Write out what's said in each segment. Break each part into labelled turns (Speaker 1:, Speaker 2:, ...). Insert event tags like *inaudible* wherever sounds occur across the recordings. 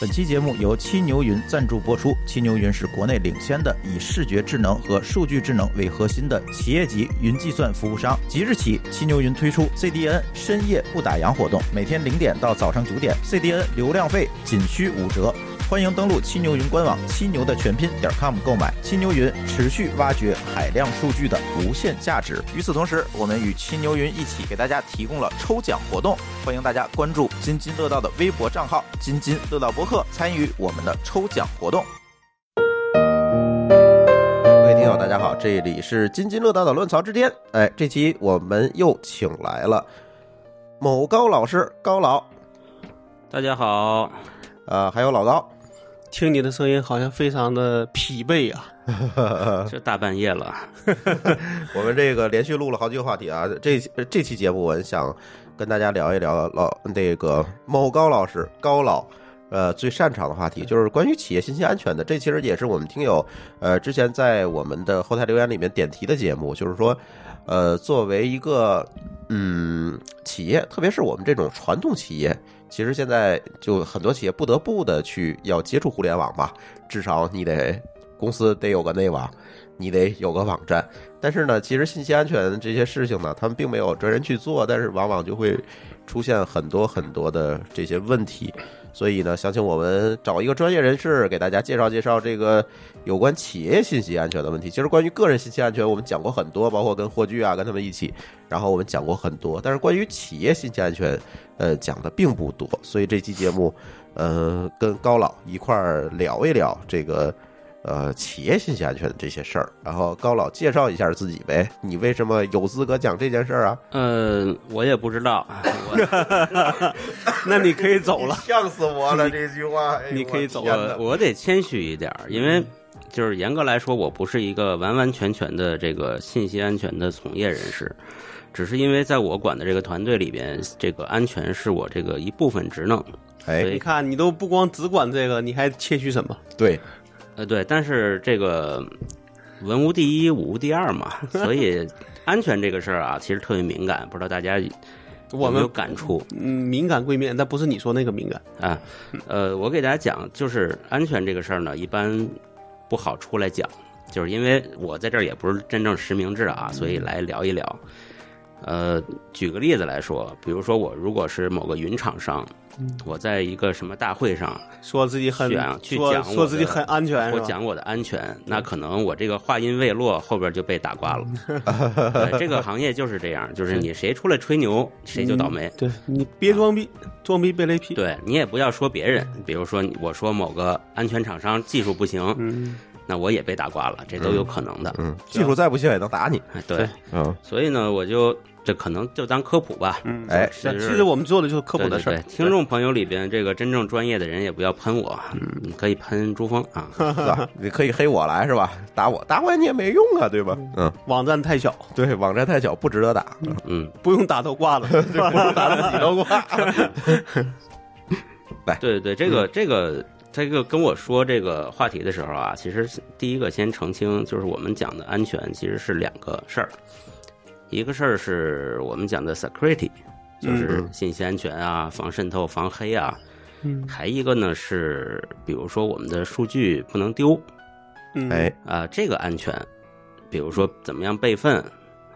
Speaker 1: 本期节目由七牛云赞助播出。七牛云是国内领先的以视觉智能和数据智能为核心的企业级云计算服务商。即日起，七牛云推出 CDN 深夜不打烊活动，每天零点到早上九点，CDN 流量费仅需五折。欢迎登录七牛云官网，七牛的全拼点 com 购买。七牛云持续挖掘海量数据的无限价值。与此同时，我们与七牛云一起给大家提供了抽奖活动，欢迎大家关注津津乐道的微博账号“津津乐道播客”，参与我们的抽奖活动。各位听友，大家好，这里是津津乐道的乱曹之巅。哎，这期我们又请来了某高老师高老
Speaker 2: 大家好，
Speaker 1: 啊、还有老刀。
Speaker 3: 听你的声音好像非常的疲惫啊。
Speaker 2: 这大半夜了，
Speaker 1: 我们这个连续录了好几个话题啊，这这期节目我想跟大家聊一聊老那个某高老师高老。呃，最擅长的话题就是关于企业信息安全的。这其实也是我们听友呃之前在我们的后台留言里面点题的节目，就是说，呃，作为一个嗯企业，特别是我们这种传统企业，其实现在就很多企业不得不的去要接触互联网吧，至少你得公司得有个内网，你得有个网站。但是呢，其实信息安全这些事情呢，他们并没有专人去做，但是往往就会出现很多很多的这些问题。所以呢，想请我们找一个专业人士给大家介绍介绍这个有关企业信息安全的问题。其实关于个人信息安全，我们讲过很多，包括跟霍炬啊，跟他们一起，然后我们讲过很多。但是关于企业信息安全，呃，讲的并不多。所以这期节目，呃，跟高老一块儿聊一聊这个呃企业信息安全的这些事儿。然后高老介绍一下自己呗，你为什么有资格讲这件事儿啊？
Speaker 2: 呃，我也不知道，我
Speaker 3: 那你可以走了。
Speaker 1: 呛死我了！这句话，哎
Speaker 3: 你可以走啊
Speaker 1: 我
Speaker 3: 了
Speaker 1: 天哪
Speaker 3: *laughs*
Speaker 2: 我我得谦虚一点儿，
Speaker 3: 嗯
Speaker 2: 因为就是严格来说，我不是一个完完全全的这个信息安全的从业人士，只是因为在我管的这个团队里边，这个安全是我这个一部分职能。
Speaker 1: 哎
Speaker 2: 对
Speaker 3: 你看，你都不光只管这个，你还谦虚什么？
Speaker 1: 对，
Speaker 2: 呃，对，但是这个文无第一，武无第二
Speaker 3: *laughs*
Speaker 2: 嘛，所以安全这个事儿啊，其实特别敏感，不知道大家
Speaker 3: 我
Speaker 2: 有没有
Speaker 3: 们
Speaker 2: 感触？
Speaker 3: 嗯，敏感归敏感，但不是你说那个敏感。
Speaker 2: 啊，呃，我给大家讲，就是安全这个事儿呢，一般不好出来讲，就是因为我在这儿也不是真正实名制啊，所以来聊一聊。呃，举个例子来说，比如说我如果是某个云厂商，我在一个什么大会上，
Speaker 3: 说自己很
Speaker 2: 去啊去
Speaker 3: 说
Speaker 2: 讲我
Speaker 3: 说自己
Speaker 2: 的
Speaker 3: 很安全，
Speaker 2: 我
Speaker 3: 是吧
Speaker 2: 讲我的安全，那可能我这个话音未落，后边就被打挂了。对，这个行业就是这样，就是你谁出来吹牛，谁就倒霉。
Speaker 3: 对你别装逼，装逼被雷劈。
Speaker 2: 对你也不要说别人，比如说你我说某个安全厂商技术不行，
Speaker 3: 嗯，
Speaker 2: 那我也被打挂了，这都有可能的。
Speaker 1: 嗯，技术再不行也能打你。
Speaker 2: 哎对
Speaker 3: 对，
Speaker 1: 嗯，
Speaker 2: 所以呢，我就这可能就当科普吧。
Speaker 3: 嗯
Speaker 1: 哎
Speaker 2: 其
Speaker 3: 那
Speaker 2: 实
Speaker 3: 其实我们做的就是科普的事
Speaker 2: 对
Speaker 3: 儿
Speaker 2: 对。对听众朋友里边，这个真正专业的人也不要喷我，
Speaker 3: 嗯
Speaker 2: 你可以喷朱峰啊。
Speaker 1: 是吧？ *laughs* 你可以黑我来是吧？打我，打我你也没用啊，对吧？嗯，
Speaker 3: 网站太小，
Speaker 1: 对，网站太小，不值得 *laughs* 打，嗯
Speaker 2: 嗯，
Speaker 3: 不用打都挂了。
Speaker 1: 不如打自己都挂。
Speaker 2: 对对对，这
Speaker 3: 嗯
Speaker 2: 个这个。他这个跟我说这个话题的时候啊，其实第一个先澄清，就是我们讲的安全其实是两个事儿，一个事儿是我们讲的 security，就是信息安全啊、防渗透、防黑啊，
Speaker 3: *laughs* *laughs* 嗯
Speaker 2: 还一个呢是比如说我们的数据不能丢，
Speaker 3: 嗯，
Speaker 1: 哎，
Speaker 2: 啊、这个安全，比如说怎么样备份，啊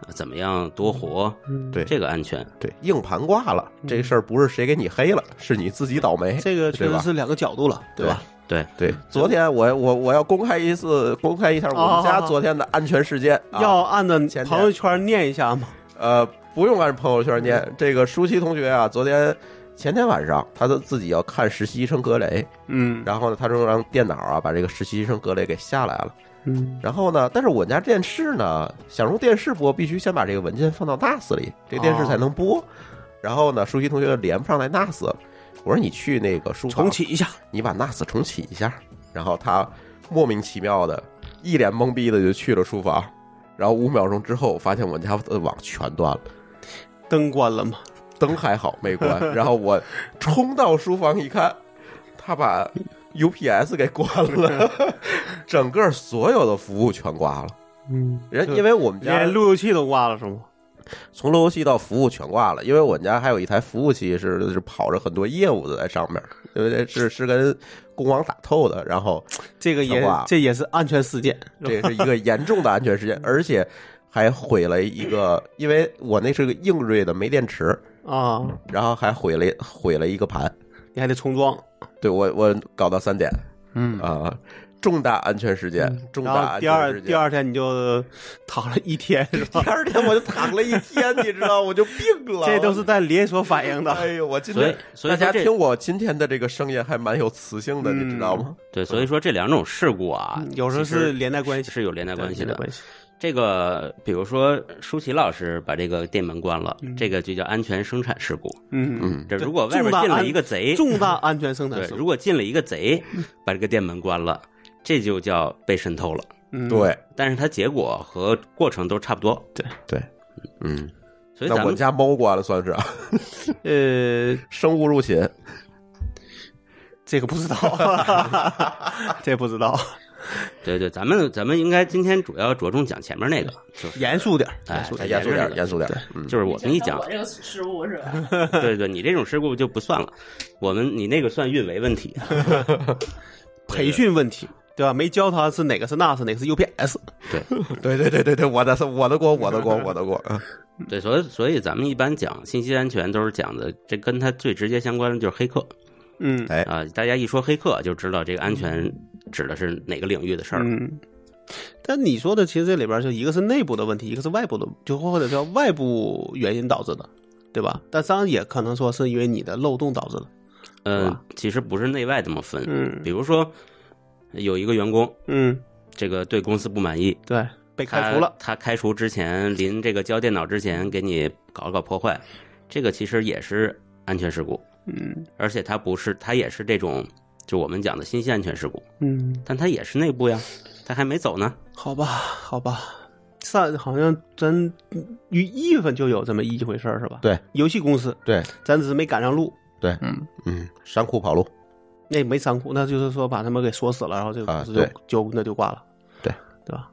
Speaker 2: 怎么样多活，
Speaker 3: 嗯
Speaker 1: 对
Speaker 2: 这个安全，
Speaker 1: 对，硬盘挂了，这事儿不是谁给你黑了，是你自己倒霉。
Speaker 3: 这个确
Speaker 1: 对吧
Speaker 3: 实是两个角度了，对吧？
Speaker 2: 对，
Speaker 1: 对，昨天我我我要公开一次，公开一下我们家昨天的安全事件。啊
Speaker 3: 要按照
Speaker 1: 前天
Speaker 3: 朋友圈念一下嘛。
Speaker 1: 呃，不用按朋友圈念，这个舒淇同学啊，昨天。前天晚上，他都自己要看实习医生格雷，
Speaker 3: 嗯
Speaker 1: 然后呢，他就让电脑啊把这个实习医生格雷给下来了。
Speaker 3: 嗯，
Speaker 1: 然后呢，但是我家电视呢，想用电视播，必须先把这个文件放到 NAS 里，这电视才能播。然后呢，舒淇同学就连不上来 NAS，我说你去那个书房
Speaker 3: 重，启一下。
Speaker 1: 你把 NAS 重启一下。然后他莫名其妙的，一脸懵逼的就去了书房。然后五秒钟之后，发现我家的网全断了，
Speaker 3: 灯关了吗？
Speaker 1: 灯还好没关。然后我冲到书房一看，他把 UPS 给关了，整个所有的服务全挂了。
Speaker 3: 嗯，
Speaker 1: 人因为我们家
Speaker 3: 连路由器都挂了是吗？
Speaker 1: 从路由器到服务全挂了，因为我们家还有一台服务器是是跑着很多业务的在上面，因为是是跟公网打透的，然后
Speaker 3: 这个也
Speaker 1: 小话
Speaker 3: 这也是安全事件，
Speaker 1: 这也是一个严重的安全事件，而且还毁了一个，因为我那是个硬锐的，没电池，
Speaker 3: 啊，
Speaker 1: 然后还毁了毁了一个盘，
Speaker 3: 你还得重装，
Speaker 1: 对我我搞到三点
Speaker 3: 嗯，
Speaker 1: 啊、重大安全事件，
Speaker 2: 嗯
Speaker 1: 重
Speaker 3: 然
Speaker 1: 大
Speaker 3: 后
Speaker 1: 安
Speaker 3: 第
Speaker 1: 全
Speaker 3: 二
Speaker 1: 事件。
Speaker 3: 第二天你就躺了一天是吧
Speaker 1: 第？二天我就躺了一天，你知道，我就病了。
Speaker 3: 这都是带连锁反应
Speaker 1: 哎
Speaker 3: 的，
Speaker 1: 呦，我今
Speaker 2: 所
Speaker 1: 天
Speaker 2: 以所以
Speaker 1: 大
Speaker 2: 说
Speaker 1: 家
Speaker 2: 这
Speaker 1: 听我今天的这个声音还蛮有磁性的，
Speaker 3: 嗯
Speaker 1: 你知道吗？
Speaker 2: 对，所以说这两种事故啊，
Speaker 3: 有时候是连带关系，
Speaker 2: 是有连带关系
Speaker 3: 对连
Speaker 2: 的
Speaker 3: 带。关系，
Speaker 2: 这个比如说舒淇老师把这个店门关了，
Speaker 3: 嗯
Speaker 2: 这个就叫安全生产事故。
Speaker 3: 嗯
Speaker 1: 嗯，
Speaker 2: 这
Speaker 3: 对
Speaker 2: 如果外
Speaker 3: 重
Speaker 2: 面
Speaker 3: 大
Speaker 2: 进了
Speaker 3: 安
Speaker 2: 一个贼
Speaker 3: 嗯，，重大安全生产
Speaker 2: 哎对，
Speaker 3: 事
Speaker 2: 如
Speaker 3: 故，嗯
Speaker 2: 果进了一个贼，把这个店门关了，这就叫被渗透了。
Speaker 3: 嗯，
Speaker 1: 对
Speaker 2: 但是它结果和过程都差不多，
Speaker 1: 对，嗯，
Speaker 2: 所以
Speaker 1: 那
Speaker 2: 咱
Speaker 1: 我
Speaker 2: 们
Speaker 1: 家猫关了算是啊，
Speaker 3: 呃，
Speaker 1: 生物入侵。
Speaker 3: 这个不知道，这不知道，
Speaker 2: 对对，咱们咱们应该今天主要着重讲前面那
Speaker 3: 嗯
Speaker 2: 个，就是
Speaker 3: 严肃点儿，
Speaker 2: 哎
Speaker 3: 严肃
Speaker 1: 哎
Speaker 3: 点
Speaker 1: 严
Speaker 3: 儿，
Speaker 1: 肃点，严肃点。嗯，
Speaker 2: 就是我跟你讲
Speaker 4: 我，这个失误是吧？
Speaker 2: 对对，你这种事故就不算了，我们你那个算运维问题，
Speaker 3: 培训问题。对吧？没教他是哪个是 NAS，哪个是 UPS。
Speaker 2: 对
Speaker 1: 对对对对对，我的我的锅，我的锅，我的
Speaker 2: *laughs*
Speaker 1: 锅。
Speaker 2: 对，所以所以咱们一般讲信息安全都是讲的，这跟它最直接相关的就是黑客
Speaker 3: 嗯
Speaker 1: 哎，
Speaker 2: 啊、大家一说黑客就知道这个安全指的是哪个领域的事儿了。
Speaker 3: 嗯。但你说的其实这里边就一个是内部的问题，一个是外部的，就或者叫外部原因导致的，对吧？但当然也可能说是因为你的漏洞导致的。是
Speaker 2: 呃
Speaker 3: 吧，
Speaker 2: 其实不是内外这么分，
Speaker 3: 嗯
Speaker 2: 比如说有一个员工
Speaker 3: 嗯，
Speaker 2: 这个对公司不满意，
Speaker 3: 对，被
Speaker 2: 他
Speaker 3: 开除了。
Speaker 2: 他开除之前，临这个交电脑之前给你搞搞破坏，这个其实也是安全事故，
Speaker 3: 嗯
Speaker 2: 而且它不是，它也是这种就我们讲的信息安全事故，
Speaker 3: 嗯，
Speaker 2: 但它也是内部呀，它还没走呢。
Speaker 3: 好吧，好吧。上好像咱嗯一月份就有这么一回事儿是吧？
Speaker 1: 对，
Speaker 3: 游戏公司，
Speaker 1: 对
Speaker 3: 咱只是没赶上路。
Speaker 1: 对，
Speaker 3: 嗯，
Speaker 1: 嗯，山库跑路，
Speaker 3: 那也没仓库，那就是说把他们给锁死了，然后这个
Speaker 1: 啊
Speaker 3: 公司就、
Speaker 1: 对
Speaker 3: 就那就挂了。
Speaker 1: 对，
Speaker 3: 对吧？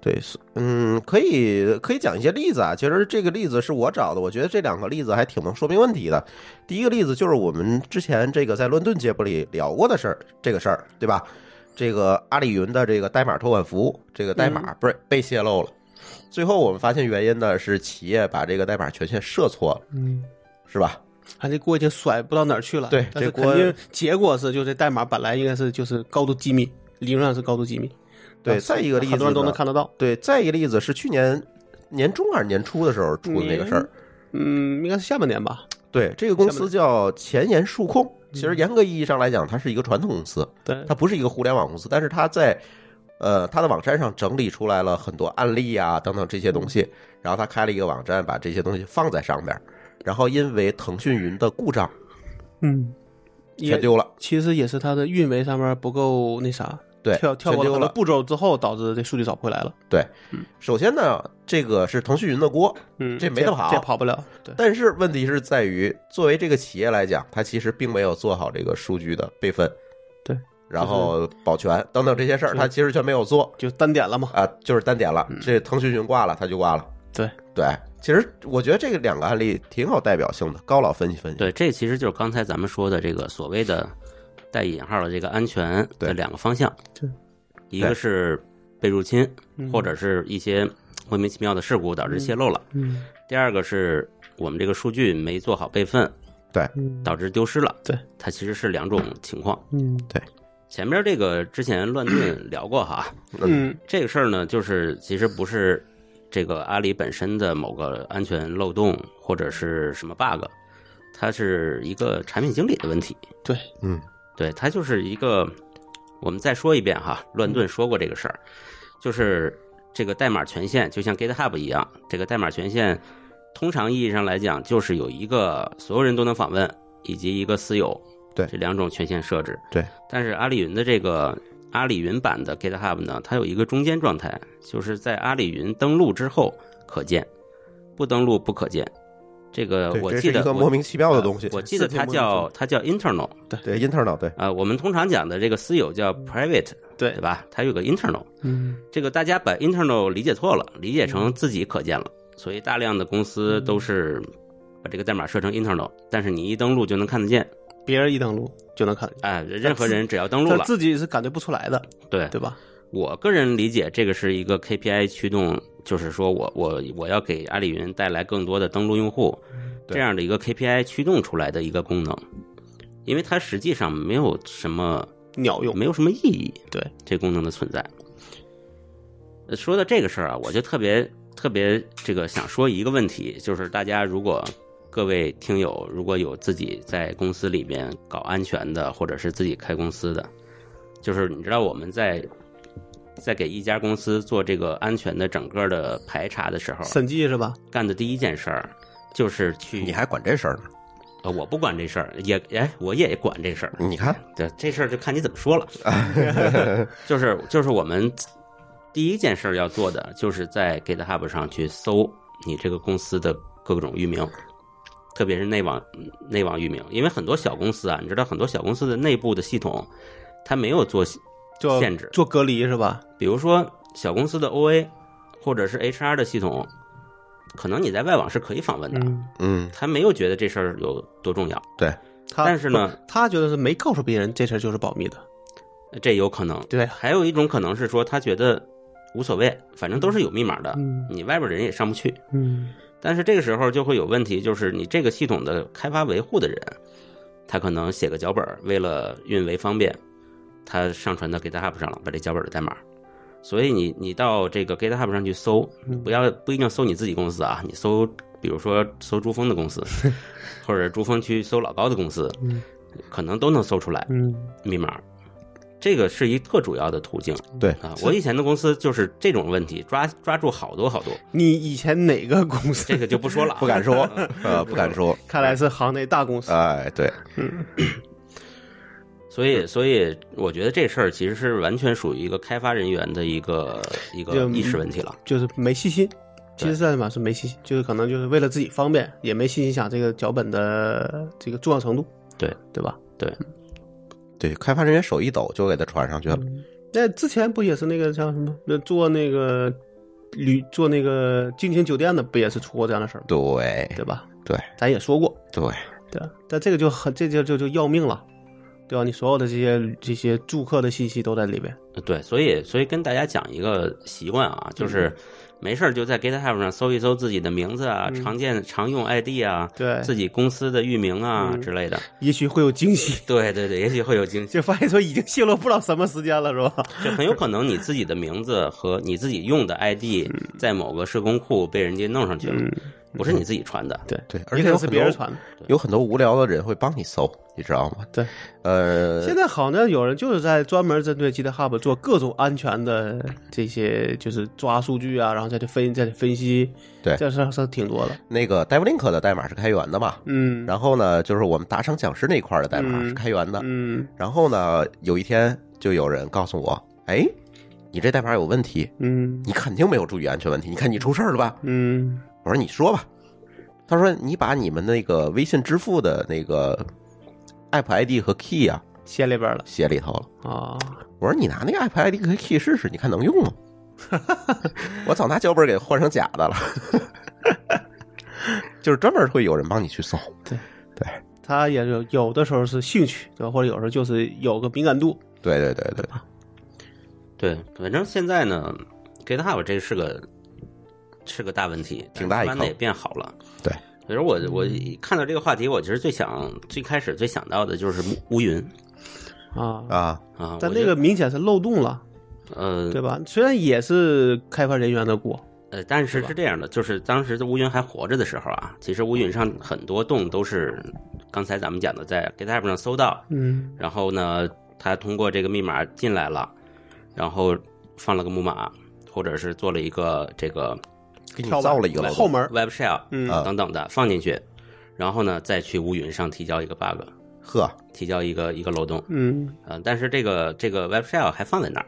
Speaker 1: 对，是嗯，可以可以讲一些例子啊。其实这个例子是我找的，我觉得这两个例子还挺能说明问题的。第一个例子就是我们之前这个在伦敦节目里聊过的事儿，这个事儿对吧？这个阿里云的这个代码托管服务，这个代
Speaker 3: 嗯
Speaker 1: 码被被泄露了。最后我们发现原因呢是企业把这个代码权限设错了，
Speaker 3: 嗯，
Speaker 1: 是吧？
Speaker 3: 他这锅已经甩不到哪儿去了。
Speaker 1: 对
Speaker 3: 但是
Speaker 1: 这
Speaker 3: 肯
Speaker 1: 锅
Speaker 3: 定结果是，就这代码本来应该是就是高度机密，理论上是高度机密。
Speaker 1: 对
Speaker 3: 但是
Speaker 1: 再一个例子
Speaker 3: 很多人都
Speaker 1: 呢
Speaker 3: 能看得到。
Speaker 1: 对，再一个例子是去年年中还是年初的时候出的那个事儿。
Speaker 3: 嗯，应该是下半年吧。
Speaker 1: 对，这个公司叫前沿数控。其实严格意义上来讲，它是一个传统公司，
Speaker 3: 嗯对，
Speaker 1: 它不是一个互联网公司，但是它在呃它的网站上整理出来了很多案例啊等等这些东
Speaker 3: 嗯
Speaker 1: 西，然后它开了一个网站，把这些东西放在上边，然后因为腾讯云的故障
Speaker 3: 嗯，也
Speaker 1: 全丢了，
Speaker 3: 其实也是它的运维上面不够那啥，
Speaker 1: 对，
Speaker 3: 跳跳
Speaker 1: 全
Speaker 3: 过了
Speaker 1: 丢
Speaker 3: 很多
Speaker 1: 了。
Speaker 3: 步骤之后，导致这数据找不回来了。
Speaker 1: 首先呢，这个是腾讯云的锅，
Speaker 3: 嗯，
Speaker 1: 这没得跑
Speaker 3: 这跑不了。对，
Speaker 1: 但是问题是在于，作为这个企业来讲，它其实并没有做好这个数据的备份，
Speaker 3: 对，
Speaker 1: 然后保全等等这些事儿，
Speaker 3: 是
Speaker 1: 它其实全没有做
Speaker 3: 就单点了嘛。
Speaker 1: 啊，就是单点了，这腾讯云挂了，它就挂了。
Speaker 3: 对
Speaker 1: 对，其实我觉得这个两个案例挺有代表性的，高老分析分析。
Speaker 2: 对，这其实就是刚才咱们说的这个所谓的带引号的这个安全
Speaker 1: 对
Speaker 2: 的两个方向，
Speaker 3: 对，
Speaker 2: 一个是被入侵，
Speaker 3: 嗯
Speaker 2: 或者是一些莫名其妙的事故导致泄露了；
Speaker 3: 嗯
Speaker 2: 第二个是我们这个数据没做好备份，
Speaker 3: 嗯
Speaker 2: 导致丢失了。
Speaker 3: 对，
Speaker 2: 它其实是两种情况。
Speaker 3: 嗯
Speaker 2: 前面这个之前乱炖聊过哈，
Speaker 3: 嗯
Speaker 2: 这个事儿呢，就是其实不是这个阿里本身的某个安全漏洞或者是什么 bug，它是一个产品经理的问题。
Speaker 3: 对，
Speaker 1: 嗯，
Speaker 2: 对，它就是一个，我们再说一遍哈，乱
Speaker 1: 嗯
Speaker 2: 炖说过这个事儿，就是这个代码权限就像 GitHub 一样，这个代码权限通常意义上来讲，就是有一个所有人都能访问，以及一个私有，
Speaker 1: 对
Speaker 2: 这两种权限设置。
Speaker 1: 对，
Speaker 2: 但是阿里云的这个阿里云版的 GitHub 呢，它有一个中间状态，就是在阿里云登录之后可见，不登录不可见。这个
Speaker 1: 对
Speaker 2: 我
Speaker 1: 这是
Speaker 2: 记得
Speaker 1: 一个
Speaker 2: 我呃啊
Speaker 1: 莫名其妙的东西。
Speaker 2: 我记得
Speaker 1: 四天
Speaker 2: 它
Speaker 1: 莫名其
Speaker 2: 叫
Speaker 1: 妙
Speaker 2: 它叫 internal，
Speaker 1: 对 internal 对
Speaker 2: 呃，我们通常讲的这个私有叫 private，
Speaker 3: 对
Speaker 2: 对吧？它有个 internal，
Speaker 3: 嗯
Speaker 2: 这个大家把 internal 理解错了，理解成自己可见了。所以大量的公司
Speaker 3: 嗯
Speaker 2: 都是把这个代码设成 internal，但是你一登录就能看得见，
Speaker 3: 别人一登录就能看，
Speaker 2: 哎，任何人只要登录
Speaker 3: 他
Speaker 2: 了，
Speaker 3: 自己是感觉不出来的，
Speaker 2: 对
Speaker 3: 对吧？
Speaker 2: 我个人理解，这个是一个 KPI 驱动，就是说我我我要给阿里云带来更多的登录用户，
Speaker 1: 对
Speaker 3: 嗯
Speaker 2: 这样的一个 KPI 驱动出来的一个功能，因为它实际上没有什么
Speaker 3: 鸟用，
Speaker 2: 没有什么意义，
Speaker 3: 对
Speaker 2: 这功能的存在。呃说到这个事儿啊，我就特别特别这个想说一个问题，就是大家如果各位听友如果有自己在公司里面搞安全的，或者是自己开公司的，就是你知道我们在在给一家公司做这个安全的整个的排查的时候，
Speaker 3: 审计是吧？
Speaker 2: 干的第一件事儿就是去
Speaker 1: 你还管这事儿呢？
Speaker 2: 呃我不管这事儿，也哎我也管这事儿，
Speaker 1: 你看，
Speaker 2: 对这事儿就看你怎么说了。就是就是我们第一件事儿要做的，就是在 GitHub 上去搜你这个公司的各种域名，特别是内网内网域名，因为很多小公司啊，你知道很多小公司的内部的系统，它没有做，
Speaker 3: 做
Speaker 2: 限制
Speaker 3: 做隔离是吧？
Speaker 2: 比如说小公司的 OA 或者是 HR 的系统，可能你在外网是可以访问的，
Speaker 3: 嗯，
Speaker 1: 嗯，
Speaker 2: 他没有觉得这事儿有多重要，
Speaker 1: 对，
Speaker 3: 他
Speaker 2: 但是呢，
Speaker 3: 他觉得是没告诉别人这事儿就是保密的，
Speaker 2: 这有可能。
Speaker 3: 对，
Speaker 2: 还有一种可能是说，他觉得无所谓，反正都是有密码的，
Speaker 3: 嗯
Speaker 2: 你外边人也上不去。
Speaker 3: 嗯，
Speaker 2: 但是这个时候就会有问题，就是你这个系统的开发维护的人，他可能写个脚本儿，为了运维方便，他上传到 GitHub 上了，把这脚本的代码。所以你你到这个 GitHub 上去搜，
Speaker 3: 嗯
Speaker 2: 不要不一定搜你自己公司啊，你搜比如说搜珠峰的
Speaker 3: *laughs*
Speaker 2: 公司，或者珠峰区搜老高的公司，可能都能搜出来
Speaker 3: 嗯
Speaker 2: 密码。这个是一特主要的途径
Speaker 1: 对，
Speaker 2: 啊！我以前的公司就是这种问题，抓抓住好多好
Speaker 1: *laughs*
Speaker 2: 多，
Speaker 3: 你以前哪个公司？
Speaker 2: 这个就不说了、啊，
Speaker 1: 不敢
Speaker 2: *laughs*
Speaker 1: 说，呃，不敢说，
Speaker 3: *laughs* 看来是行内大公
Speaker 2: 呃
Speaker 3: 司。
Speaker 1: 哎，对，
Speaker 2: 所以，所以我觉得这事儿其实是完全属于一个开发人员的一个呃一个
Speaker 3: 就嗯
Speaker 2: 意识问题了。
Speaker 3: 就是没细心。其实代码是没细心，就是可能就是为了自己方便，也没细心想这个脚本的这个重要程度，
Speaker 2: 对
Speaker 3: 对吧？
Speaker 2: 对，
Speaker 1: 对，开发人员手一抖就给他传上去了。
Speaker 3: 那之前不也是那个叫什么，那做那个旅做那个精品酒店的，不也是出过这样的事儿吗？
Speaker 1: 对，
Speaker 3: 对吧？
Speaker 1: 对，
Speaker 3: 咱也说过，
Speaker 1: 对，
Speaker 3: 对，但这个就很这就就就要命了，对吧？你所有的这些这些住客的信息都在里边，
Speaker 1: 嗯
Speaker 2: 对，所以，所以跟大家讲一个习惯啊，就是
Speaker 1: 嗯
Speaker 2: 没事儿就在 GitHub 上搜一搜自己的名字啊，
Speaker 1: 嗯
Speaker 2: 常见常用 ID 啊，
Speaker 3: 对
Speaker 2: 自己公司的域名啊、
Speaker 1: 嗯
Speaker 2: 之类的。
Speaker 3: 也许会有惊喜。 *laughs*
Speaker 2: 对对对，也许会有惊喜，
Speaker 3: 就发现说已经泄露不知道什么时间了，是吧？
Speaker 2: 就很有可能你自己的名字和你自己用的 ID 在某个社工库被人家弄上去了，不是你自己传的。
Speaker 3: 嗯对，
Speaker 1: 对，而
Speaker 3: 也
Speaker 1: 且
Speaker 3: 可
Speaker 1: 有
Speaker 3: 能是
Speaker 1: 很
Speaker 3: 别人
Speaker 1: 多
Speaker 3: 传的。
Speaker 1: 有很多无聊的人会帮你搜，你知道吗？
Speaker 3: 对，
Speaker 1: 呃
Speaker 3: 现，在好像有人就是在专门针对 GitHub 做各种安全的这些，就是抓数据啊，然后再去分再去分析，
Speaker 1: 对
Speaker 3: 这事儿是挺多的。
Speaker 1: 那个 DevLink 的代码是开源的嘛？
Speaker 3: 嗯
Speaker 1: 然后呢，就是我们达成讲师那一块儿的代码
Speaker 3: 嗯
Speaker 1: 是开源的。
Speaker 3: 嗯
Speaker 1: 然后呢，有一天就有人告诉我，哎，你这代码有问题，
Speaker 3: 嗯
Speaker 1: 你肯定没有注意安全问题，你看你出事儿了吧？
Speaker 3: 嗯
Speaker 1: 我说你说吧。他说你把你们那个微信支付的那个 App ID 和 Key 啊
Speaker 3: 写里边了
Speaker 1: 写里头了。
Speaker 3: 啊，
Speaker 1: 我说你拿那个 App ID 和 Key 试试，你看能用吗？ *laughs* 我早拿脚本给换成假的了， *laughs* 就是专门会有人帮你去搜。
Speaker 3: 他也有有的时候是兴趣，对吧？或者有时候就是有个敏感度，
Speaker 1: 对对对对，
Speaker 2: 对，反正现在呢，GitHub 这是个是个大问题，
Speaker 1: 挺大一
Speaker 2: 慢慢的
Speaker 1: 坑
Speaker 2: 也变好了。
Speaker 1: 对，
Speaker 2: 比如我我一看到这个话题，我其实最想最开始最想到的就是乌云
Speaker 3: 啊。
Speaker 1: 啊，
Speaker 2: 啊，
Speaker 3: 但
Speaker 2: 我
Speaker 3: 那
Speaker 2: 觉得
Speaker 3: 个明显是漏洞了，
Speaker 2: 呃
Speaker 3: 对吧？虽然也是开发人员的锅，
Speaker 2: 呃，但是是这样的，就是当时乌云还活着的时候啊，其实乌云上很多洞都是刚才咱们讲的，在 GitHub 上搜到，
Speaker 3: 嗯
Speaker 2: 然后呢，他通过这个密码进来了，然后放了个木马，或者是做了一个这个
Speaker 1: 给你
Speaker 3: 跳板
Speaker 1: 造了一个楼
Speaker 3: 后门儿，
Speaker 2: Web Shell，
Speaker 3: 嗯
Speaker 1: 啊
Speaker 2: 等等的放进去，然后呢再去乌云上提交一个 bug，
Speaker 1: 呵，
Speaker 2: 提交一个一个漏洞。
Speaker 3: 嗯
Speaker 2: 呃，但是这个这个 Web Shell 还放在那儿，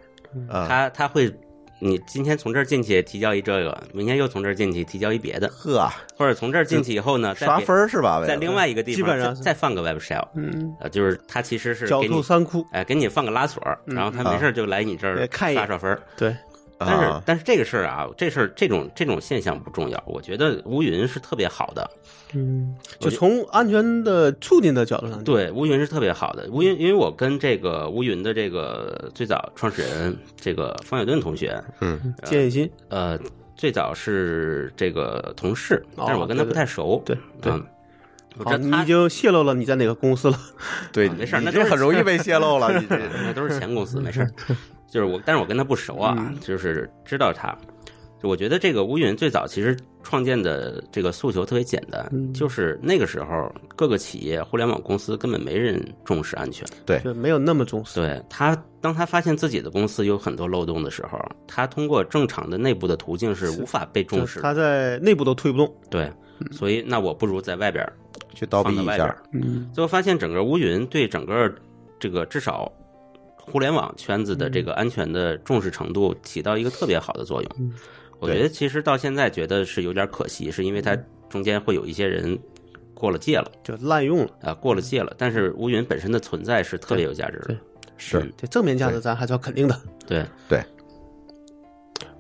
Speaker 1: 啊，
Speaker 2: 它它会，你今天从这儿进去提交一这个，明天又从这儿进去提交一别的，
Speaker 1: 呵，
Speaker 2: 或者从这儿进去以后呢，再
Speaker 1: 刷
Speaker 2: 别
Speaker 1: 分儿是吧？为
Speaker 2: 在
Speaker 1: 了
Speaker 2: 另外一个地方
Speaker 3: 基本上
Speaker 2: 再
Speaker 3: 是
Speaker 2: 再放个 Web Shell，
Speaker 3: 嗯，
Speaker 2: 呃，就是它其实是
Speaker 3: 狡
Speaker 2: 给你
Speaker 3: 兔三窟，嗯
Speaker 2: 哎给你放个拉锁，然后它没事儿就来你这
Speaker 3: 呃
Speaker 2: 儿
Speaker 3: 看一眼
Speaker 2: 刷刷分儿。
Speaker 3: 对，
Speaker 2: 但是、
Speaker 1: 啊
Speaker 2: 但是这个事儿啊，这事儿这种这种现象不重要，我觉得乌云是特别好的，
Speaker 3: 嗯，就从安全的促进的角度上，
Speaker 2: 对，乌云是特别好的。乌云，因为我跟这个乌云的这个最早创始人这个方小盾同学，
Speaker 1: 嗯，
Speaker 3: 建议心，
Speaker 2: 呃，最早是这个同事，
Speaker 3: 哦
Speaker 2: 但是我跟他不太熟，
Speaker 3: 对对
Speaker 2: 嗯，我
Speaker 3: 好，
Speaker 2: 知
Speaker 3: 你
Speaker 2: 道
Speaker 3: 已
Speaker 2: 他。
Speaker 3: 经泄露了你在哪个公司了， *laughs*
Speaker 1: 对，
Speaker 2: 啊没事儿
Speaker 1: 你
Speaker 2: 那
Speaker 1: 这
Speaker 2: 都是
Speaker 1: 很容易被泄露
Speaker 2: *laughs*
Speaker 1: 了，你这
Speaker 2: 嗯那都是前公司，没
Speaker 3: *laughs*
Speaker 2: 事儿。就是我，但是我跟他不熟啊，
Speaker 3: 嗯
Speaker 2: 就是知道他。就我觉得这个乌云最早其实创建的这个诉求特别简单，
Speaker 3: 嗯
Speaker 2: 就是那个时候各个企业、互联网公司根本没人重视安全。
Speaker 1: 对
Speaker 3: 就没有那么重视。
Speaker 2: 对他，当他发现自己的公司有很多漏洞的时候，他通过正常的内部的途径是无法被重视的。
Speaker 3: 就他嗯在内部都推不动。
Speaker 2: 对，所以那我不如在外边儿
Speaker 1: 去倒逼
Speaker 2: 放到
Speaker 1: 一
Speaker 2: 外边
Speaker 1: 下
Speaker 2: 儿，。
Speaker 3: 嗯，
Speaker 2: 最后发现整个乌云对整个这个至少互联网圈子的这个安全的重视程度起到一个特别好的作用。我觉得其实到现在觉得是有点可惜，是因为它中间会有一些人过了界了
Speaker 3: 就滥用了。
Speaker 2: 啊、过了界了。但是乌云本身的存在是特别有价值的
Speaker 3: 对，
Speaker 1: 是
Speaker 2: 嗯
Speaker 3: 这正面价值咱还是要肯定的。
Speaker 2: 对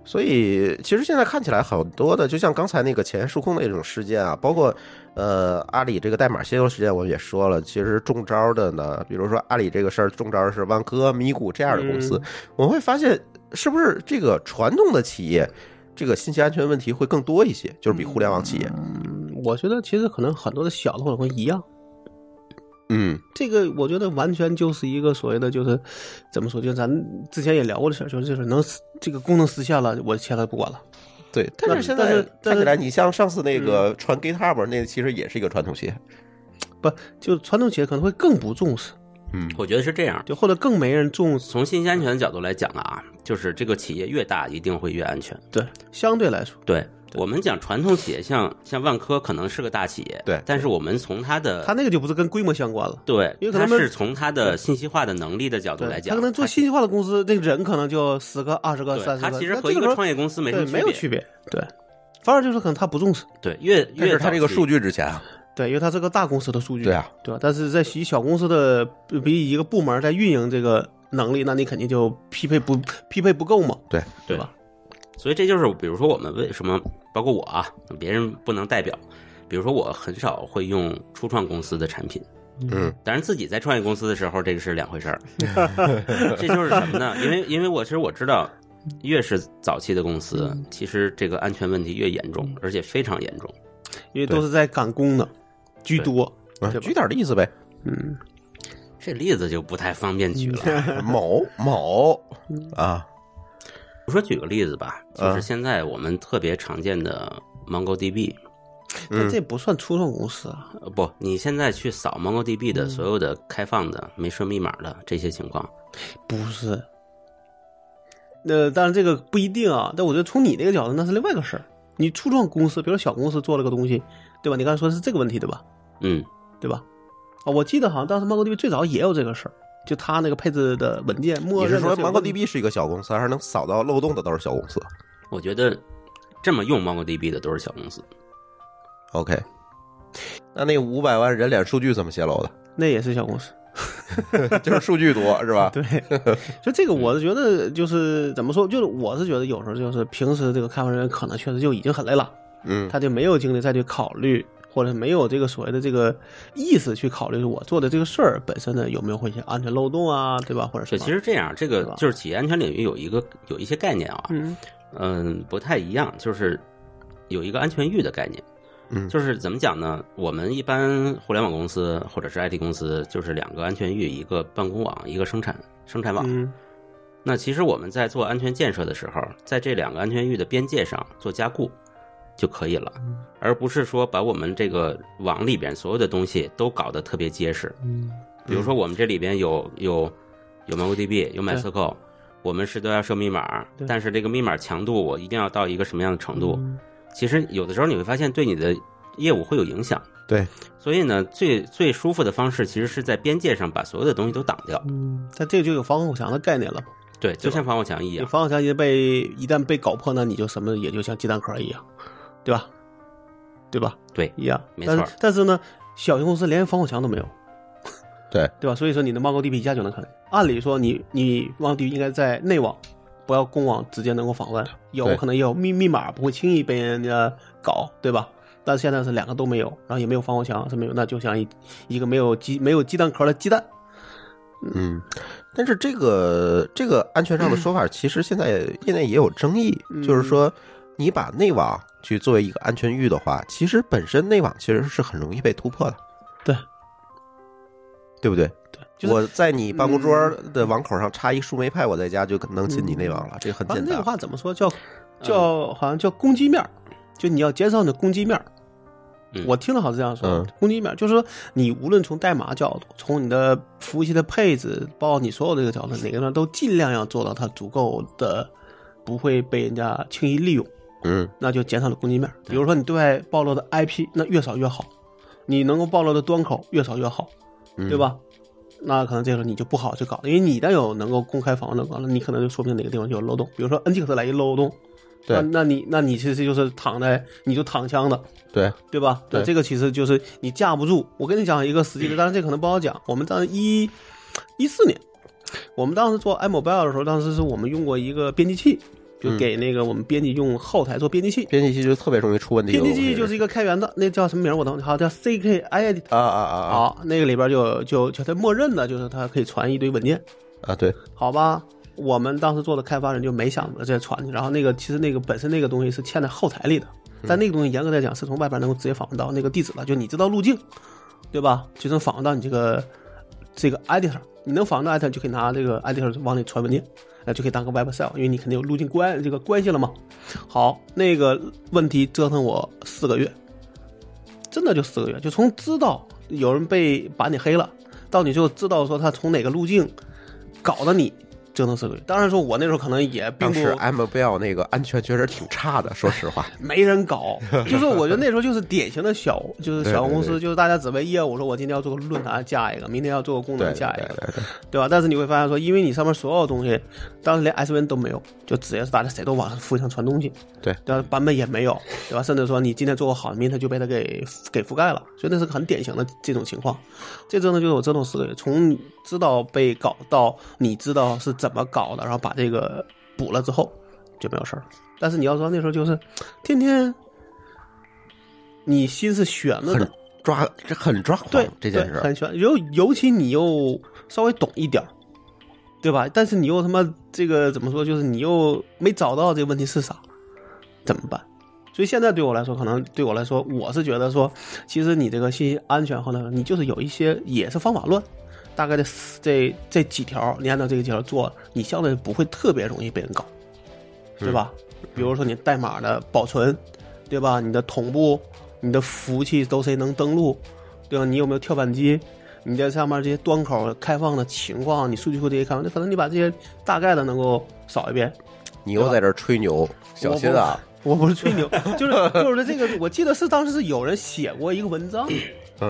Speaker 1: 所以，其实现在看起来很多的，就像刚才那个前沿数控的一种事件啊，包括呃阿里这个代码泄露事件，我们也说了，其实中招的呢，比如说阿里这个事儿中招是万科、咪咕这样的公司，我们会发现是不是这个传统的企业，这个信息安全问题会更多一些，就是比互联网企业，
Speaker 3: 嗯我觉得其实可能很多的小的或者会一样，
Speaker 1: 嗯，
Speaker 3: 这个我觉得完全就是一个所谓的就是怎么说，就咱之前也聊过的事儿，就是就是能这个功能实现了，我签了不管了。
Speaker 1: 对。但是现
Speaker 3: 但
Speaker 1: 在
Speaker 3: 是
Speaker 1: 看
Speaker 3: 但是
Speaker 1: 起来，你像上次那个传 GitHub 那，其实也是一个传统企业，
Speaker 3: 不，就传统企业可能会更不重视，
Speaker 1: 嗯
Speaker 2: 我觉得是这样。
Speaker 3: 就或者更没人重视。
Speaker 2: 从信息安全的角度来讲啊，就是这个企业越大，一定会越安全。
Speaker 3: 对，相对来说，
Speaker 2: 对我们讲传统企业像，像万科可能是个大企业，
Speaker 1: 对
Speaker 2: 但是我们从它的
Speaker 3: 它那个就不是跟规模相关了。
Speaker 2: 对，
Speaker 3: 因为可
Speaker 2: 它
Speaker 3: 能们
Speaker 2: 是从它的信息化的能力的角度
Speaker 3: 对，
Speaker 2: 来
Speaker 3: 它
Speaker 2: 讲，
Speaker 3: 可能做信息化的公司，那个人可能就十个、二十
Speaker 2: 它
Speaker 3: 个、三
Speaker 2: 对
Speaker 3: 十
Speaker 2: 它
Speaker 3: 个。
Speaker 2: 其实
Speaker 3: 那
Speaker 2: 和
Speaker 3: 这
Speaker 2: 一
Speaker 3: 个时
Speaker 2: 个
Speaker 3: 候
Speaker 2: 创业公司没什
Speaker 3: 对
Speaker 2: 么
Speaker 3: 没有
Speaker 2: 别。
Speaker 3: 区别，对，反而就是可能他不重视，
Speaker 2: 对，越
Speaker 1: 但
Speaker 2: 越
Speaker 1: 是它这个数
Speaker 2: 据，
Speaker 1: 据值钱啊，
Speaker 3: 对，因为他是个大公司的数据，
Speaker 1: 对啊，
Speaker 3: 对吧？但是在以小公司的比一个部门在运营这个能力，那你肯定就匹配不匹配不够嘛，
Speaker 1: 对
Speaker 3: 对吧？
Speaker 2: 所以这就是比如说我们为什么，包括我啊，别人不能代表。比如说，我很少会用初创公司的产品，
Speaker 1: 嗯，
Speaker 2: 当然自己在创业公司的时候，这个是两回事儿。这就是什么呢？因为因为我其实我知道，越是早期的公司，
Speaker 3: 嗯
Speaker 2: 其实这个安全问题越严重，而且非常严重。
Speaker 3: 因为都是在赶工的居多，
Speaker 1: 啊
Speaker 3: 对吧
Speaker 1: 举点例子
Speaker 3: *laughs*
Speaker 1: 呗，
Speaker 3: 嗯，
Speaker 2: 这例子就不太方便举了。
Speaker 1: 某某
Speaker 3: 嗯
Speaker 1: 啊，
Speaker 2: 我说举个例子吧，
Speaker 1: 啊
Speaker 2: 就是现在我们特别常见的 MongoDB，、
Speaker 3: 但这不算初创公司啊，
Speaker 2: 呃，不，你现在去扫 MongoDB
Speaker 3: 嗯
Speaker 2: 的所有的开放的、没设密码的这些情况，
Speaker 3: 不是。那当然这个不一定啊，但我觉得从你那个角度那是另外一个事儿。你初创公司，比如小公司做了个东西，对吧？你刚才说是这个问题对吧？
Speaker 2: 嗯，
Speaker 3: 对吧？啊、我记得好像当时 MongoDB 最早也有这个事儿，就它那个配置的文件默
Speaker 1: 你
Speaker 3: 认
Speaker 1: 是
Speaker 3: 的
Speaker 1: 说
Speaker 3: 有问题
Speaker 1: MongoDB 是一个小公司，还是能扫到漏洞的都是小公司
Speaker 2: 我觉得这么用 MongoDB 的都是小公司，
Speaker 1: ？OK，那那五百万人脸数据怎么泄露
Speaker 3: 那也是小公司？
Speaker 1: 的？ *laughs* 就是数据多是吧？*laughs*
Speaker 3: *laughs* 对，就这个我是觉得就是怎么说，就是我是觉得有时候就是平时这个开发人员可能确实就已经很累了，
Speaker 1: 嗯，
Speaker 3: 他就没有精力再去考虑。或者没有这个所谓的这个意识去考虑我做的这个事儿本身呢有没有会一些安全漏洞啊，对吧？或者什
Speaker 2: 对，
Speaker 3: 么？
Speaker 2: 其实这样，这
Speaker 3: 是吧
Speaker 2: 个就是企业安全领域有一个有一些概念啊，
Speaker 3: 嗯，
Speaker 2: 嗯，不太一样，就是有一个安全域的概念。
Speaker 1: 嗯
Speaker 2: 就是怎么讲呢？我们一般互联网公司或者是 IT 公司，就是两个安全域，一个办公网，一个生产生产网。
Speaker 3: 嗯，
Speaker 2: 那其实我们在做安全建设的时候，在这两个安全域的边界上做加固就可以了，而不是说把我们这个网里边所有的东西都搞得特别结实。比如说我们这里边有有有 MongoDB，有 MySQL，我们是都要设密码，
Speaker 3: 对嗯
Speaker 2: 但是这个密码强度我一定要到一个什么样的程度？其实有的时候你会发现对你的业务会有影响。
Speaker 1: 对，
Speaker 2: 所以呢，最最舒服的方式其实是在边界上把所有的东西都挡掉，
Speaker 3: 嗯但这个就有防火墙的概念了嘛。
Speaker 2: 对，就像防火墙一
Speaker 3: 你
Speaker 2: 样。
Speaker 3: 防火墙一被一旦被搞破呢，你就什么也就像鸡蛋壳一样，对吧？对吧？
Speaker 2: 对，
Speaker 3: 一样，
Speaker 2: 没
Speaker 3: 但是
Speaker 2: 错儿
Speaker 3: 但是呢，小型公司连防火墙都
Speaker 2: *laughs*
Speaker 3: 没有，
Speaker 1: 对
Speaker 3: 对吧？所以说你的 MongoDB 一下就能看见。按理说你你 MongoDB 应该在内网，不要公网直接能够访问，有
Speaker 1: 对
Speaker 3: 可能也有密密码不会轻易被人家搞，对吧？但是现在是两个都没有，然后也没有防火墙，是没有，那就像一一个没有鸡没有鸡蛋壳的鸡蛋，
Speaker 1: 嗯，但是这个这个安全上的
Speaker 3: 嗯
Speaker 1: 说法，其实现在业内也有争议，就是说你把内网去作为一个安全域的话，其实本身内网其实是很容易被突破的，
Speaker 3: 对，
Speaker 1: 对不对？对
Speaker 3: 就是嗯
Speaker 1: 我在你办公桌的网口上插一树莓派，我在家就能进你内网了，嗯这个很
Speaker 3: 反
Speaker 1: 简
Speaker 3: 嗯啊正那
Speaker 1: 单啊
Speaker 3: 个。话怎么说叫叫好像叫攻击面儿，就你要减少你的攻击面儿。
Speaker 2: 嗯
Speaker 3: 我听了好像这样说
Speaker 1: 嗯，
Speaker 3: 攻击面儿就是说你无论从代码角度，从你的服务器的配置，包括你所有的这个角度，哪个呢都尽量要做到它足够的不会被人家轻易利用，
Speaker 1: 嗯，
Speaker 3: 那就减少了攻击面儿。比如说你对外暴露的 IP，那越少越好，你能够暴露的端口越少越好，
Speaker 1: 嗯
Speaker 3: 对？吧？那可能这个时候你就不好去搞了，因为你一旦有能够公开访问的广告，那你可能就说明哪个地方就有漏洞，比如说 NT 克来一漏洞，
Speaker 1: 对
Speaker 3: 那那你那你其实就是躺在你就躺枪的，
Speaker 1: 对，
Speaker 3: 对吧？
Speaker 1: 对
Speaker 3: 那这个其实就是你架不住。我跟你讲一个实际的，当然这可能不好讲。我们当时一一四年，我们当时做 iMobile 的时候，当时是我们用过一个编辑器，就
Speaker 1: 嗯
Speaker 3: 给那个我们编辑用后台做编辑器。
Speaker 1: 编辑器就特别容易出问题的
Speaker 3: 编
Speaker 1: 东
Speaker 3: 辑
Speaker 1: 西。
Speaker 3: 器就是一个开源的，那叫什么名儿？我等会儿好像叫 CK Edit。
Speaker 1: 啊啊啊啊
Speaker 3: 好，那个里边就就就它默认的就是它可以传一堆文件，
Speaker 1: 啊！对，
Speaker 3: 好吧？我们当时做的开发人就没想着这传去，然后那个其实那个本身那个东西是嵌在后台里的，但那个东西严格来讲是从外边能够直接访问到那个地址的，就你知道路径，对吧？就能访问到你这个这个 editor，你能访问到 editor 就可以拿这个 editor 往里传文件，那就可以当个 web cell，因为你肯定有路径关这个关系了嘛。好，那个问题折腾我四个月，真的就四个月，就从知道有人被把你黑了，到你就知道说他从哪个路径搞的你，折腾四个月。当然说我那时候可能也并
Speaker 1: 当
Speaker 3: 不
Speaker 1: 时 M b e l 那个安全确实挺差的，说实话。
Speaker 3: 没人搞，就是我觉得那时候就是典型的小，就是小
Speaker 1: 对
Speaker 3: 公
Speaker 1: 对
Speaker 3: 司，就是大家只为业务，说我今天要做个论坛加一个，明天要做个功
Speaker 1: 对
Speaker 3: 能加
Speaker 1: 对
Speaker 3: 一个，
Speaker 1: 对对，
Speaker 3: 对吧？但是你会发现说，因为你上面所有东西，当时连 SVN 都没有，就直接是大家谁都往服务器上传东西，
Speaker 1: 对
Speaker 3: 对吧？版本也没有，对吧？甚至说你今天做个好，明天就被它给给覆盖了，所以那是个很典型的这种情况。这折腾就是我折腾四个月，从知道被搞到你知道是怎么搞的，然后把这个补了之后就没有事儿了。但是你要说那时候就是天天你心是悬着的
Speaker 1: 很，抓，这很抓狂
Speaker 3: 对
Speaker 1: 这件事
Speaker 3: 对
Speaker 1: 儿。
Speaker 3: 很悬。尤尤其你又稍微懂一点儿，对吧？但是你又他妈这个怎么说？就是你又没找到这个问题是啥，怎么办？所以现在对我来说，可能对我来说，我是觉得说，其实你这个信息安全后呢，你就是有一些也是方法论，大概这四这这几条，你按照这个几条做，你相对不会特别容易被人搞，对吧？
Speaker 1: 嗯
Speaker 3: 比如说你代码的保存，对吧？你的同步，你的服务器都谁能登录，对吧？你有没有跳板机？你在上面这些端口开放的情况，你数据库这些开放，那可能你把这些大概的能够扫一遍。
Speaker 1: 你又在这儿吹牛，小心啊！
Speaker 3: 我不是吹
Speaker 2: *laughs*
Speaker 3: 牛，就是就是这个，我记得是当时是有人写过一个文章，
Speaker 2: 嗯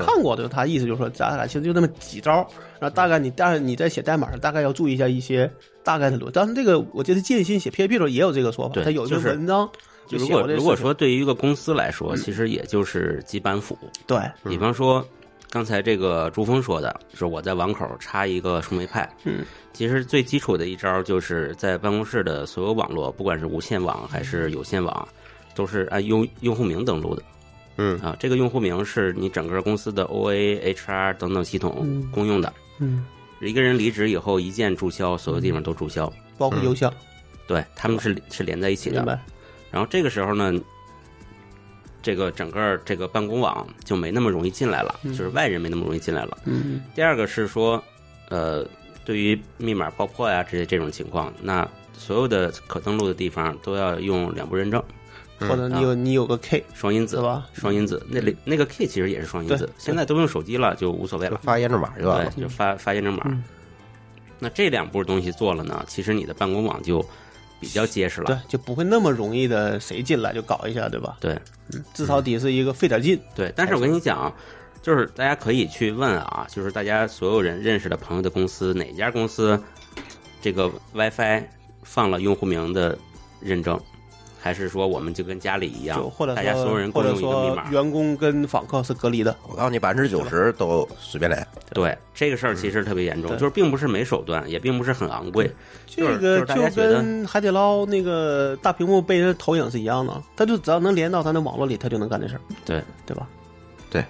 Speaker 3: 看过的，他意思就是说，大概其实就那么几招，然后大概你但是你在写代码上大概要注意一下一些大概的逻辑。当时这个我记得建新写 PHP 的时候也有这个说法，
Speaker 2: 对
Speaker 3: 他有一篇
Speaker 2: 就是
Speaker 3: 文章就
Speaker 2: 如
Speaker 3: 写过
Speaker 2: 果
Speaker 3: 这个
Speaker 2: 如果
Speaker 3: 事情
Speaker 2: 说对于一个公司来说，其实也就是基板斧。
Speaker 3: 对，嗯
Speaker 2: 比方说，刚才这个朱峰说的，就是我在网口插一个树莓派。
Speaker 3: 嗯，
Speaker 2: 其实最基础的一招就是在办公室的所有网络，不管是无线网还是有线网，都是按用用户名登录的。
Speaker 1: 嗯
Speaker 2: 啊，这个用户名是你整个公司的 OA、HR 等等系统
Speaker 3: 嗯
Speaker 2: 公用的。
Speaker 3: 嗯，
Speaker 2: 一个人离职以后，一键注销，所有地方都注销。
Speaker 3: 包括邮箱，
Speaker 2: 对，他们是是连在一起的
Speaker 3: 嗯明。白？
Speaker 2: 然后这个时候呢，这个整个这个办公网就没那么容易进来了，就是外人没那么容易进来了。
Speaker 3: 嗯
Speaker 2: 第二个是说，呃，对于密码爆破呀、之类这种情况，那所有的可登录的地方都要用两步认证，
Speaker 3: 或者你有你有个 K
Speaker 2: 双因子
Speaker 3: 是？吧？
Speaker 2: 嗯双因子，那里那个 key 其实也是双因子
Speaker 3: 对，
Speaker 2: 现在都用手机了，就无所谓了。
Speaker 1: 发验证码就完了。
Speaker 2: 对，就发发验证码。
Speaker 3: 嗯
Speaker 2: 那这两步东西做了呢，其实你的办公网就比较结实了。
Speaker 3: 对，就不会那么容易的谁进来就搞一下，对吧？嗯
Speaker 2: 对
Speaker 3: 至少得是一个费点劲，
Speaker 2: 对，但是我跟你讲，啊就是大家可以去问啊，就是大家所有人认识的朋友的公司，哪家公司这个 WiFi 放了用户名的认证，还是说我们就跟家里一样
Speaker 3: 就，或者
Speaker 2: 嗯大家所有人共
Speaker 3: 说或者
Speaker 2: 用一个密
Speaker 3: 说
Speaker 2: 码？
Speaker 3: 员工跟访客是隔离的，
Speaker 1: 我告诉你，百分之九十都随便来。
Speaker 2: 对，这个事儿其实特别严重，
Speaker 3: 嗯对
Speaker 2: 就是并不是没手段，也并不是很昂贵，就是
Speaker 3: 这个
Speaker 2: 就是大家
Speaker 3: 就
Speaker 2: 觉得
Speaker 3: 跟海底捞那个大屏幕被人投影是一样的，他就只要能连到咱的网络里，他就能干这事儿，
Speaker 2: 对
Speaker 3: 对吧？
Speaker 1: 嗯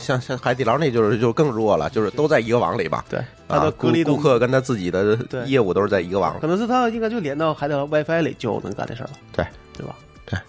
Speaker 1: 像像海底捞那就是就更弱了，就是都在一个网里吧。
Speaker 3: 对，他
Speaker 1: *laughs* 啊
Speaker 3: 的，隔离
Speaker 1: 顾
Speaker 3: 都
Speaker 1: 顾客跟他自己的
Speaker 3: 对
Speaker 1: 业务都是在一个网里
Speaker 3: 可。能是他应该就连到海底捞 WiFi 里就能干这事儿了，
Speaker 1: 对
Speaker 3: 对吧？嗯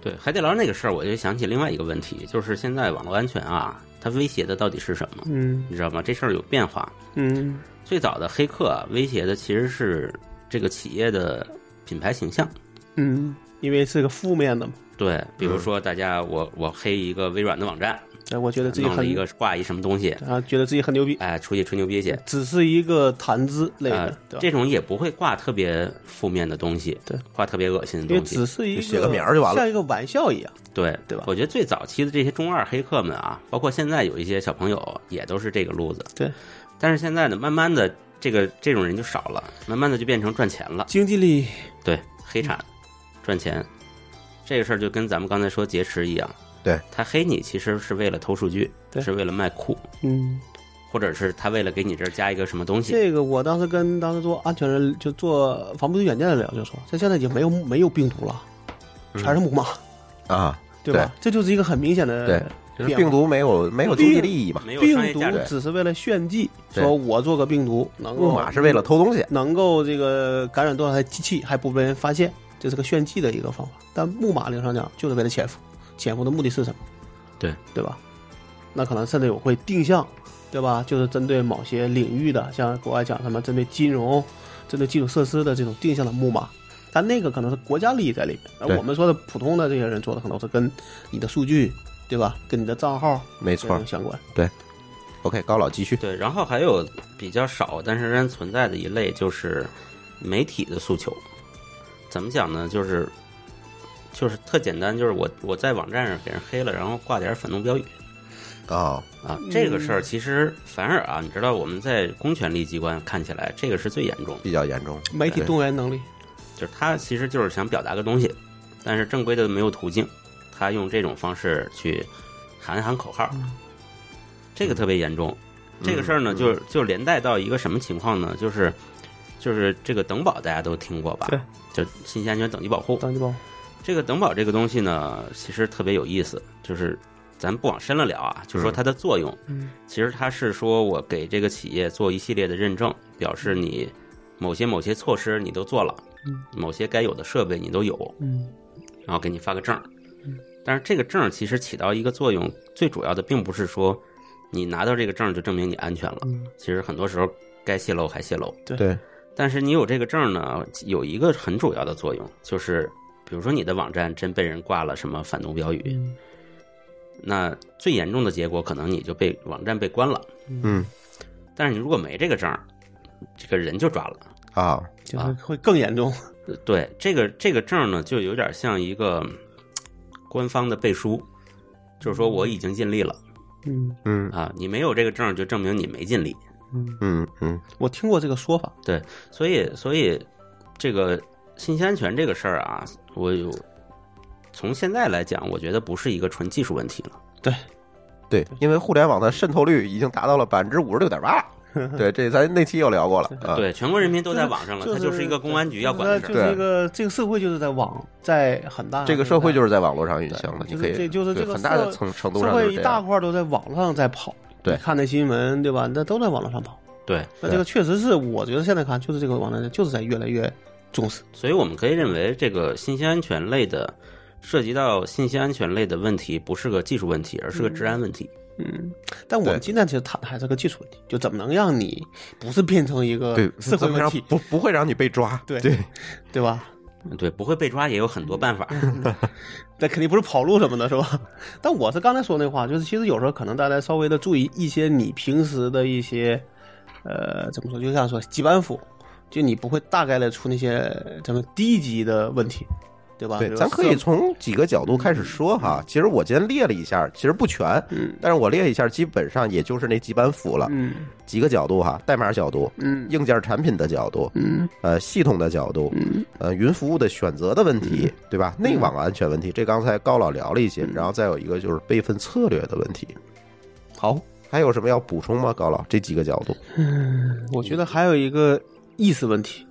Speaker 2: 对。海底捞那个事儿，我就想起另外一个问题，就是现在网络安全啊，它威胁的到底是什么？
Speaker 3: 嗯
Speaker 2: 你知道吗？这事儿有变化。
Speaker 3: 嗯，
Speaker 2: 最早的黑客啊威胁的其实是这个企业的品牌形象。
Speaker 3: 嗯，因为是个负面的嘛，
Speaker 2: 对，比
Speaker 3: 嗯
Speaker 2: 如说大家我我黑一个微软的网站，
Speaker 3: 对，我觉得自己
Speaker 2: 弄了
Speaker 3: 很
Speaker 2: 一个挂一什么东西，
Speaker 3: 啊，觉得自己很牛逼，
Speaker 2: 哎，出去吹牛逼去。
Speaker 3: 只是一个谈资类
Speaker 2: 啊、
Speaker 3: 的，对吧？
Speaker 2: 这种也不会挂特别负面的东西，
Speaker 3: 对，
Speaker 2: 挂特别恶心的
Speaker 3: 因为
Speaker 2: 东西
Speaker 3: 只，是一
Speaker 1: 就写个名儿就完了
Speaker 3: 像一个玩笑一样。
Speaker 2: 对
Speaker 3: 对吧
Speaker 2: 我觉得最早期的这些中二黑客们啊，包括现在有一些小朋友也都是这个路子，
Speaker 3: 对。
Speaker 2: 但是现在呢，慢慢的这个这种人就少了，慢慢的就变成赚钱了，
Speaker 3: 经济力，
Speaker 2: 对，黑产赚钱，这个事儿就跟咱们刚才说劫持一样，
Speaker 1: 对
Speaker 2: 他黑你其实是为了偷数据，
Speaker 3: 对
Speaker 2: 是为了卖酷，
Speaker 3: 嗯，
Speaker 2: 或者是他为了给你这儿加一个什么东西，
Speaker 3: 这个我当时跟当时做安全人，就做防病毒软件的聊，就说这现在已经没有没有病毒了，
Speaker 1: 嗯
Speaker 3: 全是木马，
Speaker 1: 啊，
Speaker 3: 对吧？这就是一个很明显的
Speaker 1: 对就是病毒没有没有经济利益嘛，
Speaker 2: 没有商
Speaker 3: 病
Speaker 2: 业
Speaker 3: 毒
Speaker 2: 价值，
Speaker 3: 只是为了炫技，
Speaker 1: 对
Speaker 3: 说我做个病毒能够
Speaker 1: 木马是为了偷东西。
Speaker 3: 能够这个感染多少台机器还不被人发现，这是个炫技的一个方法。但木马理论上讲就是为了潜伏，潜伏的目的是什么？
Speaker 2: 对
Speaker 3: 对吧？那可能甚至有会定向，对吧？就是针对某些领域的，像国外讲什么针对金融、针对基础设施的这种定向的木马，但那个可能是国家利益在里面，
Speaker 1: 对
Speaker 3: 而我们说的普通的这些人做的可能是跟你的数据，对吧？跟你的账号
Speaker 1: 没
Speaker 3: 这
Speaker 1: 错
Speaker 3: 种相关。
Speaker 1: ，OK，高老继续。
Speaker 2: 对，然后还有比较少，但是仍然存在的一类就是媒体的诉求。怎么讲呢？就是就是特简单，就是我我在网站上给人黑了，然后挂点反动标语
Speaker 1: 啊，
Speaker 2: 啊。这个事
Speaker 3: 嗯
Speaker 2: 儿其实反而啊，你知道我们在公权力机关看起来，这个是最严重的，
Speaker 1: 比较严重。
Speaker 3: 媒体动员能力，
Speaker 2: 就是他其实就是想表达个东西，但是正规的没有途径，他用这种方式去喊喊口号，这个特别严重。这个事儿呢，就就连带到一个什么情况呢？就是就是这个等保大家都听过吧？
Speaker 3: 对，
Speaker 2: 就信息安全等级保护。
Speaker 3: 当机
Speaker 1: 啊
Speaker 3: 包
Speaker 2: 这个等保这个东西呢，其实特别有意思，就是咱不往深了聊啊，就说它的作用。
Speaker 3: 嗯，
Speaker 2: 其实它是说我给这个企业做一系列的认证，表示你某些某些措施你都做了，
Speaker 3: 嗯
Speaker 2: 某些该有的设备你都有，
Speaker 3: 嗯
Speaker 2: 然后给你发个证儿。但是这个证儿其实起到一个作用，最主要的并不是说你拿到这个证儿就证明你安全了，
Speaker 3: 嗯，
Speaker 2: 其实很多时候该泄露还泄露。
Speaker 1: 对，
Speaker 2: 但是你有这个证儿呢，有一个很主要的作用，就是比如说你的网站真被人挂了什么反动标语，
Speaker 3: 嗯
Speaker 2: 那最严重的结果可能你就被网站被关了。
Speaker 1: 嗯
Speaker 2: 但是你如果没这个证儿，这个人就抓了。
Speaker 1: 啊，
Speaker 3: 就是会更严重。
Speaker 2: 呃对，这个这个证儿呢，就有点像一个嗯官方的背书，就是说我已经尽力了
Speaker 3: 嗯
Speaker 1: 嗯
Speaker 2: 啊，你没有这个证儿就证明你没尽力。
Speaker 3: 嗯，
Speaker 1: 嗯嗯，
Speaker 3: 我听过这个说法。
Speaker 2: 所以，所以这个信息安全这个事儿啊，我有从现在来讲，我觉得不是一个纯技术问题了。
Speaker 1: 对，因为互联网的渗透率已经达到了百分之五十六点八。 *laughs* 对，这咱那期又聊过了啊。
Speaker 2: 对，全国人民都在网上了，
Speaker 3: 就是
Speaker 2: 它就是一个公安局要管的事儿。
Speaker 3: 就是
Speaker 1: 对
Speaker 3: 这个这个社会就是在网在很大
Speaker 1: 这个社会就是是在网络上运行的，
Speaker 3: 对
Speaker 1: 你可以
Speaker 3: 就是这就是这
Speaker 1: 对
Speaker 3: 个
Speaker 1: 很大的
Speaker 3: 社
Speaker 1: 程程度
Speaker 3: 社
Speaker 1: 上就是
Speaker 3: 会一
Speaker 1: 这
Speaker 3: 大
Speaker 1: 样。
Speaker 3: 块都在网上在跑，
Speaker 1: 对
Speaker 3: 你看那新闻对吧？那都在网络上跑，
Speaker 2: 对，
Speaker 3: 那这个确实是我觉得现在看就是这个网站就是在越来越重视，
Speaker 2: 所以我们可以认为，这个信息安全类的涉及到信息安全类的问题，不是个技术问题，而是个治安问题。
Speaker 3: 嗯。但我们
Speaker 1: 对
Speaker 3: 今天其实谈的还是个技术问题，就怎么能让你不是变成一个
Speaker 1: 对，
Speaker 3: 社会
Speaker 1: 怎么
Speaker 3: 问
Speaker 1: 让
Speaker 3: 题，
Speaker 1: 不不会让你被抓。
Speaker 3: *laughs* 对
Speaker 1: 对
Speaker 3: 对吧？
Speaker 2: 嗯对，不会被抓也有很多办法。
Speaker 3: 嗯那肯定不是跑路什么的，是吧？ *laughs* 但我是刚才说那话，就是其实有时候可能大家稍微的注意一些你平时的一些，呃，怎么说？就像说几板斧，就你不会大概的出那些咱们低级的问题，对啊对吧？
Speaker 1: 对，
Speaker 3: 比如
Speaker 1: 咱可以
Speaker 3: 社
Speaker 1: 从几个角度开始说哈。其实我今天列了一下，其实不全，
Speaker 3: 嗯
Speaker 1: 但是我列一下，基本上也就是那几板斧了。
Speaker 3: 嗯
Speaker 1: 几个角度哈，代码角度、
Speaker 3: 嗯
Speaker 1: 硬件产品的角度、
Speaker 3: 嗯
Speaker 1: 呃系统的角度、
Speaker 3: 嗯
Speaker 1: 呃云服务的选择的问题，对吧？内网安全问题，这刚才高老聊了一
Speaker 3: 嗯
Speaker 1: 些，然后再有一个就是备份策略的问题。
Speaker 3: 好，
Speaker 1: 还有什么要补充吗？高老，这几个角度，
Speaker 3: 我觉得还有一个意识问题，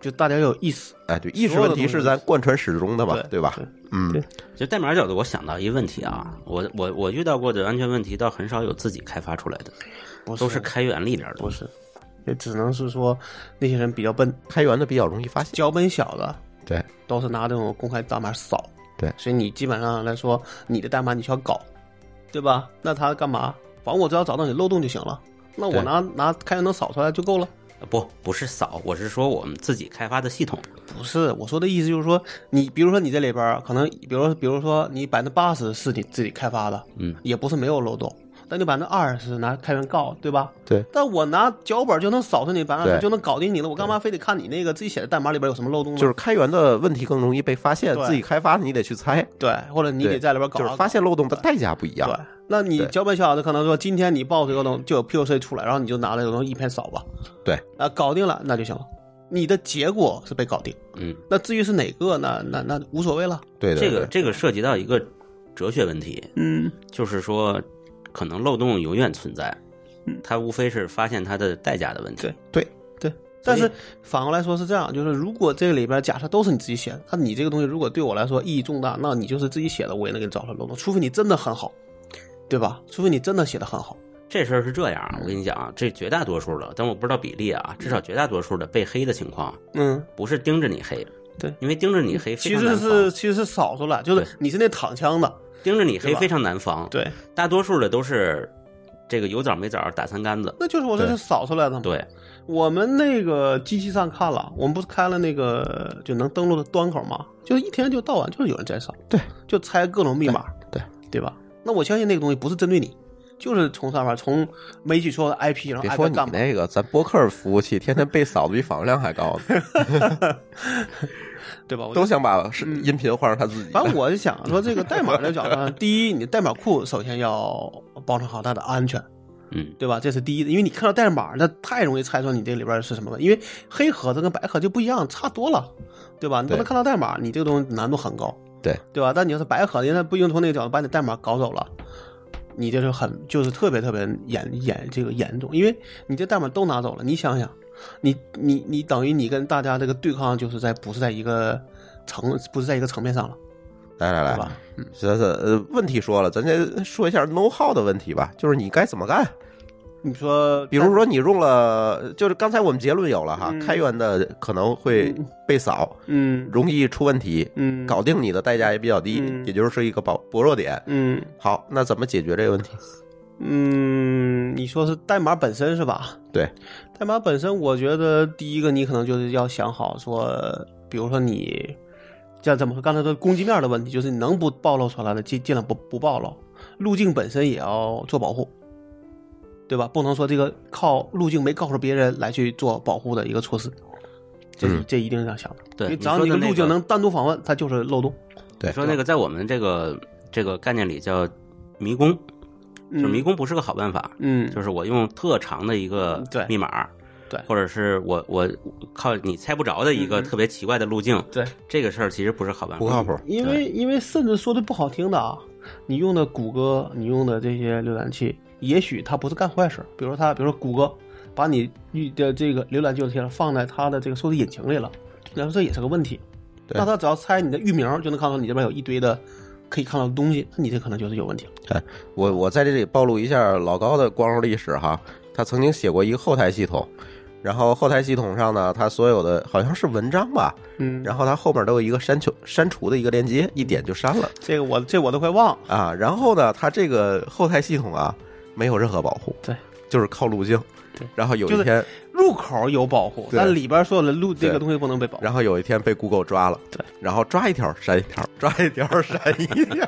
Speaker 3: 就大家要有意识，
Speaker 1: 哎，对，意识问题是咱贯穿始终的嘛，
Speaker 3: 对
Speaker 1: 对吧？嗯
Speaker 3: 对
Speaker 2: *laughs* 就代码角度，我想到一问题啊，我我我遇到过的安全问题，倒很少有自己开发出来的，
Speaker 3: 不
Speaker 2: 都是开源里边的
Speaker 3: 不。是，也只能是说那些人比较笨，
Speaker 1: 开源的比较容易发现，
Speaker 3: 脚本小的
Speaker 1: 对
Speaker 3: 都是拿这种公开代码扫，
Speaker 1: 对
Speaker 3: 所以你基本上来说，你的代码你需要搞，对吧？那他干嘛？反正我只要找到你漏洞就行了，那我
Speaker 1: 对
Speaker 3: 拿拿开源能扫出来就够了。
Speaker 2: 不，不是扫，我是说我们自己开发的系统。
Speaker 3: 不是，我说的意思就是说，你比如说你这里边儿可能，比如比如说你百分之八十是你自己开发的，
Speaker 2: 嗯，
Speaker 3: 也不是没有漏洞，但你百分之二十拿开源告，对吧？
Speaker 1: 对。
Speaker 3: 但我拿脚本就能扫出你百分之二
Speaker 1: 对
Speaker 3: 十，就能搞定你了，我干嘛非得看你那个自己写的代码里边有什么漏洞呢？
Speaker 1: 就是开源的问题更容易被发现，
Speaker 3: 嗯对
Speaker 1: 自己开发你得去猜，
Speaker 3: 对，或者你
Speaker 1: 对
Speaker 3: 得在里边搞啊
Speaker 1: 就
Speaker 3: 搞，
Speaker 1: 是发现漏洞的代价不一样
Speaker 3: 对。。那你
Speaker 1: 对
Speaker 3: 脚本小的可能说，今天你报这个东西就有 POC 出来，然后你就拿了这个东西一拍扫吧，
Speaker 1: 对，
Speaker 3: 啊，搞定了那就行了。你的结果是被搞定，
Speaker 2: 嗯，
Speaker 3: 那至于是哪个呢？那那无所谓了。
Speaker 1: 对对
Speaker 2: 这个这个涉及到一个哲学问题，
Speaker 3: 嗯，
Speaker 2: 就是说，可能漏洞永远存在
Speaker 3: 嗯，
Speaker 2: 它无非是发现它的代价的问题
Speaker 3: 对。但是反过来说是这样，就是如果这个里边假设都是你自己写的，那你这个东西如果对我来说意义重大，那你就是自己写的，我也能给你找出来漏洞，除非你真的很好，对吧？除非你真的写的很好，
Speaker 2: 这事儿是这样
Speaker 3: 嗯
Speaker 2: 啊，我跟你讲啊，这绝大多数的，但我不知道比例啊，至少绝大多数的被黑的情况，
Speaker 3: 嗯，
Speaker 2: 不是盯着你黑，
Speaker 3: 对，
Speaker 2: 因为盯着你黑非
Speaker 3: 其
Speaker 2: 常难
Speaker 3: 实是
Speaker 2: 防，
Speaker 3: 其实是少出来，就是
Speaker 2: 对
Speaker 3: 你是那躺枪的，
Speaker 2: 盯着你黑
Speaker 3: 对吧
Speaker 2: 非常难防。
Speaker 3: 对，
Speaker 2: 大多数的都是这个有枣没枣打三竿子。
Speaker 3: 那就是我说
Speaker 1: 对
Speaker 3: 是少出来的嘛。
Speaker 2: 对，
Speaker 3: 我们那个机器上看了，我们不是开了那个就能登录的端口吗？就是一天就到晚就是有人在扫，
Speaker 1: 对，
Speaker 3: 就拆各种密码，
Speaker 1: 对
Speaker 3: 对吧？那我相信那个东西不是针对你，就是从上面从媒体说的 IP，然后
Speaker 1: 别
Speaker 3: IP
Speaker 1: 说你
Speaker 3: 干嘛？
Speaker 1: 那个，咱播客服务器天天被扫的比访问量还高呢，
Speaker 3: 对吧？ *laughs* 我就嗯
Speaker 1: 都想把是音频换成他自己的。
Speaker 3: *laughs* 反正我就想说，这个代码的角度上，第一，你代码库首先要保证好它的安全，
Speaker 2: 嗯，
Speaker 3: 对吧？这是第一的，因为你看到代码，那太容易猜出你这里边是什么了。因为黑盒子跟白盒就不一样，差多了，对吧？你不能
Speaker 1: 对
Speaker 3: 看到代码，你这个东西难度很高，
Speaker 1: 对
Speaker 3: 对吧？但你要是白盒子，人家不一定从那个角度把你代码搞走了，你这是很就是特别特别严严这个严重，因为你这代码都拿走了，你想想，你你你等于你跟大家这个对抗就是在不是在一个层不是在一个层面上了，
Speaker 1: 来来
Speaker 3: 对
Speaker 1: 来
Speaker 3: 吧，？
Speaker 1: 咱咱呃，问题说了，咱先说一下 no how 的问题吧，就是你该怎么干。
Speaker 3: 你说，
Speaker 1: 比如说你用了，就是刚才我们结论有了哈，
Speaker 3: 嗯
Speaker 1: 开源的可能会被扫，
Speaker 3: 嗯
Speaker 1: 容易出问题，
Speaker 3: 嗯
Speaker 1: 搞定你的代价也比较低，
Speaker 3: 嗯
Speaker 1: 也就是一个薄薄弱点。
Speaker 3: 嗯
Speaker 1: 好，那怎么解决这个问题？
Speaker 3: 嗯，你说是代码本身是吧？
Speaker 1: 对，
Speaker 3: 代码本身，我觉得第一个你可能就是要想好说，比如说你像怎么说，刚才说攻击面的问题，就是你能不暴露出来的尽尽量不不暴露，路径本身也要做保护，对吧？不能说这个靠路径没告诉别人来去做保护的一个措施，这是、
Speaker 1: 嗯
Speaker 3: 这一定要想的。
Speaker 2: 对，
Speaker 3: 因为
Speaker 2: 你
Speaker 3: 只要
Speaker 2: 说
Speaker 3: 你
Speaker 2: 的
Speaker 3: 个
Speaker 2: 那
Speaker 3: 路径
Speaker 2: 个
Speaker 3: 能单独访问，它就是漏洞。
Speaker 1: 对
Speaker 2: 你说那个在我们这个这个概念里叫迷宫，就是迷宫不是个好办法，
Speaker 3: 嗯，
Speaker 2: 就是我用特长的一个
Speaker 3: 对
Speaker 2: 密码，
Speaker 3: 对
Speaker 2: 或者是我我靠你猜不着的一个
Speaker 3: 嗯嗯
Speaker 2: 特别奇怪的路径，
Speaker 3: 对。
Speaker 2: 这个事儿其实不是好办法，
Speaker 1: 不靠谱。
Speaker 3: 因为因为甚至说的不好听的啊，你用的谷歌，你用的这些浏览器，也许它不是干坏事儿，比如说它，比如说谷歌把你遇的这个浏览记录贴了放在它的这个搜索引擎里了，然后这也是个问题。
Speaker 1: 对
Speaker 3: 那它只要猜你的域名儿，就能看到你这边有一堆的可以看到的东西，那你这可能就是有问题了。
Speaker 1: 我我在这里暴露一下老高的光荣历史哈，他曾经写过一个后台系统，然后后台系统上呢，他所有的好像是文章吧，
Speaker 3: 嗯
Speaker 1: 然后它后面都有一个删除删除的一个链接，一点就删了
Speaker 3: 这个我这我都快忘了。
Speaker 1: 啊。然后呢，它这个后台系统啊，没有任何保护，
Speaker 3: 对，
Speaker 1: 就是靠路径。
Speaker 3: 对，
Speaker 1: 然后有
Speaker 3: 就
Speaker 1: 一
Speaker 3: 是
Speaker 1: 天，
Speaker 3: 入口有保护，
Speaker 1: 对
Speaker 3: 但里边所有的路这
Speaker 1: 对
Speaker 3: 个东西不能被保护。
Speaker 1: 然后有一天被 Google 抓了，
Speaker 3: 对，
Speaker 1: 然后抓一条删一条，抓一条删一条，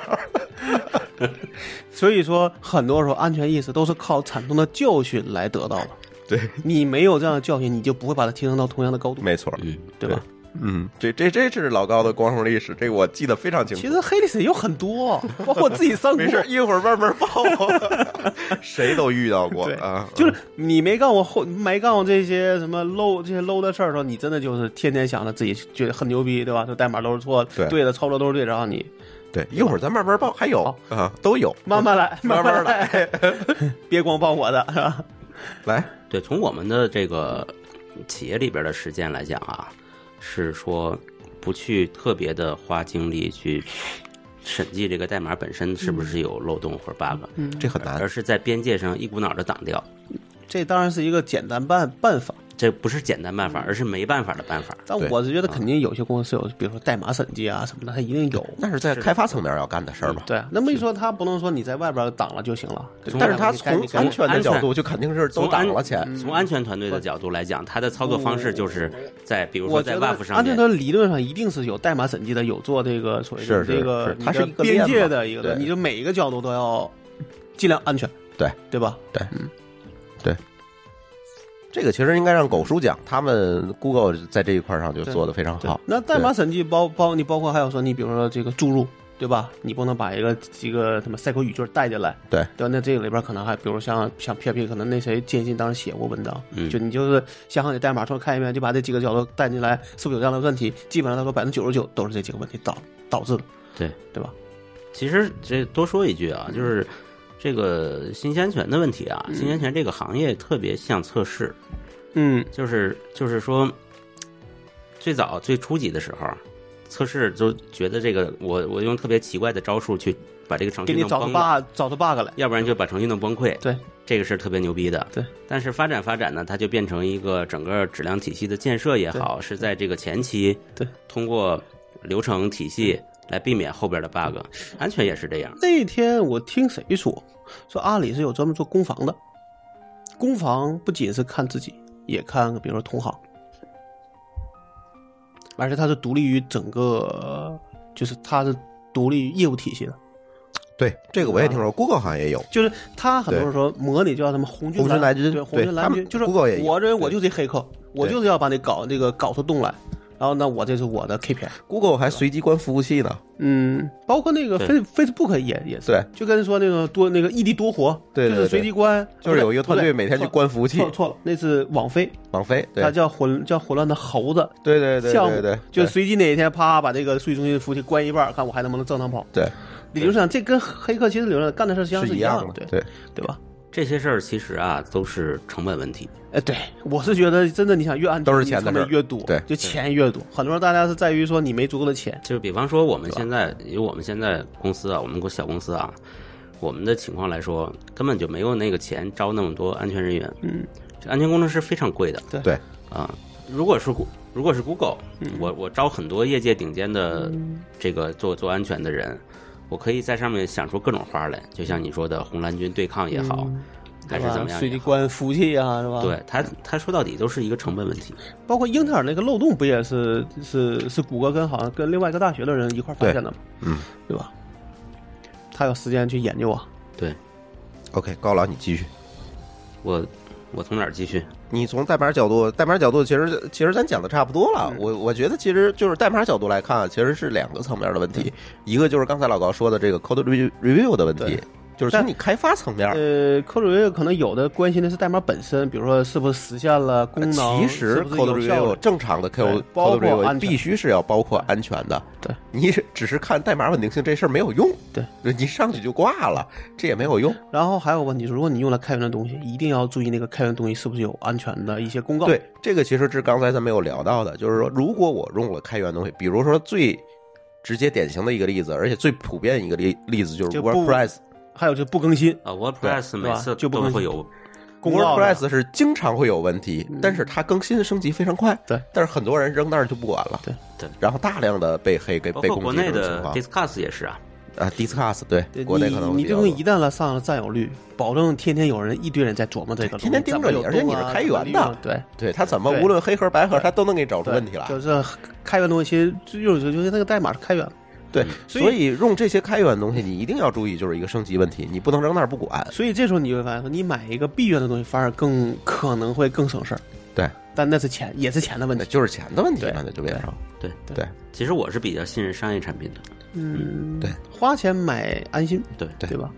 Speaker 3: 所以说，很多时候安全意识都是靠惨痛的教训来得到的。
Speaker 1: *laughs* 对，
Speaker 3: 你没有这样的教训，你就不会把它提升到同样的高度，
Speaker 1: 没错，
Speaker 2: 嗯，
Speaker 3: 对吧？
Speaker 1: 嗯，这这这是老高的光荣历史，这个我记得非常清楚。
Speaker 3: 其实黑历史有很多，
Speaker 1: *laughs*
Speaker 3: 包括我自己 *laughs* 上过
Speaker 1: 没。 *laughs* 事，一会儿慢慢报， *laughs* 谁都遇到过
Speaker 3: 对
Speaker 1: 啊。
Speaker 3: 就是你没干过后没干过这些什么 low 这些 low 的事儿的时候，你真的就是天天想着自己觉得很牛逼，对吧？这代码都是错的，
Speaker 1: 对
Speaker 3: 对的，操作都是对的，然后你
Speaker 1: 对，一会儿咱慢慢报，还有
Speaker 3: 好
Speaker 1: 啊，都有，
Speaker 3: 慢慢来，
Speaker 1: *laughs* 慢
Speaker 3: 慢
Speaker 1: 慢来， *laughs*
Speaker 3: 别光帮我的，是吧？
Speaker 1: 来，
Speaker 2: 对，从我们的这个企业里边的实践来讲啊，是说不去特别的花精力去审计这个代码本身是不
Speaker 3: 嗯
Speaker 2: 是有漏洞或者 bug，、
Speaker 1: 这很难
Speaker 2: *laughs* 而。是在边界上一股脑的挡掉。
Speaker 3: 这当然是一个简单办办法，
Speaker 2: 这不是简单办
Speaker 3: 嗯
Speaker 2: 法，而是没办法的办法。
Speaker 3: 但
Speaker 1: 对啊
Speaker 3: 我是觉得肯定有些公司有，比如说代码审计啊什么的，它一定有。
Speaker 1: 那是在开发层面要干的事儿嘛。
Speaker 3: 对啊，那么一说，他不能说你在外边挡了就行了。
Speaker 1: 对
Speaker 3: 嗯对
Speaker 1: 但是他
Speaker 3: 你该
Speaker 1: 从
Speaker 3: 你该
Speaker 1: 安全的
Speaker 2: 安全
Speaker 1: 角度，就肯定是都
Speaker 2: 从安嗯
Speaker 1: 挡了钱。
Speaker 3: 嗯
Speaker 2: 从安全团队的角度来讲，它的操作方式就是在比如说
Speaker 3: 哦我觉
Speaker 2: 在
Speaker 3: 得
Speaker 2: WAF 上
Speaker 3: 安
Speaker 2: 面，
Speaker 3: 全的理论上一定是有代码审计的，有做这个所谓
Speaker 1: 是
Speaker 3: 的
Speaker 1: 是
Speaker 3: 这个
Speaker 1: 是，它是
Speaker 3: 你
Speaker 1: 一
Speaker 3: 的
Speaker 1: 个链
Speaker 3: 边
Speaker 1: 嘛
Speaker 3: 界的一个，
Speaker 1: 对
Speaker 3: 你就每一个角度都要尽量安全，
Speaker 1: 对
Speaker 3: 对吧？
Speaker 1: 这个其实应该让狗叔讲，他们 Google 在这一块上就
Speaker 3: 对
Speaker 1: 做的非常
Speaker 3: 对
Speaker 1: 好。
Speaker 3: 那代码审计包包你包括还有说你比如说这个注入。对吧？你不能把一个一个什么赛口语句带进来，
Speaker 1: 对
Speaker 3: 对吧？那这个里边可能还，比如像像 PHP，可能那谁建新当时写过文章，
Speaker 2: 嗯
Speaker 3: 就你就是想好你代码重看一遍，就把这几个角度带进来，是不是有这样的问题？基本上他说百分之九十九都是这几个问题导导致的，
Speaker 2: 对
Speaker 3: 对吧？
Speaker 2: 其实这多说一句
Speaker 3: 嗯
Speaker 2: 啊，就是这个信息安全的问题啊，信息安全这个行业特别像测试，
Speaker 3: 嗯，
Speaker 2: 就是就是说，最早最初级的时候，测试就觉得这个我我用特别奇怪的招数去把这个程
Speaker 3: 给
Speaker 2: 序
Speaker 3: 你
Speaker 2: 弄
Speaker 3: 找出
Speaker 2: 崩了，
Speaker 3: bug 找出 bug 来，
Speaker 2: 要不然就把程序弄崩溃。
Speaker 3: 对，
Speaker 2: 这个是特别牛逼的。
Speaker 3: 对，
Speaker 2: 但是发展发展呢，它就变成一个整个质量体系的建设也好，是在这个前期，
Speaker 3: 对，
Speaker 2: 通过流程体系来避免后边的 bug，安全也是这样。
Speaker 3: 那天我听谁说，说阿里是有专门做攻防的，攻防不仅是看自己，也看比如说同行，而且它是独立于整个，就是它是独立于业务体系的，
Speaker 1: 对，这个我也听说，Google 好像也有。
Speaker 3: 就是它很多人说模拟就叫什么红军
Speaker 1: 红军
Speaker 3: 蓝
Speaker 1: 蓝军
Speaker 3: 对
Speaker 1: 对
Speaker 3: 红军蓝
Speaker 1: 他
Speaker 3: 军，
Speaker 1: 们
Speaker 3: 就是我
Speaker 1: Google 也有
Speaker 3: 认为我
Speaker 1: 对
Speaker 3: 就是一黑客，我就是要把你搞这个搞出洞来，然后呢，我这是我的 KPI。
Speaker 1: Google 还随机关服务器呢。
Speaker 3: 嗯，包括那个
Speaker 2: 对
Speaker 3: Face Facebook 也也是
Speaker 1: 对，
Speaker 3: 就跟说那个多那个异地多活，
Speaker 1: 对对
Speaker 3: 就
Speaker 1: 对
Speaker 3: 是随机关，
Speaker 1: 就是有一个
Speaker 3: 不对
Speaker 1: 团队每天去关服务
Speaker 3: 不对
Speaker 1: 器，
Speaker 3: 错错了，那是网飞，
Speaker 1: 网飞，对
Speaker 3: 它叫混叫混乱的猴子
Speaker 1: 对对对
Speaker 3: 项目
Speaker 1: 对对，，
Speaker 3: 就随机哪一天啪把这个数据中心的服务器关一半，看我还能不能正常跑。
Speaker 1: 对
Speaker 3: 理论上这跟黑客其实理论上干的事实际上
Speaker 1: 是
Speaker 3: 是
Speaker 1: 一
Speaker 3: 样
Speaker 1: 的，
Speaker 3: 对
Speaker 1: 对，
Speaker 3: 对吧？
Speaker 2: 这些事儿其实啊都是成本问题，
Speaker 3: 哎，对，我是觉得真的，你想越安全
Speaker 1: 都是钱的
Speaker 3: 你成本
Speaker 1: 事儿
Speaker 3: 越多，
Speaker 1: 对
Speaker 3: 就钱越多。很多人大家是在于说你没足够的钱，
Speaker 2: 就是比方说我们现在以我们现在公司啊，我们小公司啊，我们的情况来说，根本就没有那个钱招那么多安全人员。嗯，安全工程师非常贵的。
Speaker 3: 对嗯
Speaker 1: 对
Speaker 2: 啊，如果是 Goo- 如果是 Google，、我我招很多业界顶尖的这个做做安全的人，我可以在上面想出各种花来，就像你说的红蓝军对抗也好，还是
Speaker 3: 嗯对吧
Speaker 2: 怎么样
Speaker 3: 随
Speaker 2: 也
Speaker 3: 机
Speaker 2: 好。
Speaker 3: 关服务器啊，是吧？
Speaker 2: 对它，它说到底都是一个成本问题。
Speaker 3: 包括英特尔那个漏洞不也是是是谷歌跟好像跟另外一个大学的人一块儿发现的吗？
Speaker 1: 嗯，
Speaker 3: 对吧？他有时间去研究啊。
Speaker 2: 对
Speaker 1: OK，高老你继续。
Speaker 2: 我，我从哪儿继续？
Speaker 1: 你从代码角度，代码角度其实其实咱讲的差不多
Speaker 3: 嗯
Speaker 1: 了。我我觉得其实就是代码角度来看，其实是两个层面的问题，一个就是刚才老高说的这个 code review review 的问题
Speaker 3: 对，
Speaker 1: 就是
Speaker 3: 但
Speaker 1: 从你开发层面。
Speaker 3: 呃，科主任可能有的关心的是代码本身，比如说是不是实现了功能，
Speaker 1: 呃其实
Speaker 3: 是不是
Speaker 1: code
Speaker 3: 有效
Speaker 1: review
Speaker 3: 率
Speaker 1: 正常的 code
Speaker 3: 包
Speaker 1: code
Speaker 3: 括安
Speaker 1: review
Speaker 3: 全
Speaker 1: 必须是要包括安全的。
Speaker 3: 对，
Speaker 1: 你只是看代码稳定性这事儿没有用。
Speaker 3: 对，
Speaker 1: 你上去就挂了，这也没有用。
Speaker 3: 然后还有个问题是，如果你用了开源的东西，一定要注意那个开源东西是不是有安全的一些公告。
Speaker 1: 对，这个其实是刚才咱们有聊到的，就是说，如果我用了开源的东西，比如说最直接典型的一个例子，而且最普遍一个例例子就是
Speaker 3: 就不
Speaker 1: WordPress。
Speaker 3: 还有就是不更新
Speaker 2: 啊，WordPress
Speaker 3: 对吧
Speaker 2: 每次
Speaker 3: 就不
Speaker 2: 都
Speaker 3: 更
Speaker 2: 会
Speaker 3: 新
Speaker 2: 有
Speaker 3: 公告的。嗯
Speaker 1: WordPress 是经常会有问题，但是它更新升级非常快。
Speaker 3: 对，
Speaker 1: 但是很多人扔那儿就不管了。
Speaker 3: 对
Speaker 2: 对
Speaker 1: 然后大量的被黑给
Speaker 2: 包
Speaker 1: 被
Speaker 2: 括
Speaker 1: 攻
Speaker 2: 国
Speaker 1: 击这
Speaker 2: 内
Speaker 1: 种情
Speaker 2: 的
Speaker 1: 况
Speaker 2: Discuss 也是啊，
Speaker 1: 啊，Discuss 对
Speaker 3: 对，
Speaker 1: 国内可能
Speaker 3: 你
Speaker 1: 比
Speaker 3: 你这
Speaker 1: 较
Speaker 3: 东西
Speaker 1: 多
Speaker 3: 一旦了上了占有率，保证天天有人一堆人在琢磨这个东西，
Speaker 1: 天天盯着你
Speaker 3: 怎么有
Speaker 1: 而且你
Speaker 3: 洞啊
Speaker 1: 是开源的
Speaker 3: 怎么利用对。
Speaker 1: 对它怎么
Speaker 3: 对
Speaker 1: 无论黑盒白盒，它都能给你找出
Speaker 3: 对
Speaker 1: 问题来。
Speaker 3: 就是开源东西，其实就是就是那个代码是开源的，
Speaker 1: 对，
Speaker 3: 所以
Speaker 1: 所以用这些开源的东西，你一定要注意，就是一个升级问题，你不能扔那儿不管。
Speaker 3: 所以这时候你就会发现说，你买一个闭源的东西反而更可能会更省事儿。
Speaker 1: 对，
Speaker 3: 但那是钱，也是钱的问
Speaker 1: 那
Speaker 3: 题。
Speaker 1: 就是钱的问题
Speaker 3: 对
Speaker 1: 嘛，那就变成
Speaker 2: 对
Speaker 1: 对
Speaker 2: 其实我是比较信任商业产品的，
Speaker 3: 嗯，
Speaker 1: 对，
Speaker 3: 花钱买安心，
Speaker 2: 对
Speaker 1: 对
Speaker 3: 对吧？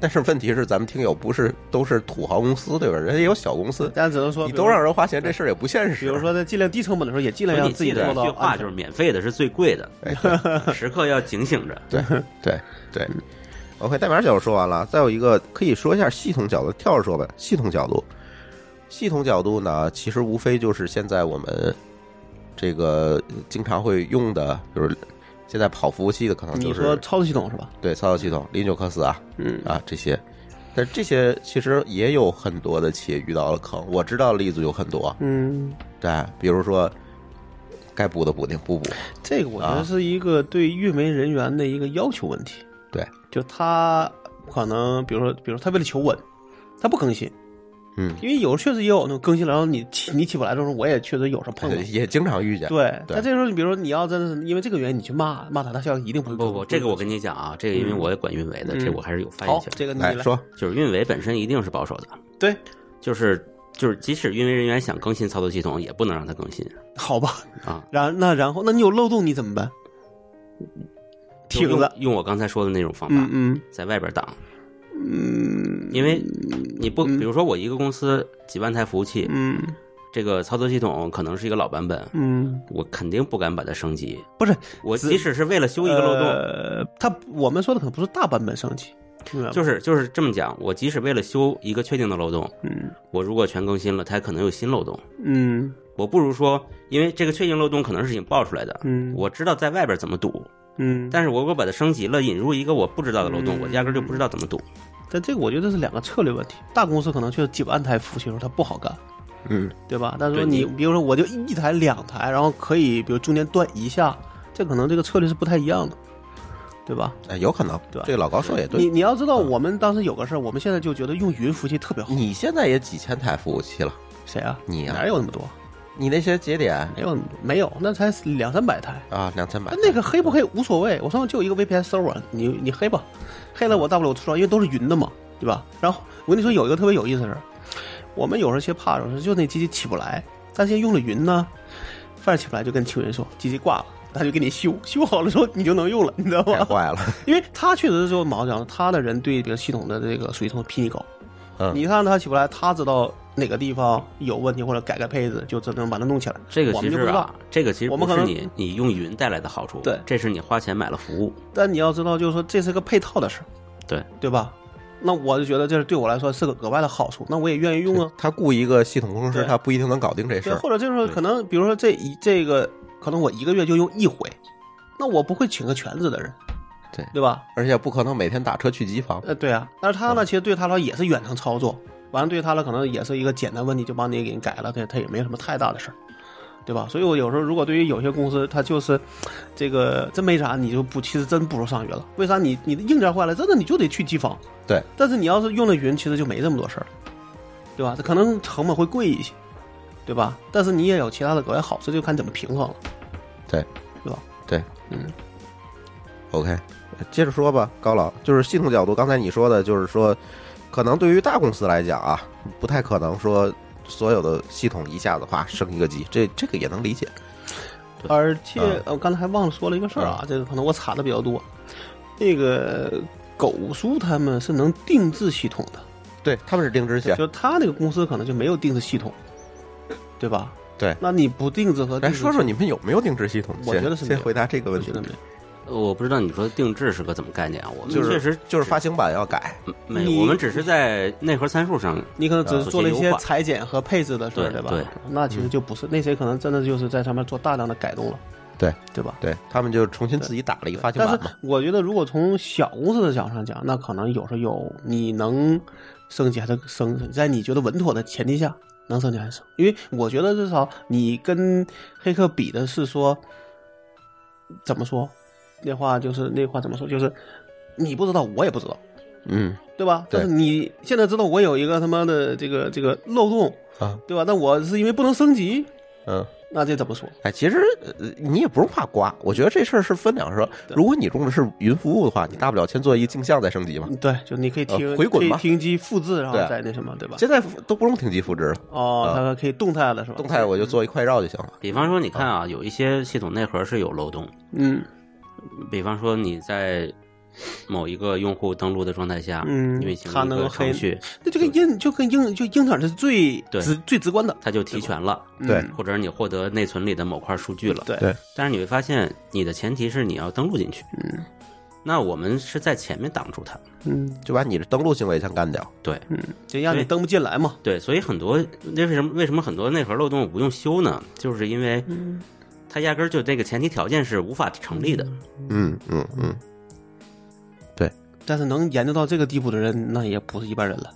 Speaker 1: 但是问题是，咱们听友不是都是土豪公司对吧？人家也有小公司，
Speaker 3: 但只能说，
Speaker 1: 你
Speaker 3: 比如
Speaker 1: 都让人花钱，这事儿也不现实。
Speaker 3: 比如，说在尽量低成本的时候，也尽量
Speaker 2: 所以
Speaker 3: 让
Speaker 2: 你
Speaker 3: 自己
Speaker 2: 记
Speaker 3: 做
Speaker 2: 得一
Speaker 3: 到
Speaker 2: 句话，
Speaker 3: 安
Speaker 2: 就
Speaker 3: 全
Speaker 2: 是免费的是最贵的， *laughs*
Speaker 1: 哎，
Speaker 3: *laughs*
Speaker 1: 对
Speaker 2: 时刻要警醒着。
Speaker 1: 对对对，OK，代码角度说完了，再有啊一个可以说一下系统角度，跳着说吧。系统角度，系统角度呢，其实无非就是现在我们这个经常会用的，就是现在跑服务器的，可能就
Speaker 3: 你
Speaker 1: 是
Speaker 3: 说操作系统是吧？
Speaker 1: 对操作系统，Linux 啊，
Speaker 3: 嗯
Speaker 1: 啊这些。但这些其实也有很多的企业遇到了坑，我知道例子有很多，
Speaker 3: 嗯，
Speaker 1: 对，比如说该补的补丁不补，
Speaker 3: 这个我觉
Speaker 1: 啊
Speaker 3: 得是一个对运维人员的一个要求问题。
Speaker 1: 对，
Speaker 3: 就他可能，比如说，比如他为了求稳，他不更新，
Speaker 1: 嗯，
Speaker 3: 因为有时候确实也有那种更新了，然后你起你起不来的时候，我也确实有时候碰到。
Speaker 1: 也经常遇见。哎
Speaker 3: 对，但这时候你比如说你要真的是因为这个原因你去骂骂他，他效应一定不会
Speaker 2: 不
Speaker 3: 更。
Speaker 2: 不，这个我跟你讲啊，这个因为我也管运维的，
Speaker 3: 嗯
Speaker 2: 这我还是有发言
Speaker 3: 好
Speaker 2: 权，的。
Speaker 3: 这个你
Speaker 1: 来
Speaker 3: 来
Speaker 1: 哎说，
Speaker 2: 就是运维本身一定是保守的，
Speaker 3: 对，
Speaker 2: 就是就是即使运维人员想更新操作系统，也不能让它更新
Speaker 3: 好吧？
Speaker 2: 啊。
Speaker 3: 然那然后那你有漏洞你怎么办？
Speaker 2: 就
Speaker 3: 挺
Speaker 2: 用
Speaker 3: 了，
Speaker 2: 用我刚才说的那种方法，
Speaker 3: 嗯嗯
Speaker 2: 在外边挡，
Speaker 3: 嗯
Speaker 2: 因为你不，比如说我一个公司几万台服务器，
Speaker 3: 嗯
Speaker 2: 这个操作系统可能是一个老版本，
Speaker 3: 嗯，
Speaker 2: 我肯定不敢把它升级。
Speaker 3: 不是
Speaker 2: 我即使是为了修一个漏洞，
Speaker 3: 呃，他我们说的可能不是大版本升级，明白吗
Speaker 2: 就是就是这么讲，我即使为了修一个确定的漏洞，
Speaker 3: 嗯
Speaker 2: 我如果全更新了，它可能有新漏洞。
Speaker 3: 嗯
Speaker 2: 我不如说，因为这个确定漏洞可能是已经爆出来的，
Speaker 3: 嗯
Speaker 2: 我知道在外边怎么堵，
Speaker 3: 嗯，
Speaker 2: 但是我我把它升级了，引入一个我不知道的漏洞，我压根儿就不知道怎么堵。
Speaker 3: 但这个我觉得是两个策略问题。大公司可能确实几万台服务器的时候它不好干，
Speaker 1: 嗯，
Speaker 3: 对吧？但是说
Speaker 2: 对
Speaker 3: 你
Speaker 2: 你
Speaker 3: 比如说我就一台两台，然后可以比如中间断一下，这可能这个策略是不太一样的，对吧？
Speaker 1: 哎，有可能，
Speaker 3: 对吧
Speaker 1: 这老高说
Speaker 2: 哎
Speaker 1: 也
Speaker 3: 你
Speaker 1: 对。
Speaker 3: 你要知道，
Speaker 2: 嗯
Speaker 3: 我们当时有个事儿，我们现在就觉得用云服务器特别好。
Speaker 1: 你现在也几千台服务器了，
Speaker 3: 谁啊？
Speaker 1: 你啊
Speaker 3: 哪有那么多？
Speaker 1: 你那些节点
Speaker 3: 没有那么多，没有，那才两三百台。
Speaker 1: 啊，两千百
Speaker 3: 但，那个黑不黑无所谓，我上面就有一个 VPN server，你你黑吧，黑了我大不了我出装，因为都是云的嘛，对吧？然后我跟你说有一个特别有意思的事儿，我们有时候些怕，有时候就那机器起不来，但是用了云呢，反正起不来就跟清云说机器挂了，他就给你修，修好了之后你就能用了，你知道
Speaker 1: 太
Speaker 3: 吗？
Speaker 1: 坏了。
Speaker 3: *laughs* 因为他确实是说毛讲，他的人对这个系统的这个水从比你高，
Speaker 1: 嗯
Speaker 3: 你看他起不来，他知道哪个地方有问题或者改改配置，就只能把它弄起来。
Speaker 2: 这个
Speaker 3: 我
Speaker 2: 其
Speaker 3: 们就
Speaker 2: 实
Speaker 3: 不知道
Speaker 2: 啊，这个其实
Speaker 3: 我们
Speaker 2: 不
Speaker 3: 可
Speaker 2: 是
Speaker 3: 能
Speaker 2: 你你用云带来的好处，
Speaker 3: 对
Speaker 2: 这是你花钱买了服务，
Speaker 3: 但你要知道，就是说这是个配套的事儿，
Speaker 2: 对
Speaker 3: 对吧？那我就觉得这是对我来说是个额外的好处，那我也愿意用啊。
Speaker 1: 他雇一个系统工程师，
Speaker 3: 对
Speaker 1: 他不一定能搞定这事
Speaker 3: 对，
Speaker 1: 儿。
Speaker 3: 或者就是说
Speaker 2: 对
Speaker 3: 可能，比如说这一这个，可能我一个月就用一回，那我不会请个全职的人，
Speaker 1: 对
Speaker 3: 对吧？
Speaker 1: 而且不可能每天打车去机房。
Speaker 3: 呃，对啊。但是他呢，其实对他来说也是远程操作，完了对他呢，可能也是一个简单问题就帮你给你改了，他他也没什么太大的事儿，对吧？所以我有时候如果对于有些公司，他就是这个真没啥，你就不其实真不如上云了。为啥你你的硬件坏了，真的你就得去机房。
Speaker 1: 对，
Speaker 3: 但是你要是用了云，其实就没这么多事儿，对吧？这可能成本会贵一些，对吧？但是你也有其他的额外好处，就看你怎么平衡了。
Speaker 1: 对，
Speaker 3: 对吧？
Speaker 1: 对，
Speaker 3: 嗯
Speaker 1: ，OK，接着说吧，高老，就是系统角度，刚才你说的，就是说，可能对于大公司来讲啊，不太可能说所有的系统一下子哗升一个级，这这个也能理解。
Speaker 2: 对
Speaker 3: 而且
Speaker 1: 嗯
Speaker 3: 呃我刚才还忘了说了一个事儿啊，这个可能我查的比较多。那个狗叔他们是能定制系统的，
Speaker 1: 对，他们是定制线，
Speaker 3: 就他那个公司可能就没有定制系统，对吧？
Speaker 1: 对
Speaker 3: 那你不定制和定
Speaker 1: 来
Speaker 3: 制
Speaker 1: 说说你们有没有定制系统？
Speaker 3: 我
Speaker 1: 先
Speaker 3: 觉得是没有
Speaker 1: 先回答这个
Speaker 3: 我
Speaker 1: 问题
Speaker 3: 觉得，没有。
Speaker 2: 呃我不知道你说定制是个怎么概念啊？我们
Speaker 1: 就是
Speaker 2: 确实
Speaker 1: 就是发行版要改，
Speaker 2: 没
Speaker 3: 你
Speaker 2: 有，我们只是在内核参数上，
Speaker 3: 你可能只
Speaker 2: 呃
Speaker 3: 是做了一
Speaker 1: 啊
Speaker 2: 做些
Speaker 3: 些
Speaker 2: 优化
Speaker 3: 裁剪和配置的事儿，
Speaker 2: 对
Speaker 3: 吧？
Speaker 2: 对
Speaker 3: 那其实就不是那些可能真的就是在上面做大量的改动了，
Speaker 1: 对
Speaker 3: 对吧？
Speaker 1: 对他们就重新自己打了一个发行
Speaker 3: 但是
Speaker 1: 版嘛。
Speaker 3: 我觉得，如果从小公司的角度上讲，那可能有时候有你能升级还是升，在你觉得稳妥的前提下能升级还是升，因为我觉得至少你跟黑客比的是说，怎么说？那话就是那话怎么说？就是你不知道，我也不知道，
Speaker 1: 嗯
Speaker 3: 对吧？
Speaker 1: 对
Speaker 3: 但是你现在知道我有一个他妈的这个这个漏洞，
Speaker 1: 啊
Speaker 3: 对吧？那我是因为不能升级，
Speaker 1: 嗯，
Speaker 3: 那这怎么说？
Speaker 1: 哎，其实呃你也不用怕刮，我觉得这事儿是分两说。
Speaker 3: 对
Speaker 1: 如果你用的是云服务的话，你大不了先做一个镜像再升级嘛。
Speaker 3: 对，就你可以听、
Speaker 1: 呃回滚
Speaker 3: 可以
Speaker 1: 嘛
Speaker 3: 停机复制，然后
Speaker 1: 对啊
Speaker 3: 再那什么，对吧？
Speaker 1: 现在都不用停机复制了，
Speaker 3: 哦，
Speaker 1: 呃
Speaker 3: 它可以动态的是吧？
Speaker 1: 动态我就做一快绕就行了。
Speaker 2: 比方说，你看啊，有一些系统内核是有漏洞，
Speaker 3: 嗯
Speaker 2: 比方说你在某一个用户登录的状态下，
Speaker 3: 嗯
Speaker 2: 运行
Speaker 3: 它
Speaker 2: 一
Speaker 3: 能
Speaker 2: 个
Speaker 3: 黑
Speaker 2: 程序，
Speaker 3: 那就跟英就跟英就英特尔是最
Speaker 2: 对
Speaker 3: 直最直观的，
Speaker 2: 它就提全了，
Speaker 1: 对
Speaker 3: 嗯
Speaker 2: 或者你获得内存里的某块数据了。
Speaker 3: 对
Speaker 1: 对
Speaker 2: 但是你会发现，你的前提是你要登录进去。
Speaker 3: 嗯
Speaker 2: 那我们是在前面挡住它，
Speaker 3: 嗯
Speaker 1: 就把你的登录行为先干掉。
Speaker 2: 对
Speaker 3: 嗯，就让你
Speaker 2: 对
Speaker 3: 登不进来嘛。
Speaker 2: 对，所以很多那为什么为什么很多内核漏洞不用修呢？就是因为
Speaker 3: 嗯
Speaker 2: 它压根儿就这个前提条件是无法成立的。
Speaker 1: 嗯嗯嗯，
Speaker 3: 但是能研究到这个地步的人，那也不是一般人了，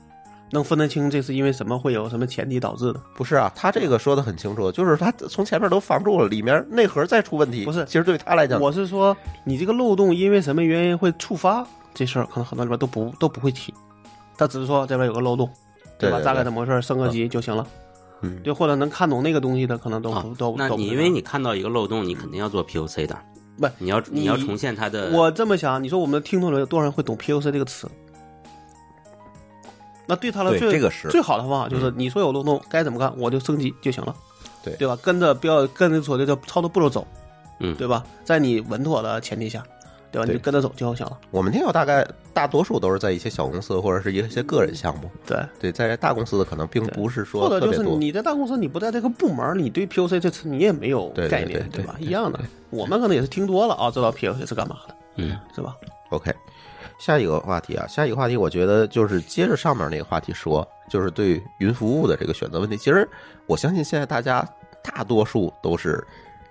Speaker 3: 能分得清这是因为什么会有什么前提导致的。
Speaker 1: 不是啊，他这个说的很清楚，就是他从前面都防住了，里面内核再出问题，
Speaker 3: 不是
Speaker 1: 其实对他来讲，
Speaker 3: 我是说，你这个漏洞因为什么原因会触发这事儿，可能很多里边都不都不会提，他只是说这边有个漏洞，
Speaker 1: 对
Speaker 3: 吧？
Speaker 1: 对
Speaker 3: 大概
Speaker 1: 对
Speaker 3: 怎么回事儿，升个级就行了。
Speaker 1: 嗯哦
Speaker 3: 对，或者能看懂那个东西的，可能嗯都
Speaker 2: 啊
Speaker 3: 不都，
Speaker 2: 那
Speaker 3: 都不
Speaker 2: 你
Speaker 3: 是
Speaker 2: 因为你看到一个漏洞，你肯定要做 POC 的，
Speaker 3: 不
Speaker 2: 你要
Speaker 3: 你
Speaker 2: 你要重现它的
Speaker 3: 我这么想，你说我们的听众里有多少人会懂 POC 这个词？那对他的
Speaker 1: 对
Speaker 3: 最
Speaker 1: 这个是嗯
Speaker 3: 最好的方法就是，你说有漏洞该怎么干，我就升级就行了，
Speaker 1: 对
Speaker 3: 对吧？跟着不要跟着所谓的操作步骤走，
Speaker 2: 嗯
Speaker 3: 对吧？在你稳妥的前提下，对吧？你
Speaker 1: 对
Speaker 3: 就跟着走就行了，
Speaker 1: 我们听友大概大多数都是在一些小公司或者是一些个人项目，
Speaker 3: 对。
Speaker 1: 对，在大公司的可能并
Speaker 3: 对
Speaker 1: 不是说
Speaker 3: 或者
Speaker 1: 特
Speaker 3: 就
Speaker 1: 别
Speaker 3: 是
Speaker 1: 多。
Speaker 3: 你在大公司，你不在这个部门，你对 POC 这词你也没有
Speaker 1: 对对
Speaker 3: 概念，
Speaker 1: 对对
Speaker 3: 吧？
Speaker 1: 对
Speaker 3: 一样的，我们可能也是听多了啊，知道 POC 是干嘛的，
Speaker 2: 嗯，
Speaker 3: 是吧？
Speaker 1: OK，下一个话题啊，下一个话题，我觉得就是接着上面那个话题说，就是对云服务的这个选择问题。其实我相信现在大家大多数都是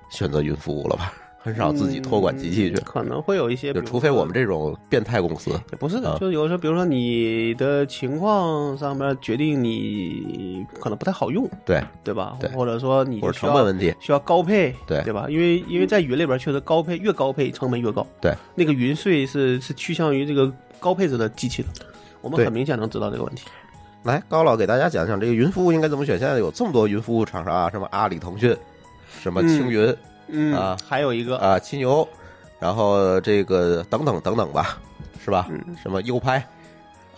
Speaker 1: 选择云服务了吧， *laughs* 很少自己托管机器去
Speaker 3: 嗯，可能会有一些，
Speaker 1: 就
Speaker 3: 比如
Speaker 1: 除非
Speaker 3: 说
Speaker 1: 我们这种变态公司。
Speaker 3: 也不是
Speaker 1: 啊
Speaker 3: 的，就是有的时候，比如说你的情况上面决定你可能不太好用，
Speaker 1: 对，
Speaker 3: 对吧？
Speaker 1: 对
Speaker 3: 或者说你
Speaker 1: 或者
Speaker 3: 需要
Speaker 1: 成本问题
Speaker 3: 需要高配，
Speaker 1: 对
Speaker 3: 对吧？因为因为在云里边确实高配越高配成本越高，
Speaker 1: 对，
Speaker 3: 那个云税是是趋向于这个高配置的机器的，我们
Speaker 1: 对
Speaker 3: 很明显能知道这个问题。
Speaker 1: 来高老给大家讲讲这个云服务应该怎么选。现在有这么多云服务厂商啊，什么阿里、腾讯，什么青云
Speaker 3: 嗯，
Speaker 1: 啊
Speaker 3: 还有一个，
Speaker 1: 啊、七牛，然后这个等等等等吧，是吧？
Speaker 3: 嗯
Speaker 1: 什么优拍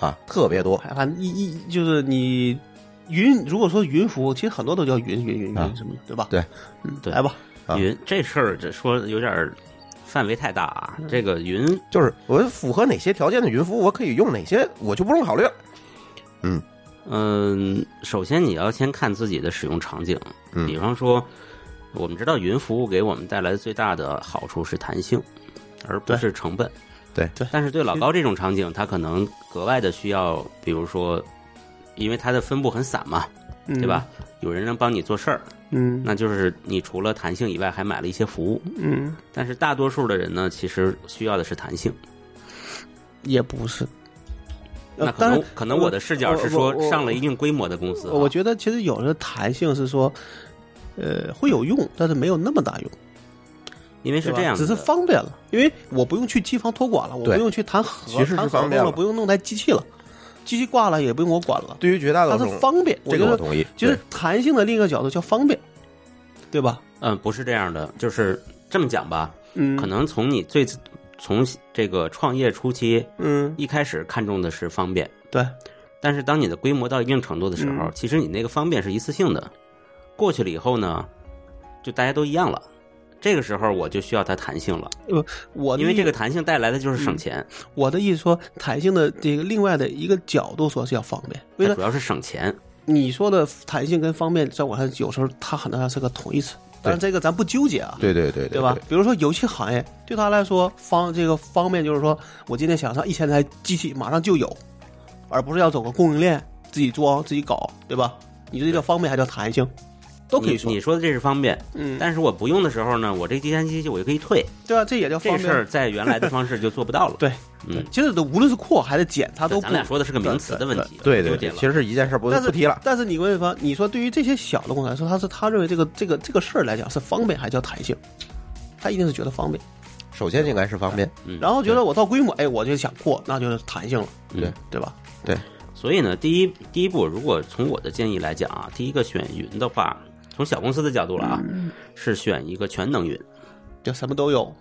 Speaker 1: 啊，特别多。
Speaker 3: 反正一一就是你云，如果说云服务，其实很多都叫云云云
Speaker 1: 啊
Speaker 3: 云什么的，对吧？
Speaker 1: 对，
Speaker 3: 嗯，
Speaker 2: 对
Speaker 3: 来吧，
Speaker 1: 啊
Speaker 2: 云这事儿这说有点儿范围太大啊。
Speaker 3: 嗯
Speaker 2: 这个云
Speaker 1: 就是我符合哪些条件的云服务，我可以用哪些，我就不用考虑。
Speaker 2: 嗯，首先你要先看自己的使用场景，
Speaker 1: 嗯
Speaker 2: 比方说，我们知道云服务给我们带来最大的好处是弹性，而不
Speaker 3: 对
Speaker 2: 是成本。
Speaker 1: 对
Speaker 3: 对
Speaker 2: 但是对老高这种场景，他可能格外的需要，比如说，因为它的分布很散嘛，
Speaker 3: 嗯
Speaker 2: 对吧？？有人能帮你做事儿，
Speaker 3: 嗯
Speaker 2: 那就是你除了弹性以外，还买了一些服务。
Speaker 3: 嗯，
Speaker 2: 但是大多数的人呢，其实需要的是弹性。
Speaker 3: 也不是。呃
Speaker 2: 那可
Speaker 3: 当然
Speaker 2: 能可能我的视角
Speaker 3: 我
Speaker 2: 是
Speaker 3: 我
Speaker 2: 说，
Speaker 3: 我
Speaker 2: 上了一定规模的公司啊，
Speaker 3: 我觉得其实有的弹性是说，呃，会有用，但是没有那么大用，
Speaker 2: 因为
Speaker 3: 对
Speaker 2: 是
Speaker 3: 吧
Speaker 2: 这样
Speaker 3: 只
Speaker 2: 子的，
Speaker 3: 是方便了，因为我不用去机房托管了，我
Speaker 1: 对
Speaker 3: 不用去谈合，
Speaker 1: 其实是
Speaker 3: 谈合
Speaker 1: 方便
Speaker 3: 同
Speaker 1: 了
Speaker 3: 了，不用弄台机器了，机器挂了也不用我管了，
Speaker 1: 对于绝大
Speaker 3: 它
Speaker 1: 多
Speaker 3: 是
Speaker 1: 数，
Speaker 3: 方便，
Speaker 1: 这
Speaker 3: 我
Speaker 1: 个
Speaker 3: 觉
Speaker 1: 我
Speaker 3: 得
Speaker 1: 同意。
Speaker 3: 就是弹性的另一个角度叫方便，对吧？
Speaker 2: 嗯，不是这样的，就是这么讲吧，
Speaker 3: 嗯，
Speaker 2: 可能从你最从这个创业初期
Speaker 3: 嗯，
Speaker 2: 一开始看重的是方便，
Speaker 3: 对，
Speaker 2: 但是当你的规模到一定程度的时候，
Speaker 3: 嗯
Speaker 2: 其实你那个方便是一次性的，过去了以后呢，就大家都一样了。这个时候我就需要它弹性了，
Speaker 3: 我的
Speaker 2: 因为
Speaker 3: 意
Speaker 2: 这个弹性带来的就是
Speaker 3: 嗯
Speaker 2: 省钱，
Speaker 3: 我的意思说，弹性的这个另外的一个角度说是要方便，为
Speaker 2: 它
Speaker 3: 了
Speaker 2: 主要是省钱。
Speaker 3: 你说的弹性跟方便，在我看有时候它很大上是个同义词，但是这个咱不纠结啊，
Speaker 1: 对对对
Speaker 3: 对吧？比如说游戏行业，对他来说方这个方便就是说我今天想上一千台机器马上就有，而不是要走个供应链自己装自己搞，对吧？你这叫方便还叫弹性，都可以说
Speaker 2: 你，你说的这是方便，
Speaker 3: 嗯，
Speaker 2: 但是我不用的时候呢，我这第三机器我就可以退，
Speaker 3: 对啊，这也叫方
Speaker 2: 这事儿
Speaker 3: 便。
Speaker 2: 在原来的方式就做不到了。
Speaker 3: 对，
Speaker 2: 嗯，
Speaker 3: 其实都无论是扩还是减，它都不
Speaker 2: 咱俩说的是个名词的问题，
Speaker 1: 对
Speaker 2: 纠
Speaker 1: 对
Speaker 2: 结
Speaker 1: 对，
Speaker 2: 了
Speaker 1: 其。实是一件事儿，不
Speaker 3: 但是
Speaker 1: 不提了。
Speaker 3: 但是你问方，你说对于这些小的公司来说，他是他认为这个这个这个事儿来讲是方便还叫弹性，他一定是觉得方便，
Speaker 1: 首先应该是方便，
Speaker 2: 嗯
Speaker 3: 然后觉得我到规模，哎，我就想扩，那就是弹性了，
Speaker 1: 对
Speaker 3: 对吧？
Speaker 1: 对，
Speaker 2: 所以呢，第一第一步，如果从我的建议来讲啊，第一个选云的话，从小公司的角度了啊，
Speaker 3: 嗯
Speaker 2: 是选一个全能运，
Speaker 3: 就什么都有，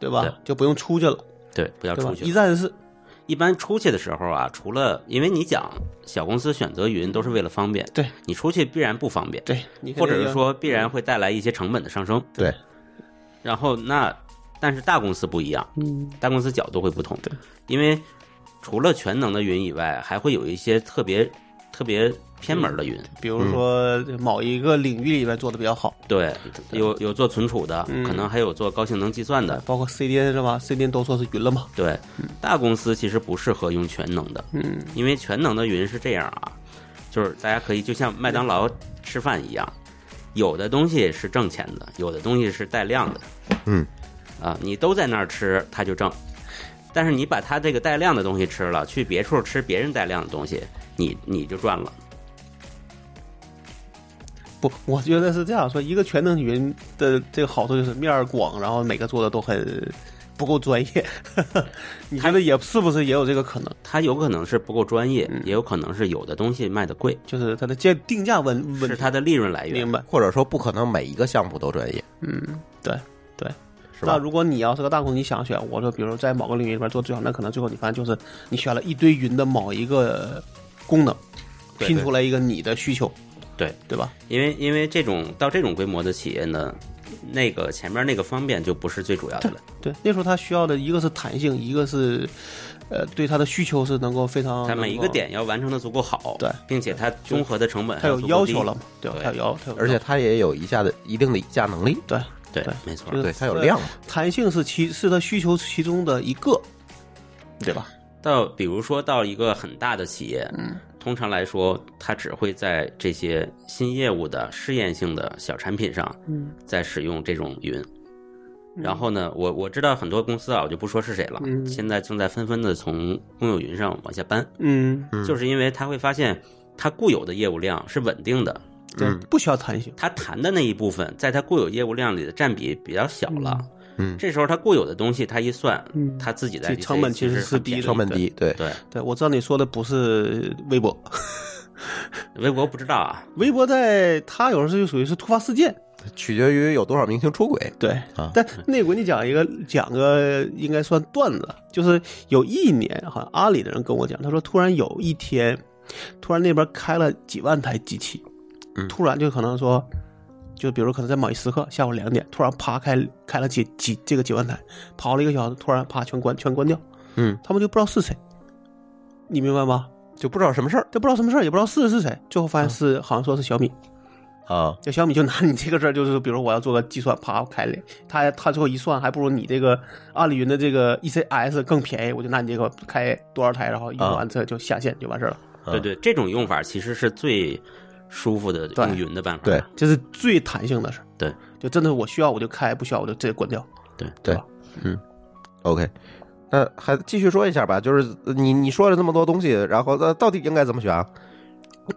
Speaker 3: 对吧？
Speaker 2: 对
Speaker 3: 就不用出去了，
Speaker 2: 对，不要
Speaker 3: 对吧
Speaker 2: 出？去
Speaker 3: 一。站式，
Speaker 2: 一般出去的时候啊，除了因为你讲小公司选择云都是为了方便，
Speaker 3: 对
Speaker 2: 你出去必然不方便，
Speaker 3: 对，你肯
Speaker 2: 或
Speaker 3: 定
Speaker 2: 者
Speaker 3: 要
Speaker 2: 是说必然会带来一些成本的上升。
Speaker 1: 对，
Speaker 2: 然后那但是大公司不一样，
Speaker 3: 嗯
Speaker 2: 大公司角度会不同，
Speaker 3: 对，
Speaker 2: 因为除了全能的云以外，还会有一些特别特别偏门的云，
Speaker 3: 比如说某一个领域里面做的比较好，
Speaker 2: 对，有有做存储的，可
Speaker 3: 嗯
Speaker 2: 能还有做高性能计算的，
Speaker 3: 包括 CDN 是吧？CDN 都说是云了嘛，
Speaker 2: 对，大公司其实不适合用全能的，
Speaker 3: 嗯，
Speaker 2: 因为全能的云是这样啊，就是大家可以就像麦当劳吃饭一样，有的东西是挣钱的，有的东西是带量的，
Speaker 1: 嗯，
Speaker 2: 啊，你都在那儿吃，它就挣。但是你把它这个带量的东西吃了，去别处吃别人带量的东西，你你就赚了。
Speaker 3: 不，我觉得是这样说，一个全能云的这个好处就是面儿广，然后每个做的都很不够专业。 *laughs* 你觉得也是不是也有这个可能？
Speaker 2: 它有可能是不够专业，
Speaker 3: 嗯
Speaker 2: 也有可能是有的东西卖的贵，
Speaker 3: 就是它的价定价问问
Speaker 2: 是
Speaker 3: 题，
Speaker 2: 它的利润来源
Speaker 3: 明。白？嗯
Speaker 1: 或者说不可能每一个项目都专业，
Speaker 3: 对对。
Speaker 1: 是
Speaker 3: 那
Speaker 1: 吧？
Speaker 3: 如果你要是个大公司，你想选，我说，比如在某个领域里面做最好，那可能最后你发现就是你选了一堆云的某一个功能，
Speaker 2: 对
Speaker 3: 拼出来一个你的需求，
Speaker 2: 对
Speaker 3: 对吧？
Speaker 2: 因为因为这种到这种规模的企业呢，那个前面那个方便就不是最主要的了。
Speaker 3: 对，那时候它需要的一个是弹性，一个是呃对它的需求是能够非常
Speaker 2: 它每一个
Speaker 3: 能够
Speaker 2: 点要完成的足够好，
Speaker 3: 对，
Speaker 2: 并且它综合的成本
Speaker 3: 它
Speaker 2: 还
Speaker 3: 有
Speaker 2: 足够
Speaker 3: 要
Speaker 2: 低
Speaker 3: 求了，嘛，对吧？
Speaker 2: 对
Speaker 3: 它有要，它有
Speaker 1: 而
Speaker 3: 要
Speaker 1: 且它也有一下的一定的议价能力，
Speaker 3: 对
Speaker 2: 对
Speaker 3: 对，
Speaker 2: 没错
Speaker 3: 就。是
Speaker 1: 对，它有
Speaker 3: 呃
Speaker 1: 量嘛，
Speaker 3: 弹性是其是它需求其中的一个，对吧？
Speaker 2: 到比如说到一个很大的企业，
Speaker 3: 嗯
Speaker 2: 通常来说，它只会在这些新业务的试验性的小产品上，
Speaker 3: 嗯
Speaker 2: 在使用这种云。然后呢，我我知道很多公司啊，我就不说是谁了，
Speaker 3: 嗯
Speaker 2: 现在正在纷纷的从公有云上往下搬，
Speaker 3: 嗯，
Speaker 2: 就是因为他会发现，它固有的业务量是稳定的，
Speaker 3: 对，不需要弹性，
Speaker 2: 他谈的那一部分，在他固有业务量里的占比比较小了。
Speaker 1: 嗯
Speaker 2: 这时候他固有的东西，他一算，
Speaker 3: 嗯
Speaker 2: 他自己的
Speaker 3: 这成本
Speaker 2: IDC
Speaker 3: 其实是
Speaker 2: 很便宜
Speaker 3: 低的
Speaker 1: 成本低，对，
Speaker 2: 对，
Speaker 3: 对我知道你说的不是微博，
Speaker 2: 微博不知道啊，
Speaker 3: 微博在它有时候就属于是突发事件，
Speaker 1: 取决于有多少明星出轨，
Speaker 3: 对，
Speaker 1: 啊
Speaker 3: 但那我给你讲一个讲个应该算段子，就是有一年好像阿里的人跟我讲，他说突然有一天，突然那边开了几万台机器，
Speaker 1: 嗯
Speaker 3: 突然就可能说，就比如可能在某一时刻下午两点，突然啪开开了几几这个几万台，跑了一个小时，突然啪全关全关掉，
Speaker 1: 嗯，
Speaker 3: 他们就不知道是谁，你明白吗？
Speaker 1: 就不知道什么事儿
Speaker 3: 就不知道什么事儿，也不知道是是谁，最后发
Speaker 1: 嗯
Speaker 3: 现是、好像说是小米，
Speaker 1: 啊，
Speaker 3: 这小米就拿你这个事儿，就是比如我要做个计算，啪我开了，他他最后一算，还不如你这个阿里云的这个 ECS 更便宜，我就拿你这个开多少台，然后一
Speaker 1: 啊
Speaker 3: 完这就下线就完事儿了，
Speaker 1: 嗯
Speaker 2: 对对，这种用法其实是最舒服的
Speaker 3: 对
Speaker 2: 用云的办法。
Speaker 1: 对
Speaker 3: 这是最弹性的事儿。
Speaker 2: 对，
Speaker 3: 就真的我需要我就开，不需要我就直接关掉。
Speaker 2: 对
Speaker 1: 对
Speaker 3: 吧？
Speaker 1: OK，那还继续说一下吧，就是呃你你说了这么多东西，然后那到底应该怎么选啊？ *laughs*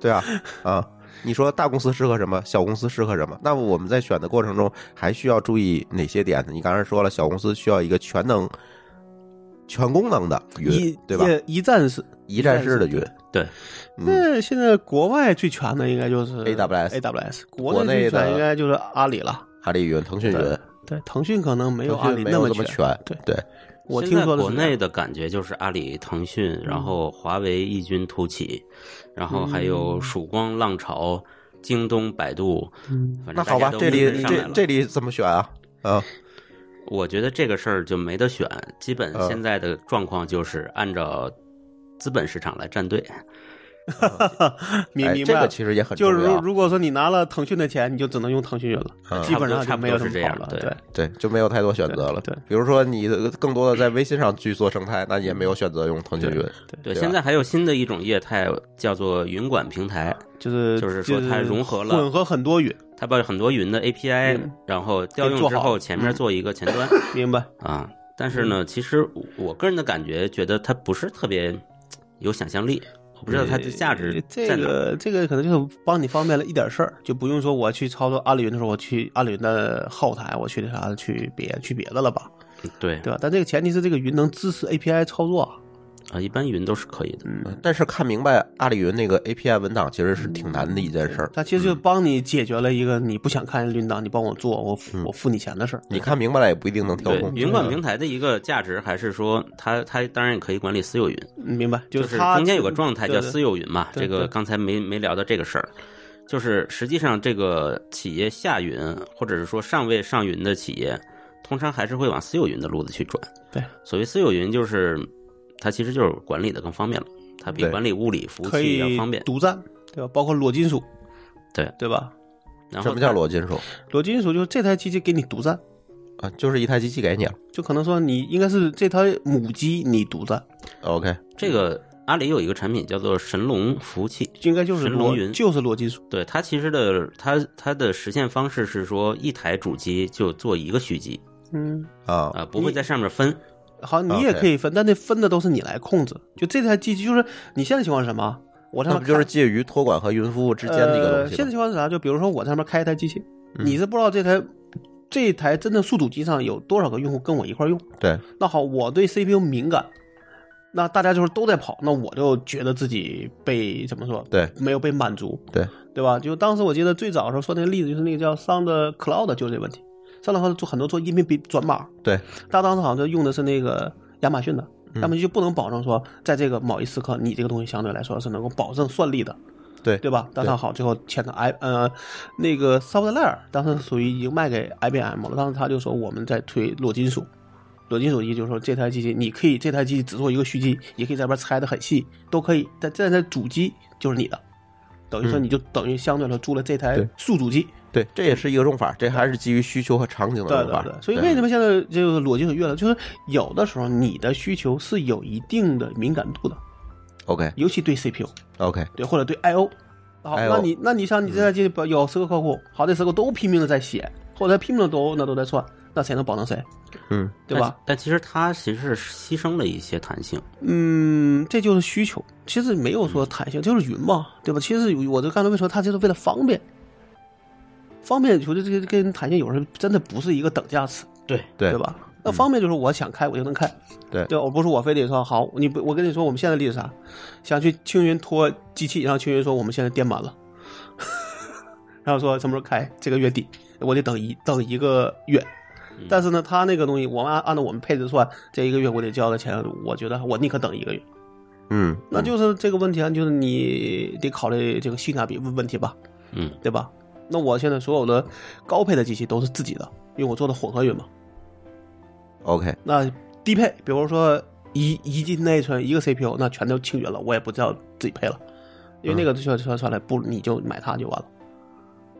Speaker 1: 对啊，啊，你说大公司适合什么，小公司适合什么？那么我们在选的过程中还需要注意哪些点呢？你刚才说了，小公司需要一个全能、全功能的
Speaker 3: 一
Speaker 1: 云，对吧？嗯
Speaker 3: 一一站式。
Speaker 1: 一站式的云，
Speaker 2: 对，
Speaker 3: 那现在国外最全的应该就是
Speaker 1: AWS
Speaker 3: AWS，
Speaker 1: 国
Speaker 3: 国
Speaker 1: 内
Speaker 3: 内最
Speaker 1: 的
Speaker 3: 全应该就是阿里了。
Speaker 1: 阿里云、腾讯
Speaker 3: 对
Speaker 1: 云，
Speaker 3: 对，腾讯可能没有阿
Speaker 1: 腾
Speaker 3: 里
Speaker 1: 讯没
Speaker 3: 那
Speaker 1: 有这
Speaker 3: 全。
Speaker 1: 全，
Speaker 3: 对
Speaker 1: 对，
Speaker 3: 我
Speaker 2: 现
Speaker 3: 听
Speaker 2: 在
Speaker 3: 说的是
Speaker 2: 国
Speaker 3: 这样嗯
Speaker 2: 内的感觉就是阿里、腾讯，然后华为异军突起，然后还
Speaker 3: 嗯
Speaker 2: 有曙光、浪潮、京东、百度，
Speaker 3: 嗯
Speaker 2: 反
Speaker 1: 那
Speaker 2: 正
Speaker 1: 好吧
Speaker 2: 大家，都
Speaker 1: 这
Speaker 2: 纷
Speaker 1: 里
Speaker 2: 纷上来
Speaker 1: 这
Speaker 2: 了
Speaker 1: 这里怎么选啊？啊，
Speaker 2: 我觉得这个事儿就没得选，基本
Speaker 3: 嗯
Speaker 2: 现在的状况就是按照资本市场来站队。
Speaker 3: 明
Speaker 1: 哎
Speaker 3: 明
Speaker 1: 这
Speaker 3: 白
Speaker 1: 个
Speaker 3: 了，
Speaker 1: 其实也很
Speaker 3: 就是
Speaker 1: 重
Speaker 3: 如
Speaker 1: 要，
Speaker 3: 如果说你拿了腾讯的钱，你就只能用腾讯云了，
Speaker 1: 嗯
Speaker 3: 基本上就没有什么
Speaker 2: 差
Speaker 3: 好
Speaker 2: 不多。差
Speaker 3: 了
Speaker 2: 不多是这
Speaker 3: 对
Speaker 2: 样，
Speaker 1: 对，就没有太多选择了。
Speaker 3: 对对
Speaker 1: 比如说你更多的在微信上去做生态，那也没有选择用腾讯云。对
Speaker 2: 对，
Speaker 1: 啊
Speaker 2: 现在还有新的一种业态叫做云管平台，
Speaker 3: 呃就是
Speaker 2: 就是说它融合了
Speaker 3: 混合很多云，嗯
Speaker 2: 它把很多云的 API，、然后调用之
Speaker 3: 给做好嗯
Speaker 2: 后，前面做一个前端、
Speaker 3: 明白？
Speaker 2: 啊。但是呢，其实我个人的感觉，觉得它不是特别有想象力，我不知道它的价值
Speaker 3: 这
Speaker 2: 在哪儿。
Speaker 3: 个这个可能就是帮你方便了一点事儿，就不用说我去操作阿里云的时候，我去阿里云的后台，我去那啥去别去别的了吧，
Speaker 2: 嗯对
Speaker 3: 对吧？但这个前提是这个云能支持 API 操作啊，
Speaker 2: 啊，一般云都是可以的。
Speaker 3: 嗯，
Speaker 1: 呃但是看明白阿里云那个 API 文档其实是挺难的一件事儿。
Speaker 3: 它其实就帮你解决了一个你不想看云档，你帮我做，我付
Speaker 1: 嗯
Speaker 3: 我付你钱的事儿。
Speaker 1: 你看明白了也不一定能调
Speaker 2: 对
Speaker 3: 嗯
Speaker 1: 控，。
Speaker 2: 云管平台的一个价值还是说它，它当然也可以管理私有云，
Speaker 3: 嗯明白？
Speaker 2: 就是是
Speaker 3: 它
Speaker 2: 中间有个状态叫
Speaker 3: 对对
Speaker 2: 私有云嘛，
Speaker 3: 对
Speaker 2: 这个
Speaker 3: 对
Speaker 2: 刚才没没聊到这个事儿，就是实际上这个企业下云或者是说尚未上云的企业，通常还是会往私有云的路子去转。
Speaker 3: 对，
Speaker 2: 所谓私有云就是它其实就是管理的更方便了，它比
Speaker 1: 对
Speaker 2: 管理物理服务
Speaker 3: 可
Speaker 2: 器
Speaker 3: 以
Speaker 2: 要方便。
Speaker 3: 独占，对吧？包括裸金属，
Speaker 2: 对
Speaker 3: 对吧？
Speaker 2: 然后
Speaker 1: 什么叫
Speaker 2: 它
Speaker 1: 裸金属
Speaker 3: 裸金属就是这台机器给你独占，
Speaker 1: 啊？就是一台机器给你了。
Speaker 3: 就可能说你应该是这台母机你独占，
Speaker 1: OK，
Speaker 2: 这个阿里有一个产品叫做神龙服务器，
Speaker 3: 应该就是
Speaker 2: 神龙
Speaker 3: 裸
Speaker 2: 云
Speaker 3: 就是裸金属。
Speaker 2: 对它其实的它它的实现方式是说一台主机就做一个虚机
Speaker 3: 嗯，
Speaker 1: 啊
Speaker 2: 啊、，不会在上面分。
Speaker 3: 好，你也
Speaker 1: OK
Speaker 3: 可以分，但那分的都是你来控制。就这台机器，就是你现在情况是什么？我上
Speaker 1: 那
Speaker 3: 面
Speaker 1: 不就是
Speaker 3: 开
Speaker 1: 介于托管和云服务之间的一个
Speaker 3: 呃
Speaker 1: 东西
Speaker 3: 现在
Speaker 1: 吗？
Speaker 3: 情况是啥？就比如说我在上面开一台机器，
Speaker 1: 嗯
Speaker 3: 你是不知道这台这台真正数主机上有多少个用户跟我一块儿用。
Speaker 1: 对，
Speaker 3: 那好，我对 CPU 敏感，那大家就是都在跑，那我就觉得自己被怎么说？
Speaker 1: 对，
Speaker 3: 没有被满足，
Speaker 1: 对
Speaker 3: 对吧？就当时我记得最早的时候说那个例子，就是那个叫 Sound Cloud 就是这问题。Sound Cloud 做很多做音频比转码，
Speaker 1: 对，
Speaker 3: 他当时好像就用的是那个亚马逊的，
Speaker 1: 嗯
Speaker 3: 亚马逊就不能保证说在这个某一时刻你这个东西相对来说是能够保证算力的，
Speaker 1: 对
Speaker 3: 对吧？但他好最后签的 I 呃那个 s o f t l a r 当时属于已经卖给 IBM 了，当时他就说我们在推裸金属。裸金属机就是说，这台机器你可以这台机器只做一个虚机，也可以在里边拆的很细，都可以。但这台主机就是你的，等于说
Speaker 1: 嗯
Speaker 3: 你就等于相对来说租了这台
Speaker 1: 对
Speaker 3: 数主机，
Speaker 1: 对，这也是一个用法，这还是基于需求和场景的
Speaker 3: 对
Speaker 1: 用
Speaker 3: 对
Speaker 1: 法
Speaker 3: 对，。所以
Speaker 1: 对
Speaker 3: 为什么现在这个裸金属越来，就是有的时候你的需求是有一定的敏感度的，
Speaker 1: ？OK
Speaker 3: 尤其对 CPU，
Speaker 1: OK，
Speaker 3: 对或者对 IO。好，
Speaker 1: IO
Speaker 3: 那你那你想你这台机器有十个客户，好，这十个都拼命的在写，或者拼命的都那都在算，那谁能保证谁，
Speaker 1: 嗯，
Speaker 3: 对吧？
Speaker 2: 但？但其实它其实是牺牲了一些弹性。
Speaker 3: 嗯，这就是需求。其实没有说弹性，就是云嘛，对吧？其实我就刚才为什么它就是为了方便，方便，我觉得这个跟弹性有时候真的不是一个等价词，
Speaker 2: 对，
Speaker 1: 对
Speaker 3: 对？吧？那方便就是我想开我就能开，
Speaker 1: 对
Speaker 3: 对吧，我不是我非得说好，你不，我跟你说我们现在例子啥，想去青云拖机器，然后青云说我们现在电满了， *laughs* 然后说什么时候开，这个月底我得等一等一个月，但是呢，他那个东西我们按按照我们配置算，这一个月我得交的钱，我觉得我宁可等一个月，
Speaker 1: 嗯，
Speaker 3: 那就是这个问题啊，就是你得考虑这个性价比问题吧，
Speaker 2: 嗯，
Speaker 3: 对吧？那我现在所有的高配的机器都是自己的，因为我做的混合云嘛，
Speaker 1: 嗯 OK
Speaker 3: 那低配，比如说一一 G 内存一个 CPU，那全都清云了，我也不知道自己配了，因为那个算算算来不你就买它就完了，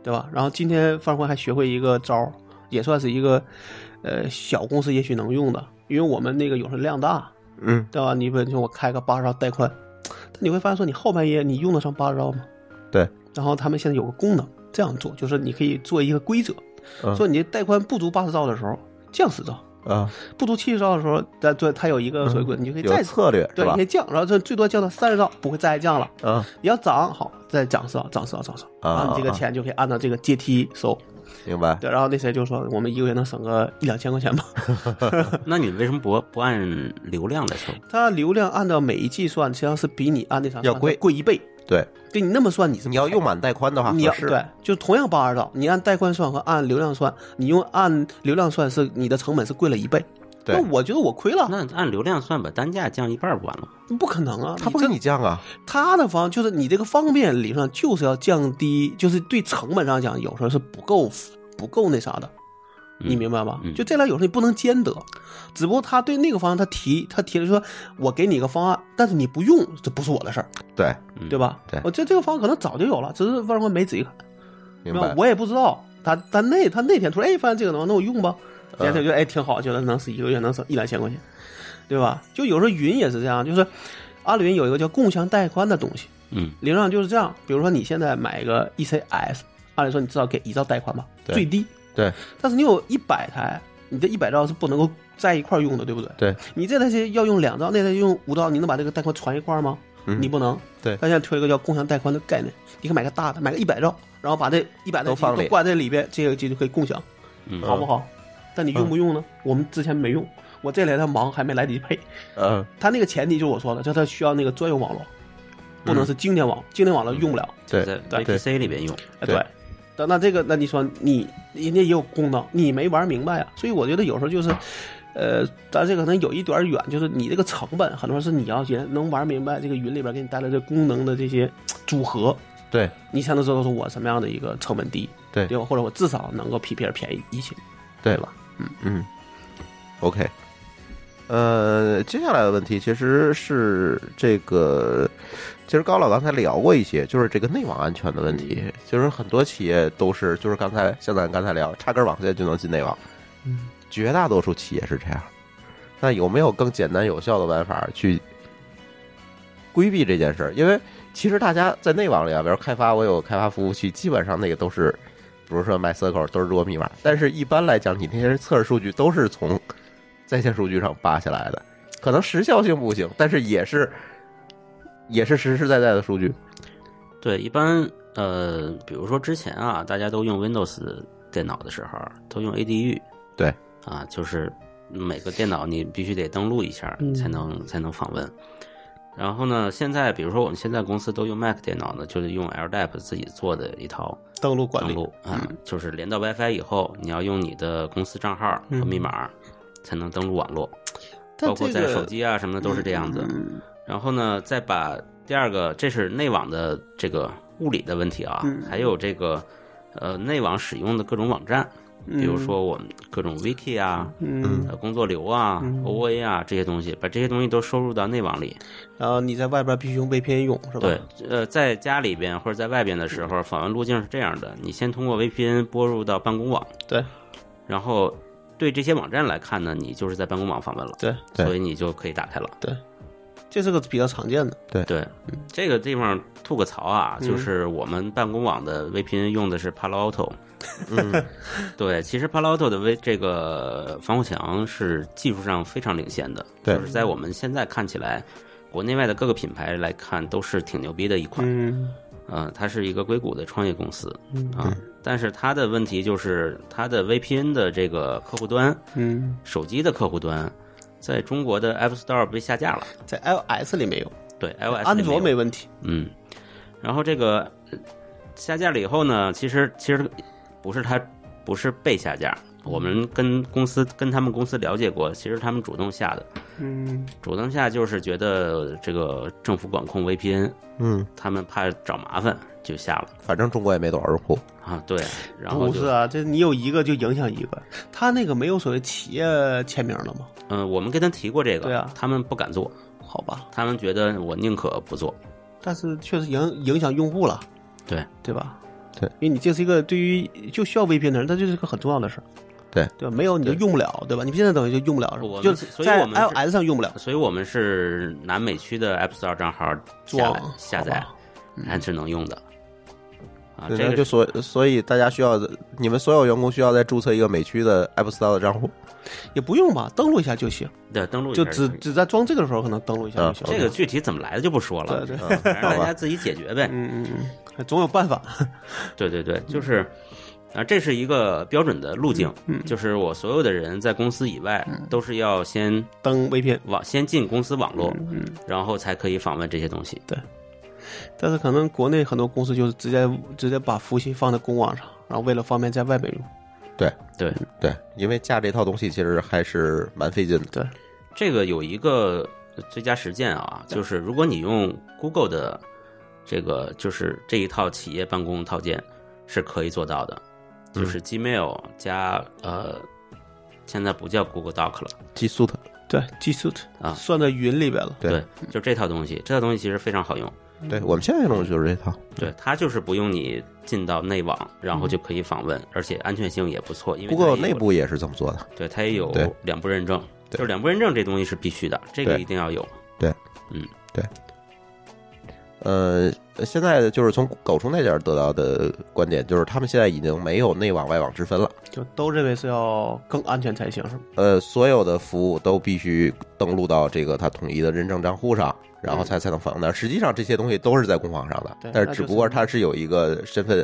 Speaker 3: 对吧？然后今天范坤还学会一个招儿，也算是一个呃小公司也许能用的，因为我们那个有时候量大，
Speaker 1: 嗯，
Speaker 3: 对吧？你比如说我开个八十兆带宽，但你会发现说你后半夜你用得上八十兆吗？
Speaker 1: 对。
Speaker 3: 然后他们现在有个功能这样做，就是你可以做一个规则，
Speaker 1: 嗯
Speaker 3: 说你这带宽不足八十兆的时候降十兆。
Speaker 1: 啊，
Speaker 3: 不足七十兆的时候，它对它有一个所谓规定，你就可以
Speaker 1: 嗯有
Speaker 3: 再
Speaker 1: 策略是
Speaker 3: 对，你
Speaker 1: 吧
Speaker 3: 可以？降，然后这最多降到三十兆，不会再降了。
Speaker 1: 啊
Speaker 3: 你要涨好，再涨十兆，涨十兆，涨十兆，
Speaker 1: 啊
Speaker 3: 然后你这个
Speaker 1: 啊
Speaker 3: 钱就可以按照这个阶梯收。
Speaker 1: 明白。
Speaker 3: 对，然后那谁就说，我们一个月能省个一两千块钱
Speaker 1: *laughs*
Speaker 3: 吧？
Speaker 2: 那你为什么不不按流量来收？
Speaker 3: 它流量按照每一季算，实际上是比你按那啥
Speaker 1: 要
Speaker 3: 算
Speaker 1: 贵
Speaker 3: 贵一倍。
Speaker 1: 对，
Speaker 3: 对你那么算，你是
Speaker 1: 你要
Speaker 3: 不
Speaker 1: 用啊满带宽的话，
Speaker 3: 你要
Speaker 1: 合适
Speaker 3: 对，就同样八十兆，你按带宽算和按流量算，你用按流量算是你的成本是贵了一倍。
Speaker 1: 对
Speaker 3: 那我觉得我亏了，
Speaker 2: 那按流量算，把单价降一半儿不完了吗？
Speaker 3: 不可能啊！
Speaker 1: 他不给
Speaker 3: 这
Speaker 1: 你降啊。
Speaker 3: 他的方就是你这个方便理论上就是要降低，就是对成本上讲，有时候是不够不够那啥的，
Speaker 2: 嗯
Speaker 3: 你明白吧？
Speaker 2: 嗯
Speaker 3: 就这俩有时候你不能兼得，只不过他对那个方向他提他提了说，我给你一个方案，但是你不用，这不是我的事儿，
Speaker 1: 对，
Speaker 2: 嗯
Speaker 3: 对吧？
Speaker 1: 对
Speaker 3: 我这这个方案可能早就有了，只是万光没仔细看，
Speaker 1: 明白。
Speaker 3: 我也不知道。他他那他那天突然哎发现这个能，那我用吧，
Speaker 1: 嗯
Speaker 3: 人家就觉得哎挺好，觉得能是一个月能省一两千块钱，对吧？就有时候云也是这样，就是阿里云有一个叫共享带宽的东西。
Speaker 2: 嗯
Speaker 3: 理论上就是这样。比如说你现在买一个 E ECS，按理说你至少给一兆贷款吧，
Speaker 1: 对
Speaker 3: 最低。
Speaker 1: 对
Speaker 3: 但是你有一百台，你这一百兆是不能够在一块儿用的，对不对？
Speaker 1: 对，
Speaker 3: 你这台机要用两兆，那台用五兆，你能把这个带宽传一块儿吗？
Speaker 1: 嗯
Speaker 3: 你不能。
Speaker 1: 对
Speaker 3: 他现在推了一个叫共享带宽的概念，你可以买个大的，买个一百兆，然后把这一百
Speaker 1: 都放里
Speaker 3: 都挂在里边，这个这就可以共享，
Speaker 2: 嗯，
Speaker 3: 好不好？但你用不用呢？我们之前没用，我这两天忙还没来得及配。
Speaker 1: 嗯
Speaker 3: 他那个前提就是我说的，就他需要那个专用网络，不
Speaker 1: 嗯
Speaker 3: 能是经典网，经典网络用不了。
Speaker 1: 对
Speaker 2: 在
Speaker 3: 对
Speaker 2: VPC 里边用，
Speaker 3: 哎
Speaker 1: 对
Speaker 3: 对，那那这个，那你说你人家也有功能，你没玩明白啊。所以我觉得有时候就是，呃，咱这个可能有一点远，就是你这个成本很多是你要人能玩明白这个云里边给你带来的功能的这些嘖组合，
Speaker 1: 对
Speaker 3: 你才能知道说我什么样的一个成本低，
Speaker 1: 对
Speaker 3: 对吧？或者我至少能够比别人便宜一些。
Speaker 1: 对
Speaker 3: 吧？
Speaker 1: 嗯，OK。呃，接下来的问题其实是这个，其实高老刚才聊过一些，就是这个内网安全的问题。就是很多企业都是，就是刚才像咱刚才聊，插根网线就能进内网，
Speaker 3: 嗯，
Speaker 1: 绝大多数企业是这样。那有没有更简单有效的办法去规避这件事儿？因为其实大家在内网里边开发，我有开发服务器，基本上那个都是，比如说 MySQL 都是弱密码，但是一般来讲，你那些测试数据都是从在线数据上扒下来的，可能时效性不行，但是也是也是实实在在的数据。
Speaker 2: 对，一般呃，比如说之前啊，大家都用 Windows 电脑的时候，都用 ADU。
Speaker 1: 对
Speaker 2: 啊，就是每个电脑你必须得登录一下
Speaker 3: 嗯
Speaker 2: 才能、才能访问。然后呢，现在比如说我们现在公司都用 Mac 电脑呢，就是用 LDAP 自己做的一套
Speaker 3: 登录管
Speaker 2: 登
Speaker 3: 理，
Speaker 2: 录啊、
Speaker 3: 嗯
Speaker 2: 就是连到 WiFi 以后，你要用你的公司账号和密码才能登录网络，
Speaker 3: 但
Speaker 2: 包括
Speaker 3: 这
Speaker 2: 在
Speaker 3: 个
Speaker 2: 手机啊什么的都是这样子。
Speaker 3: 嗯
Speaker 2: 然后呢，再把第二个，这是内网的这个物理的问题啊，
Speaker 3: 嗯
Speaker 2: 还有这个呃内网使用的各种网站，比如说我们各种 wiki 啊、
Speaker 3: 嗯，
Speaker 2: 呃工作流啊、OA 啊这些东西，把这些东西都收入到内网里。
Speaker 3: 然后你在外边必须用 VPN 用是吧？嗯
Speaker 2: 对，呃，在家里边或者在外边的时候，访问路径是这样的：你先通过 VPN 拨入到办公网，
Speaker 3: 对
Speaker 2: 然后对这些网站来看呢，你就是在办公网访问了，
Speaker 3: 对，
Speaker 1: 对
Speaker 2: 所以你就可以打开了。
Speaker 3: 这是个比较常见的。
Speaker 2: 对，这个地方吐个槽啊，
Speaker 3: 嗯
Speaker 2: 就是我们办公网的 VPN 用的是 Palo Alto，
Speaker 1: 嗯，
Speaker 2: 对，其实 Palo Alto 的 V 这个防火墙是技术上非常领先的，
Speaker 1: 对
Speaker 2: 就是在我们现在看起来，国内外的各个品牌来看都是挺牛逼的一款，
Speaker 3: 嗯
Speaker 2: 呃，它是一个硅谷的创业公司
Speaker 3: 嗯
Speaker 2: 啊，但是它的问题就是它的 VPN 的这个客户端，
Speaker 3: 嗯，
Speaker 2: 手机的客户端，在中国的 App Store 被下架了，
Speaker 3: 在 iOS 里没有，
Speaker 2: 对，iOS
Speaker 3: 安
Speaker 2: 里
Speaker 3: 卓
Speaker 2: 有
Speaker 3: 没问题。
Speaker 2: 嗯，然后这个呃下架了以后呢，其实其实不是他不是被下架，我们跟公司跟他们公司了解过，其实他们主动下的，
Speaker 3: 嗯
Speaker 2: 主动下就是觉得这个政府管控 VPN，
Speaker 1: 嗯，
Speaker 2: 他们怕找麻烦就下了
Speaker 1: 反正中国也没多少用户。
Speaker 2: 啊，对，然后
Speaker 3: 不是
Speaker 2: 就
Speaker 3: 啊，这你有一个就影响一个。他那个没有所谓企业签名了吗？
Speaker 2: 嗯、我们跟他提过这个，
Speaker 3: 对啊
Speaker 2: 他们不敢做，
Speaker 3: 好吧，
Speaker 2: 他们觉得我宁可不做，
Speaker 3: 但是确实影影响用户了，
Speaker 2: 对
Speaker 3: 对吧？
Speaker 1: 对，
Speaker 3: 因为你这是一个对于就需要 VPN 的人，它就是个很重要的事儿。
Speaker 1: 对
Speaker 3: 对吧？没有你就用不了，对吧？你现在等于就用不了，是
Speaker 2: 我们
Speaker 3: 吧？就是是
Speaker 2: 所以
Speaker 3: 在
Speaker 2: 我们是
Speaker 3: iOS 上用不了，
Speaker 2: 所以我们是南美区的 App Store 账号下来
Speaker 3: 装
Speaker 2: 下载
Speaker 3: 好吧，嗯
Speaker 2: 还是能用的。啊，
Speaker 1: 对
Speaker 2: 这
Speaker 1: 那
Speaker 2: 个
Speaker 1: 就所所以大家需要你们所有员工需要再注册一个美区的 App Store 的账户。
Speaker 3: 也不用吧，登录一下就行，
Speaker 2: 对登录一下
Speaker 3: 就只
Speaker 2: 可以
Speaker 3: 只在装这个的时候可能登录一下
Speaker 1: 啊
Speaker 3: 就行。
Speaker 2: 这个具体怎么来的就不说了，
Speaker 3: 对 *laughs*
Speaker 2: 对，反正大家自己解决呗。
Speaker 3: 嗯嗯嗯，总有办法。
Speaker 2: 对对对，就是啊，这是一个标准的路径，
Speaker 3: 嗯
Speaker 2: 就是我所有的人在公司以外都是要先
Speaker 3: 登 VPN，
Speaker 2: 网先进公司网络，
Speaker 3: 嗯
Speaker 2: 然后才可以访问这些东西。
Speaker 3: 但是可能国内很多公司就是直接直接把服务器放在公网上，然后为了方便在外面用。
Speaker 1: 对
Speaker 2: 对，
Speaker 1: 对，因为架这套东西其实还是蛮费劲的。
Speaker 3: 对，
Speaker 2: 这个有一个最佳实践啊，就是如果你用 Google 的这个就是这一套企业办公套件是可以做到的，就是
Speaker 1: 嗯
Speaker 2: Gmail 加呃，现在不叫 Google Doc 了。
Speaker 1: g s u i
Speaker 3: 对技术
Speaker 2: 啊
Speaker 3: 算在云里边了。
Speaker 1: 对
Speaker 2: 对，就这套东西，这套东西其实非常好用。
Speaker 1: 对我们现在用的就是这套。
Speaker 2: 对，它就是不用你进到内网，然后就可以访问，而且安全性也不错，因
Speaker 1: 嗯
Speaker 2: 为它
Speaker 1: Google
Speaker 2: 也
Speaker 1: 内
Speaker 2: 有，
Speaker 1: 部也是这么做的。
Speaker 2: 对它也有
Speaker 1: 对
Speaker 2: 两步认证，
Speaker 1: 对
Speaker 2: 就是两步认证这东西是必须的，这个
Speaker 1: 对
Speaker 2: 一定要有。
Speaker 1: 呃，现在就是从狗叔那点儿得到的观点，就是他们现在已经没有内网外网之分了。
Speaker 3: 就都认为是要更安全才行，是吗？
Speaker 1: 呃，所有的服务都必须登录到这个它统一的认证账户上，然后才才能访问到。实际上这些东西都是在公网上的
Speaker 3: 对，
Speaker 1: 但
Speaker 3: 那
Speaker 1: 是只
Speaker 3: 就
Speaker 1: 不过
Speaker 3: 是
Speaker 1: 它是有一个身份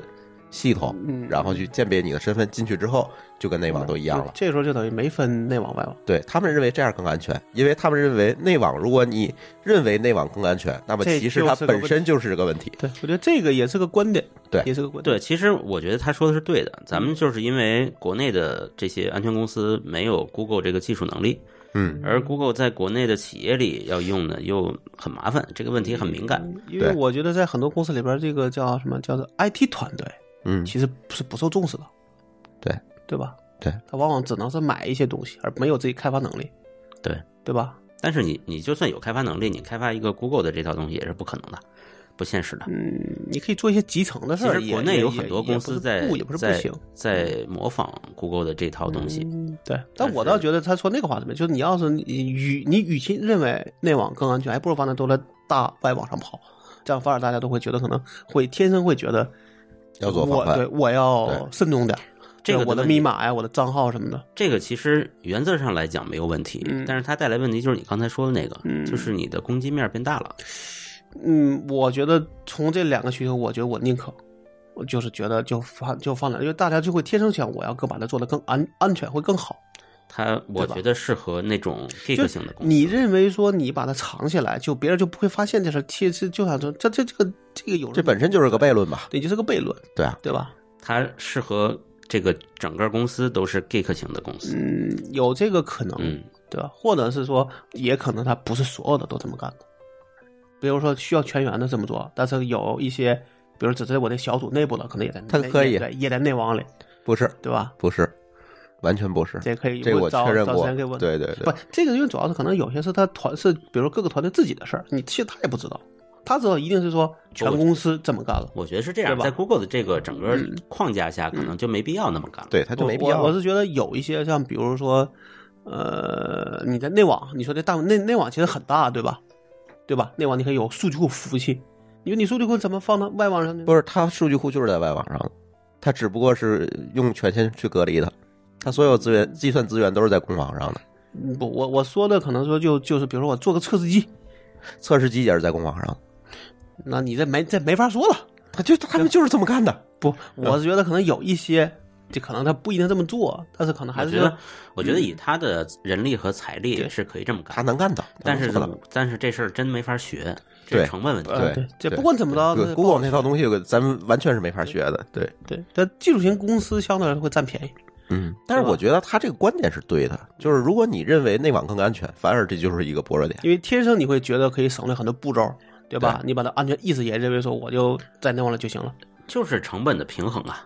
Speaker 1: 系统，
Speaker 3: 嗯
Speaker 1: 然后去鉴别你的身份。进去之后，就跟内网都一样了。
Speaker 3: 这时候就等于没分内网外网，
Speaker 1: 对他们认为这样更安全，因为他们认为内网，如果你认为内网更安全，那么
Speaker 3: 这
Speaker 1: 其实它
Speaker 3: 就是个问
Speaker 1: 本
Speaker 3: 题
Speaker 1: 身就是个问题。
Speaker 3: 对我觉得这个也是个观点，
Speaker 1: 对
Speaker 3: 也是个观点，
Speaker 2: 对，其实我觉得他说的是对的。咱
Speaker 3: 嗯
Speaker 2: 们就是因为国内的这些安全公司没有 Google 这个技术能力，
Speaker 1: 嗯，
Speaker 2: 而 Google 在国内的企业里要用呢又很麻烦，这个问题很敏感。
Speaker 3: 因为
Speaker 1: 对
Speaker 3: 我觉得在很多公司里边，这个叫什么叫做 IT 团队，
Speaker 1: 嗯，
Speaker 3: 其实是不受重视的，
Speaker 1: 对
Speaker 3: 对吧？
Speaker 1: 对，
Speaker 3: 他往往只能是买一些东西，而没有自己开发能力，
Speaker 2: 对
Speaker 3: 对吧？
Speaker 2: 但是你你就算有开发能力，你开发一个 Google 的这套东西也是不可能的，不现实的。
Speaker 3: 嗯，你可以做一些集成的
Speaker 2: 其
Speaker 3: 事儿，
Speaker 2: 实
Speaker 3: 也
Speaker 2: 国内
Speaker 3: 也
Speaker 2: 有很多
Speaker 3: 也也
Speaker 2: 公
Speaker 3: 不
Speaker 2: 司
Speaker 3: 是
Speaker 2: 在
Speaker 3: 不也不是不
Speaker 2: 在
Speaker 3: 行，
Speaker 2: 在模仿 Google 的这套东西。
Speaker 3: 嗯对，但我倒觉得他说那个话怎么样？就是你要是你与你与其认为内网更安全，还不如把那都在大外网上跑，这样反而大家都会觉得可能会天生会觉得
Speaker 1: 要做
Speaker 3: 我
Speaker 1: 防
Speaker 3: 对
Speaker 1: 范。
Speaker 3: 我要
Speaker 1: 对
Speaker 3: 慎重点儿，
Speaker 2: 这个
Speaker 3: 对我的
Speaker 2: 问题
Speaker 3: 密码呀、我的账号什么的，
Speaker 2: 这个其实原则上来讲没有问题，
Speaker 3: 嗯
Speaker 2: 但是它带来问题就是你刚才说的那个，
Speaker 3: 嗯
Speaker 2: 就是你的攻击面变大了。
Speaker 3: 嗯，我觉得从这两个需求，我觉得我宁可，我就是觉得就放就放点，因为大家就会天生想我要更把它做得更安安全，会更好。
Speaker 2: 它我
Speaker 3: 对吧
Speaker 2: 觉得适合那种 geek
Speaker 3: 就
Speaker 2: 型的公司。
Speaker 3: 你认为说你把它藏起来，就别人就不会发现这事儿，其实就想说这这这个这个有
Speaker 1: 这本身就是个悖论吧？
Speaker 3: 也就是个悖论，
Speaker 1: 对啊，
Speaker 3: 对吧？
Speaker 2: 它适合这个整个公司都是 geek 型的公司。
Speaker 3: 嗯，有这个可能，
Speaker 2: 嗯，
Speaker 3: 对吧？或者是说，也可能他不是所有的都这么干的，比如说需要全员的这么做，但是有一些，比如只在我的小组内部的，可能也在
Speaker 1: 他可以
Speaker 3: 也在也在内网里，
Speaker 1: 不是，
Speaker 3: 对吧？
Speaker 1: 不是，完全不是。
Speaker 3: 这可以
Speaker 1: 这个我
Speaker 3: 找
Speaker 1: 确认
Speaker 3: 找
Speaker 1: 过
Speaker 3: 时间可以，问。
Speaker 1: 对对对
Speaker 3: 不，，这个因为主要是可能有些是他团是，比如说各个团队自己的事儿，你其实他也不知道，他知道一定是说全公司这么干了。
Speaker 2: 我觉得是这样，
Speaker 3: 对吧嗯
Speaker 2: 在 Google 的这个整个框架下，可能就没必要那么干了。
Speaker 1: 对，他就没必
Speaker 3: 我我
Speaker 1: 要
Speaker 3: 我。是觉得有一些像比如说，呃，你在内网，你说这大内内网其实很大，对吧？对吧？内网你可以有数据库服务器，因为你数据库怎么放到外网上呢？
Speaker 1: 不是，他数据库就是在外网上的，他只不过是用权限去隔离的，他所有资源、计算资源都是在公网上的，
Speaker 3: 嗯不，我我说的可能说就就是比如说我做个测试机，
Speaker 1: 测试机也是在公网上的，
Speaker 3: 那你这没这没法说了。
Speaker 1: 他就他们就是这么干的。
Speaker 3: 不，
Speaker 1: 嗯
Speaker 3: 我是觉得可能有一些，这可能他不一定这么做，但是可能还
Speaker 2: 我
Speaker 3: 是
Speaker 2: 觉
Speaker 3: 说
Speaker 2: 得，我觉得以他的人力和财力
Speaker 3: 嗯对
Speaker 2: 是可以这么
Speaker 1: 他
Speaker 2: 干，
Speaker 1: 能干的，他
Speaker 2: 但
Speaker 1: 能
Speaker 2: 是
Speaker 1: 做到
Speaker 2: 但是这事儿真没法学，这
Speaker 1: 对
Speaker 2: 是成本问题。
Speaker 1: 对
Speaker 3: 呃，对，这
Speaker 1: 对
Speaker 3: 不管怎么着，
Speaker 1: 对
Speaker 3: 那
Speaker 1: Google 那套东西，咱们完全是没法学的。对，
Speaker 3: 对，但技术型公司相对来说会占便宜。
Speaker 1: 嗯，但是我觉得他这个观点是对的，就是如果你认为内网更安全，反而这就是一个薄弱点。
Speaker 3: 因为天生你会觉得可以省略很多步骤，对吧？你把它安全意识也认为说我就在那忘了就行了。
Speaker 2: 就是成本的平衡啊，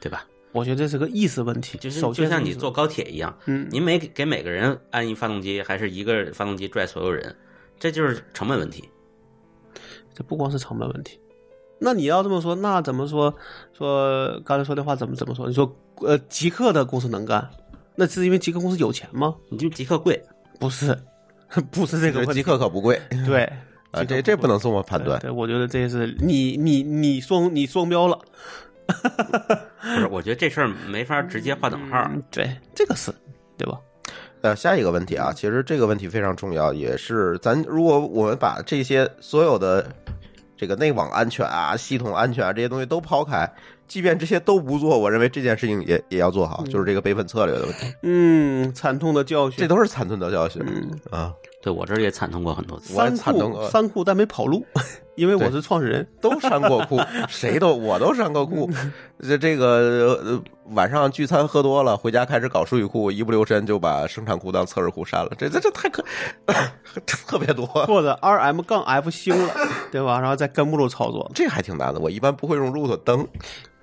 Speaker 2: 对吧？
Speaker 3: 我觉得这是个意识问题，
Speaker 2: 就是
Speaker 3: 首
Speaker 2: 就
Speaker 3: 先
Speaker 2: 是像
Speaker 3: 意
Speaker 2: 你
Speaker 3: 识
Speaker 2: 坐
Speaker 3: 问题，
Speaker 2: 高铁一样，
Speaker 3: 嗯，
Speaker 2: 你每给每个人安一发动机，还是一个发动机拽所有人，这就是成本问题。
Speaker 3: 这不光是成本问题。那你要这么说，那怎么说？说刚才说的话怎么怎么说？你说呃，极客的公司能干，那是因为极客公司有钱吗？
Speaker 2: 你就极客贵，
Speaker 3: 不是， *laughs* 不是这个
Speaker 1: 这
Speaker 3: 问
Speaker 1: 个
Speaker 3: 题。
Speaker 1: 极客可不贵
Speaker 3: 对
Speaker 1: 啊，
Speaker 3: 极客
Speaker 1: 这这不能这么判
Speaker 3: 对
Speaker 1: 断。
Speaker 3: 对，我觉得这是你你你双你双标了。
Speaker 2: 不是？我觉得这事儿没法直接划等号。
Speaker 3: 嗯，对，这个是，对吧？
Speaker 1: 呃，下一个问题啊，其实这个问题非常重要，也是咱如果我们把这些所有的这个内网安全啊、系统安全啊这些东西都抛开，即便这些都不做，我认为这件事情也也要做好，就是这个备份策略的问题，
Speaker 3: 嗯，惨痛的教训。
Speaker 1: 这都是惨痛的教训
Speaker 3: 嗯
Speaker 1: 啊，
Speaker 2: 对我这儿也惨痛过很多次。
Speaker 1: 我也
Speaker 3: 三
Speaker 1: 惨痛
Speaker 3: 库
Speaker 1: 过
Speaker 3: 三库，但没跑路，因为我
Speaker 1: 对
Speaker 3: 是创始人。
Speaker 1: 都删过库， *laughs* 谁都我都删过库，
Speaker 3: 嗯
Speaker 1: 这这个、呃晚上聚餐喝多了，回家开始搞数据库，一不留神就把生产库当测试库删了，这这这太可 *coughs* 特别多，
Speaker 3: 或者 R M 杠 F 星
Speaker 1: *laughs*
Speaker 3: 了，对吧？然后再跟目录操作，
Speaker 1: 这还挺难的，我一般不会用 root 登。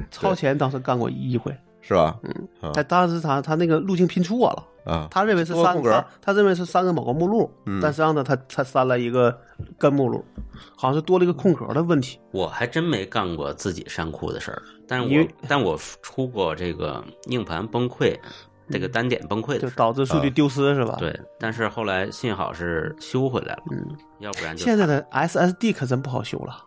Speaker 3: 超前当时干过一回，
Speaker 1: 是吧？啊
Speaker 3: 但当时他他那个路径拼错了，
Speaker 1: 啊，
Speaker 3: 他认为是
Speaker 1: 多个
Speaker 3: 三
Speaker 1: 空格嗯
Speaker 3: 他他认为是三个某个目录，但实际上呢，他他删了一个跟目录，好像是多了一个空格的问题。
Speaker 2: 我还真没干过自己删库的事儿，但
Speaker 3: 因
Speaker 2: 我
Speaker 3: 为
Speaker 2: 但我出过这个硬盘崩溃，这个单点崩溃
Speaker 3: 嗯
Speaker 2: 的
Speaker 3: 就
Speaker 2: 事儿。
Speaker 3: 导致数据丢失是
Speaker 1: 啊
Speaker 3: 吧？。
Speaker 2: 对，但是后来幸好是修回来了，要不然就
Speaker 3: 嗯现在的 SSD 可真不好修了，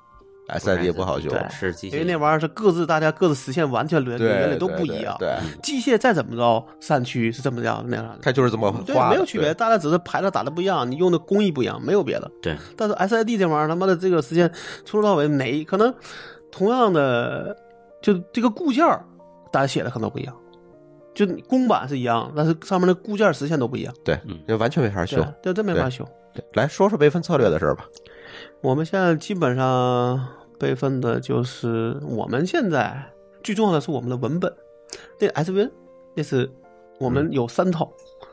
Speaker 1: S I D 不好修，
Speaker 3: 对
Speaker 2: 是机
Speaker 3: 因
Speaker 2: 器
Speaker 3: 为那玩意儿是各自大家各自实现完全伦理
Speaker 1: 对，
Speaker 3: 原
Speaker 1: 对
Speaker 3: 理都不一样。
Speaker 1: 对，
Speaker 3: 机械再怎么着散区是这么样那样的，
Speaker 1: 它就是这么
Speaker 3: 嗯对，
Speaker 1: 画的，
Speaker 3: 没有区别，大家只是牌子打的不一样，你用的工艺不一样，没有别的。
Speaker 2: 对，
Speaker 3: 但是 SID 这玩意儿，他妈的这个时间从头到尾哪一可能同样的就这个固件儿，大家写的可能不一样，就你公版是一样，但是上面的固件儿实现都不一样，
Speaker 1: 对
Speaker 2: 嗯，
Speaker 1: 这完全没法
Speaker 3: 对
Speaker 1: 修。
Speaker 3: 啊，这真没法修。
Speaker 1: 对来说说备份策略的事儿吧。
Speaker 3: 我们现在基本上备份的就是我们现在最重要的是我们的文本，那个 SVN 那是我们有三套。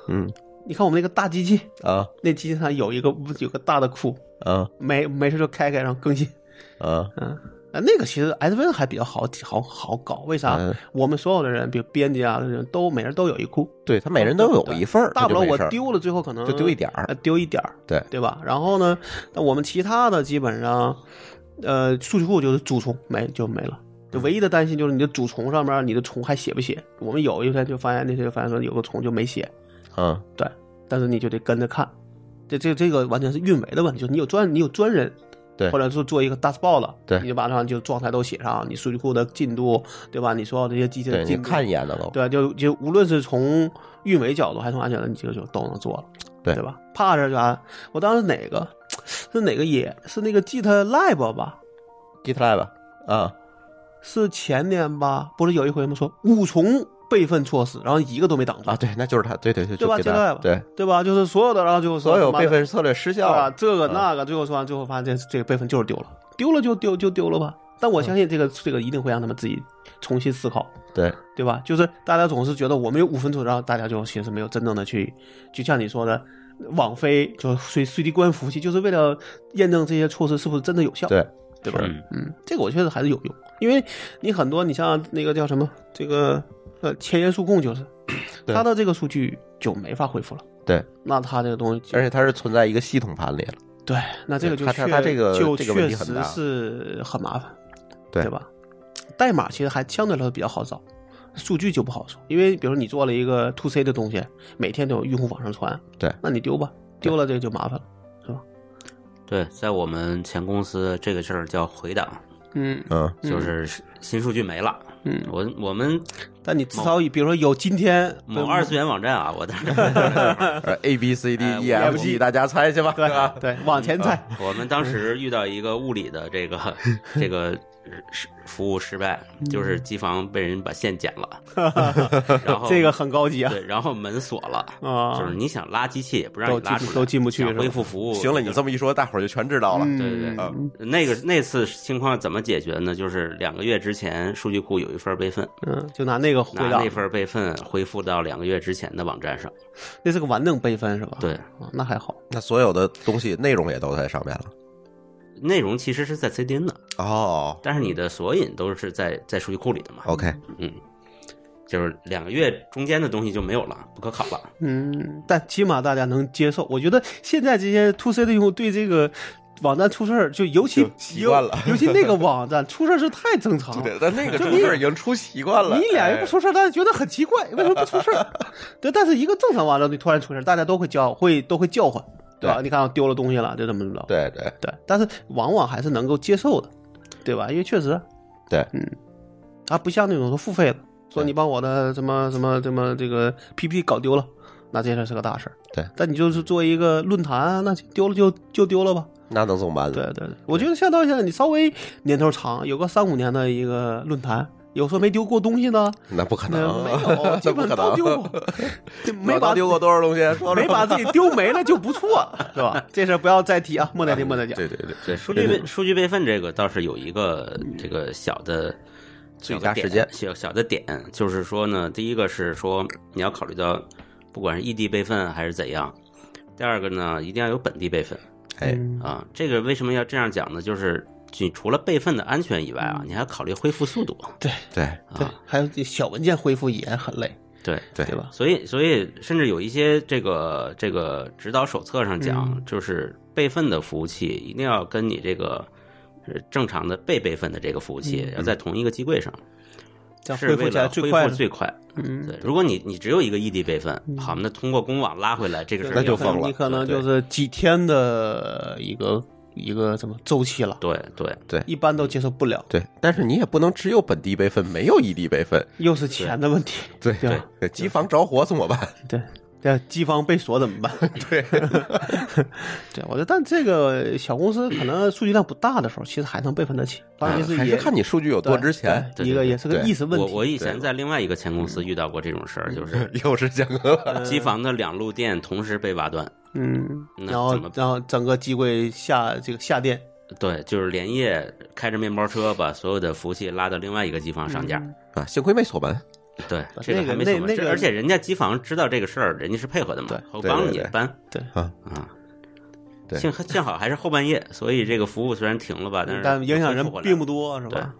Speaker 1: 嗯
Speaker 3: 你看我们那个大机器，
Speaker 1: 啊
Speaker 3: 那机器上有一个有个大的库，
Speaker 1: 啊
Speaker 3: 没没事就开开，然后更新。 *laughs*
Speaker 1: 啊！
Speaker 3: 嗯，啊，那个其实 SVN 还比较好好好搞，为啥？
Speaker 1: 嗯
Speaker 3: 我们所有的人，比如编辑啊，这种都每人都有一库，
Speaker 1: 对他每人都有一份儿，
Speaker 3: 大不了
Speaker 1: 那就没
Speaker 3: 我
Speaker 1: 事儿
Speaker 3: 丢了，最后可能
Speaker 1: 就丢一点儿
Speaker 3: 呃，丢一点儿，
Speaker 1: 对
Speaker 3: 对吧？然后呢，那我们其他的基本上，呃，数据库就是蛀虫没就没了。
Speaker 1: 嗯
Speaker 3: 就唯一的担心就是你的主虫上面，你的虫还写不写？我们有一天就发现那些发现说有个虫就没写，
Speaker 1: 嗯
Speaker 3: 对，但是你就得跟着看，这这这个完全是运维的问题，就是你有专你有专人，
Speaker 1: 对
Speaker 3: 或者说做一个大 s p o 了，
Speaker 1: 对
Speaker 3: 你就把它就状态都写上，你数据库的进度，对吧？你所有这些机器的
Speaker 1: 对你
Speaker 3: 进度，
Speaker 1: 看一眼能够。
Speaker 3: 对，啊就就无论是从运维角度还是从安全的，你这个就都能做了，
Speaker 1: 对
Speaker 3: 对吧？怕是啥？我当时哪个是哪个也是那个 Git Lab 吧？
Speaker 1: GitLab 啊，
Speaker 3: 是前年吧？不是有一回吗？说五重备份措施，然后一个都没挡住
Speaker 1: 啊，，对，那就是他，对对对，
Speaker 3: 对吧
Speaker 1: 就 GitLab，
Speaker 3: ？GitLab
Speaker 1: 对，
Speaker 3: 对吧？就是所有的，然后就
Speaker 1: 所有备份策略失效
Speaker 3: 啊，
Speaker 1: 了，
Speaker 3: 这个
Speaker 1: 嗯
Speaker 3: 那个，最后说完，最后发现这这个备份就是丢了，丢了就丢就丢了吧。但
Speaker 1: 嗯
Speaker 3: 我相信这个这个一定会让他们自己重新思考，
Speaker 1: 对
Speaker 3: 对吧？就是大家总是觉得我们有五分土，然后大家就其实没有真正的去，就像你说的，网飞就随随地关服务器，就是为了验证这些措施是不是真的有效，
Speaker 1: 对
Speaker 3: 对吧
Speaker 2: 是嗯？
Speaker 3: 嗯，这个我觉得还是有用，因为你很多，你像那个叫什么，这个呃前沿数控就是，
Speaker 1: 对
Speaker 3: 它的这个数据就没法恢复了，
Speaker 1: 对，
Speaker 3: 那它这个东西就
Speaker 1: 而且它是存在一个系统盘里了，
Speaker 3: 对，那这个就
Speaker 1: 对
Speaker 3: 确
Speaker 1: 它它这个
Speaker 3: 就
Speaker 1: 这个问
Speaker 3: 确
Speaker 1: 题很
Speaker 3: 实
Speaker 1: 大
Speaker 3: 是很麻烦，
Speaker 1: 对
Speaker 3: 吧？代码其实还相对来说比较好找，数据就不好说，因为比如你做了一个 to C 的东西，每天都有用户往上传，
Speaker 1: 对
Speaker 3: 那你丢吧，丢了这个就麻烦了，
Speaker 2: 对，在我们前公司这个事儿叫回档，
Speaker 3: 嗯
Speaker 1: 嗯，
Speaker 2: 就是新数据没了。
Speaker 3: 嗯。
Speaker 2: 我我们
Speaker 3: 但你至少比如说有今天
Speaker 2: 某二次元网站啊，我当
Speaker 3: *laughs*
Speaker 2: 时
Speaker 1: 呃 A B C D
Speaker 2: 哎
Speaker 1: E
Speaker 2: 我
Speaker 1: F G，大家猜去吧，啊
Speaker 3: 对
Speaker 1: 对
Speaker 2: 啊
Speaker 1: 吧？
Speaker 3: 对往
Speaker 2: 嗯
Speaker 3: 前猜，
Speaker 2: 我们当时遇到一个物理的这
Speaker 3: *laughs*
Speaker 2: 个这个失服务失败，就是机房被人把线剪
Speaker 3: *laughs*
Speaker 2: 了，然后
Speaker 3: 嗯这个很高级啊
Speaker 2: 对，然后门锁了，
Speaker 3: 啊！
Speaker 2: 就是你想拉机器也不让
Speaker 3: 都
Speaker 2: 你拉
Speaker 3: 进
Speaker 2: 出来，
Speaker 3: 都进不去
Speaker 2: 想
Speaker 3: 是吧
Speaker 2: 恢复服务
Speaker 1: 行了，你这么一说，大伙儿就全知道了。
Speaker 3: 嗯
Speaker 2: 对对对
Speaker 1: 啊
Speaker 2: 那个那次情况怎么解决呢？就是两个月之前数据库有一份备份，
Speaker 3: 嗯，就拿那个回
Speaker 2: 拿
Speaker 3: 答
Speaker 2: 那，份备份恢复到两个月之前的网站上。
Speaker 3: 那是个完整备份是吧？
Speaker 2: 对，
Speaker 3: 啊，那还好。
Speaker 1: 那所有的东西内容也都在上面了。
Speaker 2: 内容其实是在 CDN 的，
Speaker 1: 哦
Speaker 2: 但是你的索引都是在在数据库里的嘛。
Speaker 1: ，OK，
Speaker 2: 嗯，就是两个月中间的东西就没有了，不可考了。
Speaker 3: 嗯，但起码大家能接受。我觉得现在这些 to C 的用户对这个网站出事儿，就尤其
Speaker 1: 就习惯了
Speaker 3: 尤其那个网站出事儿是太正
Speaker 1: *laughs*
Speaker 3: 常了。
Speaker 1: 对，但那个
Speaker 3: 就
Speaker 1: 出
Speaker 3: 你
Speaker 1: 事儿已经出习惯了。
Speaker 3: 你俩人
Speaker 1: 哎
Speaker 3: 不出事儿，大家觉得很奇怪，为什么不出事儿？对，但是一个正常网站你突然出事儿，大家都会叫，会都会叫唤，对吧？
Speaker 1: 对
Speaker 3: 你看丢了东西了，就怎么怎么着。
Speaker 1: 对对
Speaker 3: 对，但是往往还是能够接受的，对吧？因为确实嗯
Speaker 1: 对，
Speaker 3: 它不像那种说付费的，说
Speaker 1: 对
Speaker 3: 你把我的什么什么什么这个 PPT 搞丢了，那这事儿是个大事儿。
Speaker 1: 对
Speaker 3: 但你就是做一个论坛啊，那丢了就就丢了吧。
Speaker 1: 那能怎么办
Speaker 3: 对
Speaker 1: 呢？
Speaker 3: 对对，我觉得像到现在你稍微年头长，有个三五年的一个论坛。有说没丢过东西呢？
Speaker 1: 那不可
Speaker 3: 那
Speaker 1: 能， *laughs*
Speaker 3: 没有，基
Speaker 1: 这不
Speaker 3: 本
Speaker 1: 可
Speaker 3: 都
Speaker 1: 能。
Speaker 3: 丢过，
Speaker 1: *laughs*
Speaker 3: 就没
Speaker 1: 老
Speaker 3: 把
Speaker 1: 高丢过多少东西？啊说说
Speaker 3: 没把自己丢没了就不错了，是吧？这事儿不要再提啊，莫再提，莫再讲。
Speaker 1: 对对对，
Speaker 2: 对，嗯数据备数据备份这个倒是有一个这个小的
Speaker 1: 最
Speaker 2: 小
Speaker 1: 佳
Speaker 2: 的
Speaker 1: 时
Speaker 2: 点，
Speaker 1: 间
Speaker 2: 小小的点，就是说呢，第一个是说你要考虑到，不管是异地备份啊还是怎样。第二个呢，一定要有本地备份
Speaker 1: 哎，
Speaker 3: 嗯
Speaker 2: 啊。这个为什么要这样讲呢？就是你除了备份的安全以外啊，你还要考虑恢复速度
Speaker 3: 对
Speaker 1: 对
Speaker 3: 对
Speaker 2: 啊。，
Speaker 3: 还有这小文件恢复也很累，
Speaker 2: 对，
Speaker 1: 对
Speaker 3: 对吧？
Speaker 2: 所以所以甚至有一些这个这个指导手册上讲，
Speaker 3: 嗯
Speaker 2: 就是备份的服务器一定要跟你这个呃正常的被备份的这个服务器要在同一个机柜上，
Speaker 3: 这样
Speaker 2: 是
Speaker 3: 嗯恢
Speaker 2: 为
Speaker 3: 复起来
Speaker 2: 了
Speaker 3: 最
Speaker 2: 恢
Speaker 3: 快
Speaker 2: 复
Speaker 3: 了。
Speaker 2: 最快。
Speaker 3: 嗯，
Speaker 2: 对，如果你你只有一个异地备份，好，那通过公网拉回来这个事儿
Speaker 1: 那
Speaker 2: 也
Speaker 1: 就
Speaker 2: 很
Speaker 1: 疯了
Speaker 3: 你可能就是几天的一个一个怎么周期了，
Speaker 2: 对对
Speaker 3: 一般都接受不了，
Speaker 1: 对，但是你也不能只有本地备份，没有异地备份。
Speaker 3: 又是钱的问题。
Speaker 1: 对
Speaker 3: 对吧
Speaker 1: 对，机房着火怎么办？
Speaker 3: 对，对，机房被锁怎么
Speaker 2: *laughs*
Speaker 3: 办？
Speaker 1: 对，
Speaker 3: *laughs* 对，我觉得，但这个小公司可能数据量不大的时候，其实还能被分得起。当然也
Speaker 1: 还
Speaker 3: 也
Speaker 1: 是看你数据有
Speaker 3: 对
Speaker 1: 多值钱。
Speaker 3: 对
Speaker 2: 对
Speaker 3: 一个
Speaker 2: 对
Speaker 3: 也是个
Speaker 1: 对
Speaker 3: 意识问
Speaker 2: 我
Speaker 3: 题。嗯
Speaker 2: 我以前在另外一个前公司遇到过这种事儿，就是
Speaker 1: 又是价格，
Speaker 2: 机房的两路电同时被挖断，
Speaker 3: 嗯，
Speaker 2: 那
Speaker 3: 然后
Speaker 2: 怎么
Speaker 3: 然后整个机柜下这个下电，
Speaker 2: 对，就是连夜开着面包车把所有的服务器拉到另外一个机房上
Speaker 3: 嗯
Speaker 2: 架。
Speaker 1: 啊，幸亏没锁门。
Speaker 2: 对，
Speaker 3: 那
Speaker 2: 这个还没
Speaker 3: 那
Speaker 2: 怎么
Speaker 3: 那
Speaker 2: 这
Speaker 3: 个
Speaker 2: 而且人家机房知道这个事儿，人家是配合的嘛
Speaker 3: 对，
Speaker 2: 后
Speaker 1: 对
Speaker 2: 帮
Speaker 1: 对
Speaker 2: 你
Speaker 1: 对
Speaker 2: 搬
Speaker 3: 对嗯
Speaker 1: 啊
Speaker 2: 啊。
Speaker 1: 对
Speaker 2: 幸幸好还是后半夜，所以这个服务虽然停了吧，是
Speaker 3: 但影响人并不
Speaker 2: 多。
Speaker 3: 多，是吧？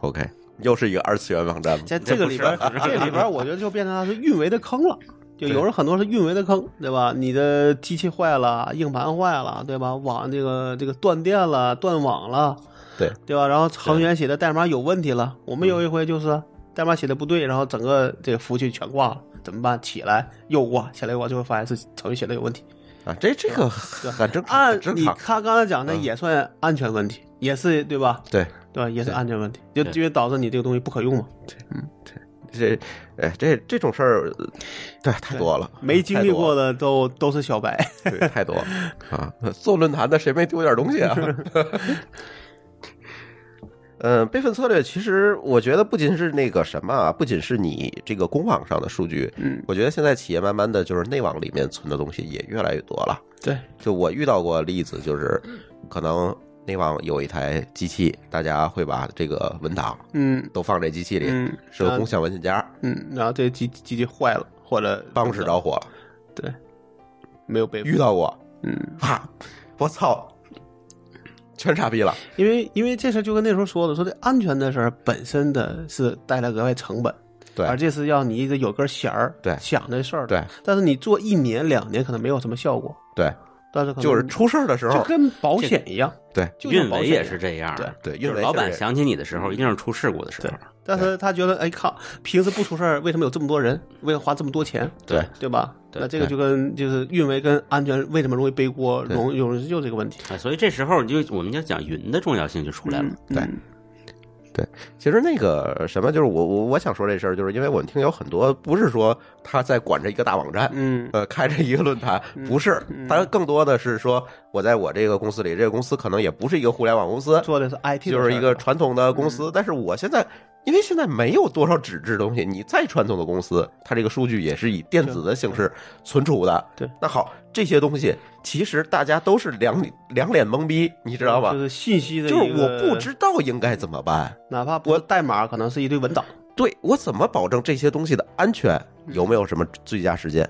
Speaker 1: OK，又是一个二次元网站嘛。
Speaker 3: 在这个里边，
Speaker 2: 这不是
Speaker 3: 这里
Speaker 1: *laughs*
Speaker 3: 边我觉得就变成它是运维的坑了。就有人很多是运维的坑，对吧？你的机器坏了，硬盘坏了，对吧？网这个这个断电了，断网了，
Speaker 1: 对嗯
Speaker 3: 对吧？然后航员写的代码有问题了，我们有一回就是代码写的不对，然后整个这个服务器全挂了，怎么办？起来又挂，起来又挂，最后发现是程序写的有问题。
Speaker 1: 啊，这这个很正常，
Speaker 3: 按
Speaker 1: 很正
Speaker 3: 你
Speaker 1: 常。
Speaker 3: 他刚才讲的
Speaker 1: 嗯
Speaker 3: 也算安全问题，也是对吧？
Speaker 1: 对，
Speaker 3: 对吧？也是
Speaker 1: 对
Speaker 3: 安全问题，就
Speaker 2: 对
Speaker 3: 因为导致你这个东西不可用嘛。
Speaker 1: 这，哎，这这种事儿，呃对，嗯太多了，
Speaker 3: 没经历过
Speaker 1: 的，
Speaker 3: 的都都是小白。
Speaker 1: 对，太多了
Speaker 3: *laughs*
Speaker 1: 啊！做论坛的谁没丢点东西啊？ *laughs* 呃，备份策略其实我觉得不仅是那个什么啊，不仅是你这个公网上的数据，
Speaker 3: 嗯，
Speaker 1: 我觉得现在企业慢慢的就是内网里面存的东西也越来越多了。
Speaker 3: 对，
Speaker 1: 就我遇到过例子，就是可能内网有一台机器，大家会把这个文档
Speaker 3: 嗯
Speaker 1: 都放这机器里，
Speaker 3: 嗯
Speaker 1: 是个共享文件夹，
Speaker 3: 嗯，然后这机机器坏了或者
Speaker 1: 办公室着火，
Speaker 3: 对，没有被
Speaker 1: 遇到过，
Speaker 3: 嗯，
Speaker 1: 啪，我操，全傻逼了。
Speaker 3: 因为因为这事儿就跟那时候说的，说这安全的事儿本身的是带来额外成本，
Speaker 1: 对
Speaker 3: 而这是要你一直有根弦儿，
Speaker 1: 对
Speaker 3: 想这事儿，
Speaker 1: 对，
Speaker 3: 但是你做一年两年可能没有什么效果，
Speaker 1: 对，
Speaker 3: 但是可能
Speaker 1: 就是出事儿的时
Speaker 3: 就
Speaker 1: 候，
Speaker 3: 跟保险一样，
Speaker 1: 对
Speaker 3: 就像
Speaker 2: 运
Speaker 3: 保
Speaker 2: 维
Speaker 3: 险
Speaker 2: 也
Speaker 3: 一
Speaker 2: 是
Speaker 3: 样。
Speaker 2: 这样，
Speaker 3: 对
Speaker 1: 对，因
Speaker 2: 就是
Speaker 1: 为
Speaker 2: 老板
Speaker 1: 是
Speaker 2: 想起你的时候，一定是出事故的时候
Speaker 3: 对。但是他觉得，哎，看平时不出事儿，为什么有这么多人？为了花这么多钱，
Speaker 1: 对
Speaker 3: 对吧？
Speaker 2: 对
Speaker 3: 那这个就跟就是运维跟安全为什么容易背锅，容易有人就这个问题。
Speaker 2: 啊，所以这时候你就我们就讲云的重要性就出来了。
Speaker 3: 嗯
Speaker 1: 对其实那个什么，就是我我我想说这事儿，就是因为我们听友很多不是说他在管着一个大网站，
Speaker 3: 嗯，
Speaker 1: 呃，开着一个论坛，不是，他更多的是说我在我这个公司里，这个公司可能也不是一个互联网公司，
Speaker 3: 做的是 IT，的
Speaker 1: 就是
Speaker 3: 事儿
Speaker 1: 一个传统的公
Speaker 3: 嗯
Speaker 1: 司，但是我现在。因为现在没有多少纸质东西，你再传统的公司，它这个数据也是以电子的形式存储的。
Speaker 3: 对，
Speaker 1: 那好，这些东西其实大家都是两两脸懵逼，你知道吧
Speaker 3: 就？是信息的
Speaker 1: 就
Speaker 3: 一
Speaker 1: 是
Speaker 3: 个，
Speaker 1: 我不知道应该怎么办，
Speaker 3: 哪怕不是代码，可能是一堆文档。
Speaker 1: 对我怎么保证这些东西的安全？
Speaker 3: 嗯
Speaker 1: 有没有什么最佳时间？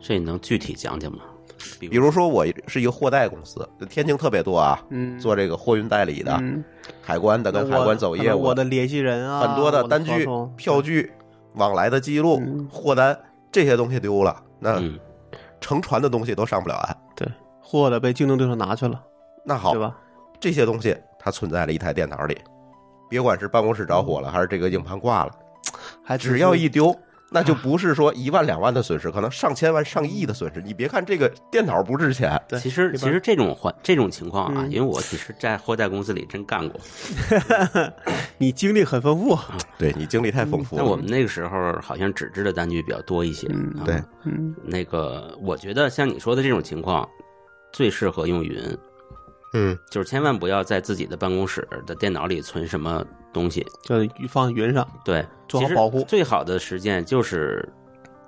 Speaker 2: 这你能具体讲讲吗？比
Speaker 1: 比如说，我是一个货代公司，天津特别多啊，
Speaker 3: 嗯，
Speaker 1: 做这个货运代理的、
Speaker 3: 嗯
Speaker 1: 海关的，跟海关走业
Speaker 3: 可能
Speaker 1: 务，
Speaker 3: 我的联系人啊，
Speaker 1: 很多
Speaker 3: 的
Speaker 1: 单据、票据、往来的记录、
Speaker 3: 嗯
Speaker 1: 货单这些东西丢了，那
Speaker 2: 嗯，
Speaker 1: 乘船的东西都上不了岸。
Speaker 3: 对，或者被竞争对手拿去了，
Speaker 1: 那好
Speaker 3: 对，吧？
Speaker 1: 这些东西它存在了一台电脑里，别管是办公室着火
Speaker 3: 嗯
Speaker 1: 了，还是这个硬盘挂了，
Speaker 3: 还
Speaker 1: 只要一丢。那
Speaker 3: 啊
Speaker 1: 就不是说一万两万的损失，可能上千万、上亿的损失。你别看这个电脑不值钱，
Speaker 3: 对
Speaker 2: 其实
Speaker 3: 里边
Speaker 2: 其实这种环这种情况啊，
Speaker 3: 嗯
Speaker 2: 因为我只是在货代公司里真干过。
Speaker 3: *laughs* 你经历很丰富，
Speaker 1: 对你经历太丰富
Speaker 2: 那
Speaker 1: 了。
Speaker 2: 嗯我们那个时候好像纸质的单据比较多一些。
Speaker 3: 嗯
Speaker 2: 啊
Speaker 1: 对，
Speaker 3: 嗯
Speaker 2: 那个我觉得像你说的这种情况，最适合用云，
Speaker 1: 嗯，
Speaker 2: 就是千万不要在自己的办公室的电脑里存什么东西。
Speaker 3: *laughs* 就是放云上，
Speaker 2: 对，
Speaker 3: 做好
Speaker 2: 其实
Speaker 3: 保护
Speaker 2: 最好的实践就是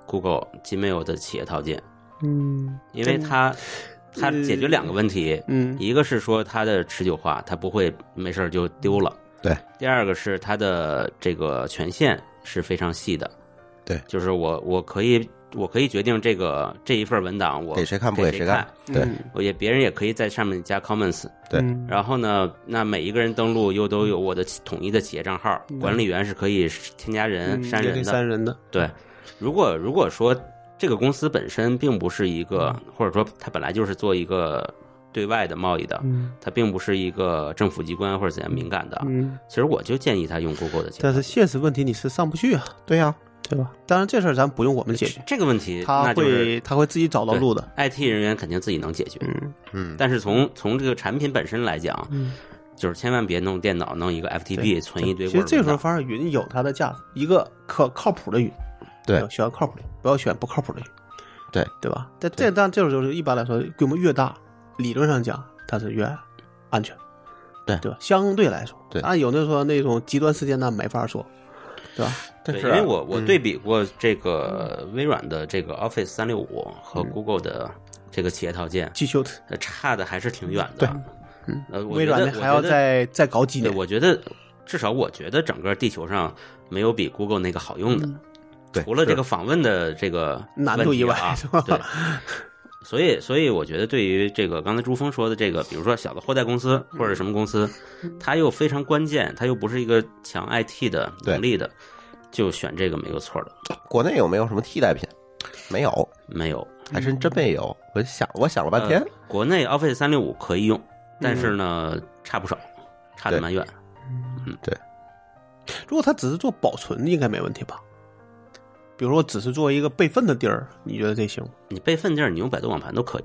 Speaker 2: Google Gmail 的企业套件，
Speaker 3: 嗯
Speaker 2: 因为它它解
Speaker 1: 呃
Speaker 2: 决两个问题，
Speaker 3: 嗯
Speaker 2: 一个是说它的持久化，它不会没事儿就丢了；
Speaker 1: 嗯对，
Speaker 2: 第二个是它的这个权限是非常细的，
Speaker 1: 对
Speaker 2: 就是我我可以我可以决定这个这一份文档我
Speaker 1: 给谁看不
Speaker 2: 给
Speaker 1: 给
Speaker 2: 谁
Speaker 1: 谁看
Speaker 2: 看，
Speaker 1: 对
Speaker 2: 我也别人也可以在上面加 comments，
Speaker 1: 对
Speaker 3: 嗯
Speaker 2: 然后呢，那每一个人登录又都有我的统一的企业账号，管理员是可以添加人、
Speaker 3: 嗯
Speaker 2: 删
Speaker 3: 对
Speaker 2: 人的。
Speaker 3: 删人的，
Speaker 2: 对，如果如果说这个公司本身并不是一个，
Speaker 3: 嗯
Speaker 2: 或者说它本来就是做一个对外的贸易的，
Speaker 3: 嗯
Speaker 2: 它并不是一个政府机关或者怎样敏感的，
Speaker 3: 嗯，
Speaker 2: 其实我就建议他用 Google 的企业。
Speaker 3: 但是现实问题你是上不去啊，
Speaker 1: 对呀、
Speaker 3: 对吧？当然这事儿咱不用我们解决，
Speaker 2: 这个问题，
Speaker 3: 他
Speaker 2: 那就是
Speaker 3: 会他会自己找到路的，
Speaker 2: IT 人员肯定自己能解决，
Speaker 3: 嗯
Speaker 1: 嗯，
Speaker 2: 但是从从这个产品本身来讲，
Speaker 3: 嗯。
Speaker 2: 就是千万别弄电脑弄一个 FTP 存一堆
Speaker 3: 其
Speaker 2: 或者文
Speaker 3: 实
Speaker 2: 档。
Speaker 3: 这时候反而云有它的价值，一个可靠谱的云，
Speaker 1: 对
Speaker 3: 要选靠谱的，不要选不靠谱的。
Speaker 1: 对
Speaker 3: 对吧？但这但这种就是一般来说，规模越大，理论上讲它是越安全。
Speaker 1: 对
Speaker 3: 对吧？相对来说，
Speaker 1: 对
Speaker 3: 啊，有的说那种极端事件那没法说，对吧？
Speaker 1: 但
Speaker 2: 对，
Speaker 1: 是
Speaker 2: 因
Speaker 1: 啊
Speaker 2: 为我我
Speaker 1: 嗯
Speaker 2: 对比过这
Speaker 3: 嗯
Speaker 2: 个微软的这个 Office 三六五和 Google 的这个企业套件，
Speaker 3: 继续
Speaker 2: 呃差的还是挺远
Speaker 3: 对
Speaker 2: 的。
Speaker 3: 嗯
Speaker 2: 呃，我
Speaker 3: 微
Speaker 2: 觉得
Speaker 3: 软呢还要。再再搞几
Speaker 2: 我觉得对，
Speaker 3: 年，
Speaker 2: 我觉得至少我觉得整个地球上没有比 Google 那个好用的，
Speaker 1: 对
Speaker 2: 除了这
Speaker 1: 是
Speaker 2: 个访问的这个
Speaker 3: 难度以外 *laughs*
Speaker 2: 问题啊
Speaker 3: 是吧
Speaker 2: 对。所以，所以我觉得对于这个刚才朱峰说的这个，比如说小的货代公司或者什么公司，它又非常关键，它又不是一个强 IT 的能力的，就选这个没有错的，
Speaker 1: 国内有没有什么替代品？没有，
Speaker 2: 没有。
Speaker 1: 还真
Speaker 3: 嗯
Speaker 1: 真没有。我想我想了半天
Speaker 2: 呃，国内 Office 三六五可以用，但是呢，差不少，差得蛮远。
Speaker 3: 如果它只是做保存，应该没问题吧？比如说，只是做一个备份的地儿，你觉得这行吗？
Speaker 2: 你备份地儿，你用百度网盘都可以。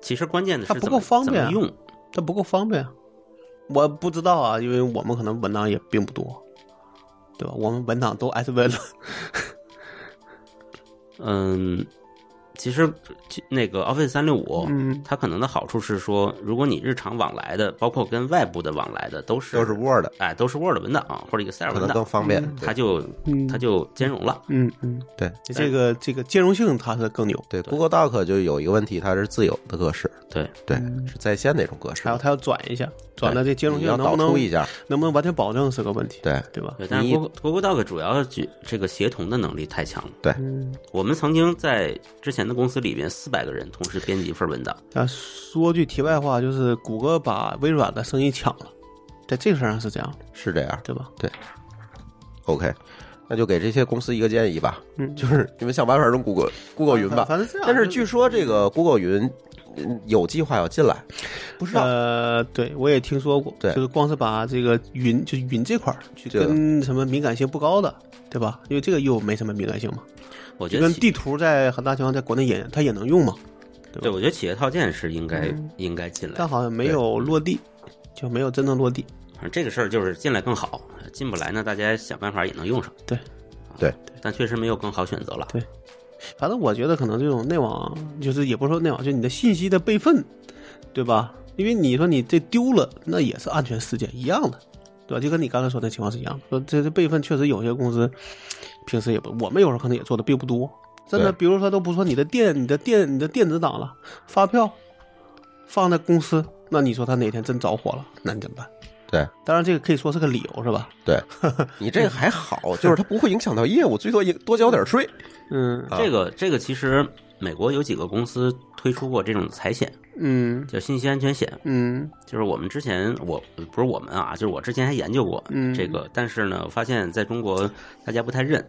Speaker 2: 其实关键的
Speaker 3: 它
Speaker 2: 是
Speaker 3: 不
Speaker 2: 怎
Speaker 3: 够
Speaker 2: 么
Speaker 3: 方便啊
Speaker 2: 怎么用。
Speaker 3: 它不够方便啊。我不知道啊，因为我们可能文档也并不多，对吧？我们文档都 SVN 了，
Speaker 2: 嗯，其实其那个 Office 三六五，
Speaker 3: 嗯
Speaker 2: 它可能的好处是说，如果你日常往来的，包括跟外部的往来的，都是
Speaker 1: 就是 Word
Speaker 2: 哎都是 Word 文档或者 Excel
Speaker 1: 可
Speaker 2: 文
Speaker 1: 能更
Speaker 2: 档，
Speaker 1: 方便。对
Speaker 2: 它就
Speaker 3: 嗯
Speaker 2: 它就兼容了。
Speaker 3: 嗯嗯，
Speaker 1: 对
Speaker 3: *laughs* 这个这个兼容性它是更牛，
Speaker 1: 对 Google Doc 就有一个问题，它是自有的格式，
Speaker 2: 对，
Speaker 1: 对，是在线那种格式
Speaker 3: 还。有它要转一下，转到这兼容
Speaker 1: 你
Speaker 3: 性
Speaker 1: 要
Speaker 3: 嗯能不
Speaker 1: 导出
Speaker 3: 能
Speaker 1: 一下，
Speaker 3: 能不能完全保证是个问题，
Speaker 1: 对
Speaker 3: 对吧？
Speaker 2: 对但是
Speaker 1: 你
Speaker 2: Google Google Doc 主要举这个协同的能力太强了。
Speaker 3: 嗯，
Speaker 2: 我们曾经在之前的公司里边，四百个人同时编辑一份文档，
Speaker 3: 啊，说句题外话，就是谷歌把微软的生意抢了，在这个事儿上是这样的，
Speaker 1: 是这样。
Speaker 3: 对吧？
Speaker 1: OK，那就给这些公司一个建议吧，
Speaker 3: 嗯
Speaker 1: 就是你们想办法用 Google Google 云吧。
Speaker 3: 反正这样，
Speaker 1: 哦但是据说这个 Google 云嗯有计划要进来，不知道
Speaker 3: 呃，对我也听说过，
Speaker 1: 对
Speaker 3: 就是光是把这个云，就是云这块儿去
Speaker 1: 这个
Speaker 3: 跟什么敏感性不高的，对吧？因为这个又没什么敏感性嘛，
Speaker 2: 我觉
Speaker 3: 就
Speaker 2: 得
Speaker 3: 跟
Speaker 2: 其
Speaker 3: 地图在很大情况下在国内也它也能用嘛，
Speaker 2: 对我觉得企业套件是应该应该进来
Speaker 3: 嗯但
Speaker 2: 的，
Speaker 3: 好像没有落地，就没有真正落地。
Speaker 2: 反正这个事儿就是进来更好，呃进不来呢，大家想办法也能用上。
Speaker 3: 对
Speaker 2: 啊，
Speaker 1: 对
Speaker 2: 但确实没有更好选择了。
Speaker 3: 反正我觉得可能这种内网，就是也不是说内网，就你的信息的备份，对吧？因为你说你这丢了，那也是安全事件一样的，对吧？就跟你刚才说的情况是一样的。说这这备份确实有些公司平时也不，我们有时候可能也做的并不多。真的，
Speaker 1: 对
Speaker 3: 比如说都不说你的电、你的电、你的电子档了，发票放在公司，那你说他哪天真着火了，那你怎么办？
Speaker 1: 对。
Speaker 3: 当然，这个可以说是个理由，是吧？
Speaker 1: *laughs* 对你这个还
Speaker 3: *laughs*
Speaker 1: 好，就是它不会影响到业务，最多也多交点税。
Speaker 3: 嗯
Speaker 1: 啊
Speaker 2: 这个这个其实美国有几个公司推出过这种财险，
Speaker 3: 嗯
Speaker 2: 叫信息安全险。
Speaker 3: 嗯
Speaker 2: 就是我们之前我不是我们啊，就是我之前还研究过
Speaker 3: 嗯
Speaker 2: 这个，但是呢，我发现在中国大家不太认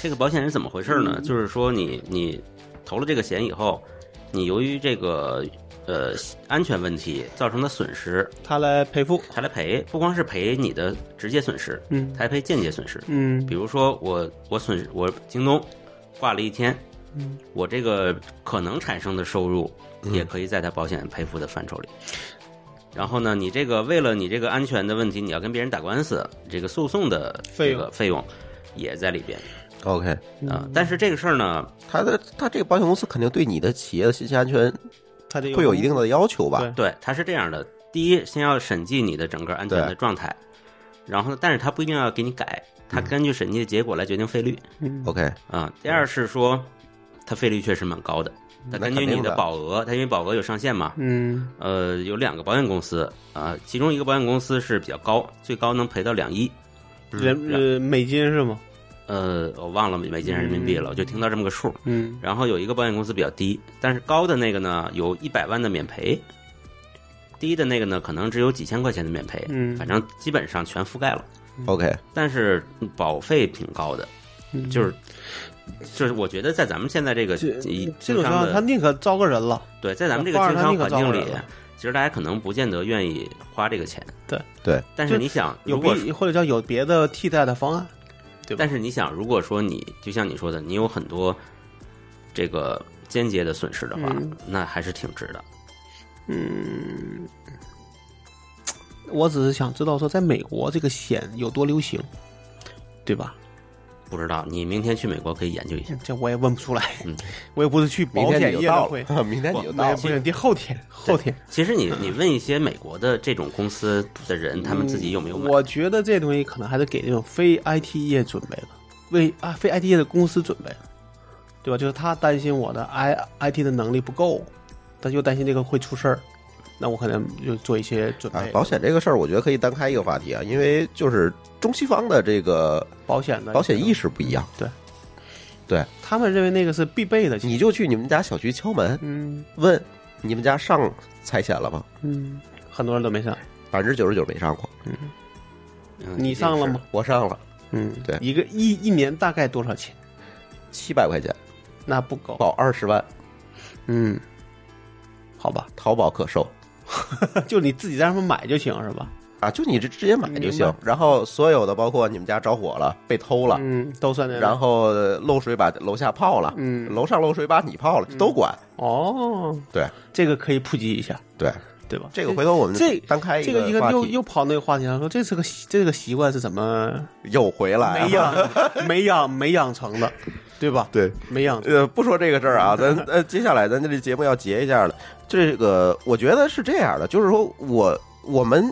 Speaker 2: 这个保险是怎么回事
Speaker 3: 嗯
Speaker 2: 呢？就是说你你投了这个险以后，你由于这个呃安全问题造成的损失，
Speaker 3: 他来赔付。
Speaker 2: 他来赔，不光是赔你的直接损失，
Speaker 3: 嗯
Speaker 2: 他还赔间接损失。
Speaker 3: 嗯
Speaker 2: 比如说我我损我京东挂了一天，
Speaker 3: 嗯
Speaker 2: 我这个可能产生的收入也可以在它保险赔付的范畴里。然后呢，你这个为了你这个安全的问题，你要跟别人打官司，这个诉讼的
Speaker 3: 费
Speaker 2: 这
Speaker 3: 用嗯
Speaker 2: 个费用也在里边
Speaker 1: OK，
Speaker 2: 啊、但是这个事儿呢，
Speaker 1: 它的它这个保险公司肯定对你的企业的信息安全
Speaker 3: 他得
Speaker 1: 会有一定的要求吧
Speaker 3: 对？
Speaker 2: 对它是这样的：第一，先要审计你的整个安全的
Speaker 1: 对状
Speaker 2: 状态，然后呢，但是它不一定要给你改，它根据审计的结果来决定费率。
Speaker 3: 嗯
Speaker 1: OK，
Speaker 2: 啊、第二是说，它费率确实蛮高的，它根
Speaker 1: 那
Speaker 2: 据
Speaker 1: 肯
Speaker 2: 你
Speaker 1: 定的
Speaker 2: 的保额，它因为保额有上限嘛，
Speaker 3: 嗯
Speaker 2: 呃，有两个保险公司啊、其中一个保险公司是比较高，最高能赔到两亿，
Speaker 3: 人呃美金是吗？
Speaker 2: 呃，我忘了美金还是人民币了，我就听到这么个数。
Speaker 3: 嗯
Speaker 2: 然后有一个保险公司比较低，但是高的那个呢有一百万的免赔，低的那个呢可能只有几千块钱的免赔，
Speaker 3: 嗯
Speaker 2: 反正基本上全覆盖了，
Speaker 1: OK，
Speaker 2: 但是保费挺高的，
Speaker 3: 嗯
Speaker 2: 就是。就是我觉得在咱们现在这个
Speaker 3: 这
Speaker 2: 经
Speaker 3: 这种情
Speaker 2: 商
Speaker 3: 况
Speaker 2: 的
Speaker 3: 他宁可招个人了，
Speaker 2: 对，在咱们这个
Speaker 3: 花儿
Speaker 2: 经
Speaker 3: 他
Speaker 2: 商
Speaker 3: 宁可
Speaker 2: 环
Speaker 3: 招
Speaker 2: 境
Speaker 3: 人
Speaker 2: 里
Speaker 3: 了，啊
Speaker 2: 其实大家可能不见得愿意花这个钱。
Speaker 3: 对
Speaker 1: 对，
Speaker 2: 但
Speaker 3: 就是
Speaker 2: 你想，
Speaker 3: 有
Speaker 2: 如果
Speaker 3: 别或者叫有别的替代的方案。对吧
Speaker 2: 但是你想，如果说你就像你说的，你有很多这个间接的损失的话，
Speaker 3: 嗯
Speaker 2: 那还是挺值的。
Speaker 3: 嗯，我只是想知道说，在美国这个险有多流行，对吧？
Speaker 2: 不知道，你明天去美国可以研究一下。
Speaker 3: 这我也问不出来，
Speaker 2: 嗯
Speaker 3: *laughs* 我也不是去
Speaker 1: 嗯明
Speaker 3: 保
Speaker 1: 天
Speaker 3: 险
Speaker 1: 你
Speaker 3: 业
Speaker 1: 就
Speaker 3: 的
Speaker 1: 到
Speaker 3: 会，
Speaker 1: 了， *laughs* 明天你就到
Speaker 3: 那
Speaker 1: 了
Speaker 3: 不。是第后天，后天。
Speaker 2: 其实你你问一些美国的这种公司的人，他们自己有没有买？
Speaker 3: 嗯我觉得这东西可能还是给这种非 IT 业准备的，为啊非 IT 业的公司准备的，对吧？就是他担心我的 I IT 的能力不够，但又担心这个会出事儿，那我可能就做一些准备。
Speaker 1: 啊，保险这个事儿，我觉得可以单开一个话题啊，因为就是中西方的这个
Speaker 3: 保险的
Speaker 1: 保险意
Speaker 3: 识，
Speaker 1: 识不一样。
Speaker 3: 对，
Speaker 1: 对，
Speaker 3: 他们认为那个是必备的。其实
Speaker 1: 你就去你们家小区敲门，
Speaker 3: 嗯
Speaker 1: 问你们家上财险了吗？
Speaker 3: 嗯，很多人都没上，
Speaker 1: 百分之九十九没上过，
Speaker 2: 嗯
Speaker 3: 你上了？吗？
Speaker 1: 我上了
Speaker 3: 嗯，
Speaker 1: 对
Speaker 3: 一个一一年大概多少钱？
Speaker 1: 七百块钱，
Speaker 3: 那不够。
Speaker 1: 保二十万，
Speaker 3: 嗯，好吧， *laughs*
Speaker 1: 淘宝可售
Speaker 3: 就你自己让他们买就行，是吧？
Speaker 1: 啊，就你直直接买就
Speaker 3: 明
Speaker 1: 行
Speaker 3: 白。
Speaker 1: 然后所有的，包括你们家着火了、被偷了，
Speaker 3: 嗯，都算在内。
Speaker 1: 然后呃漏水把楼下泡了，
Speaker 3: 嗯
Speaker 1: 楼上漏水把你泡了，这都管。
Speaker 3: 哦，
Speaker 1: 对
Speaker 3: 这个可以普及一下，
Speaker 1: 对，
Speaker 3: 对吧？
Speaker 1: 这个回头我们
Speaker 3: 嗯这
Speaker 1: 单开
Speaker 3: 这
Speaker 1: 个
Speaker 3: 个一个
Speaker 1: 话
Speaker 3: 又
Speaker 1: 题，
Speaker 3: 又跑那个话题上说，这是个习这个习惯是怎么
Speaker 1: 又回来啊
Speaker 3: 没养 *laughs* 没养没养成的，对吧？
Speaker 1: 对。
Speaker 3: 没养成，
Speaker 1: 呃，不说这个事儿啊，咱呃，接下来咱这个节目要结一下了。这个我觉得是这样的，就是说我我们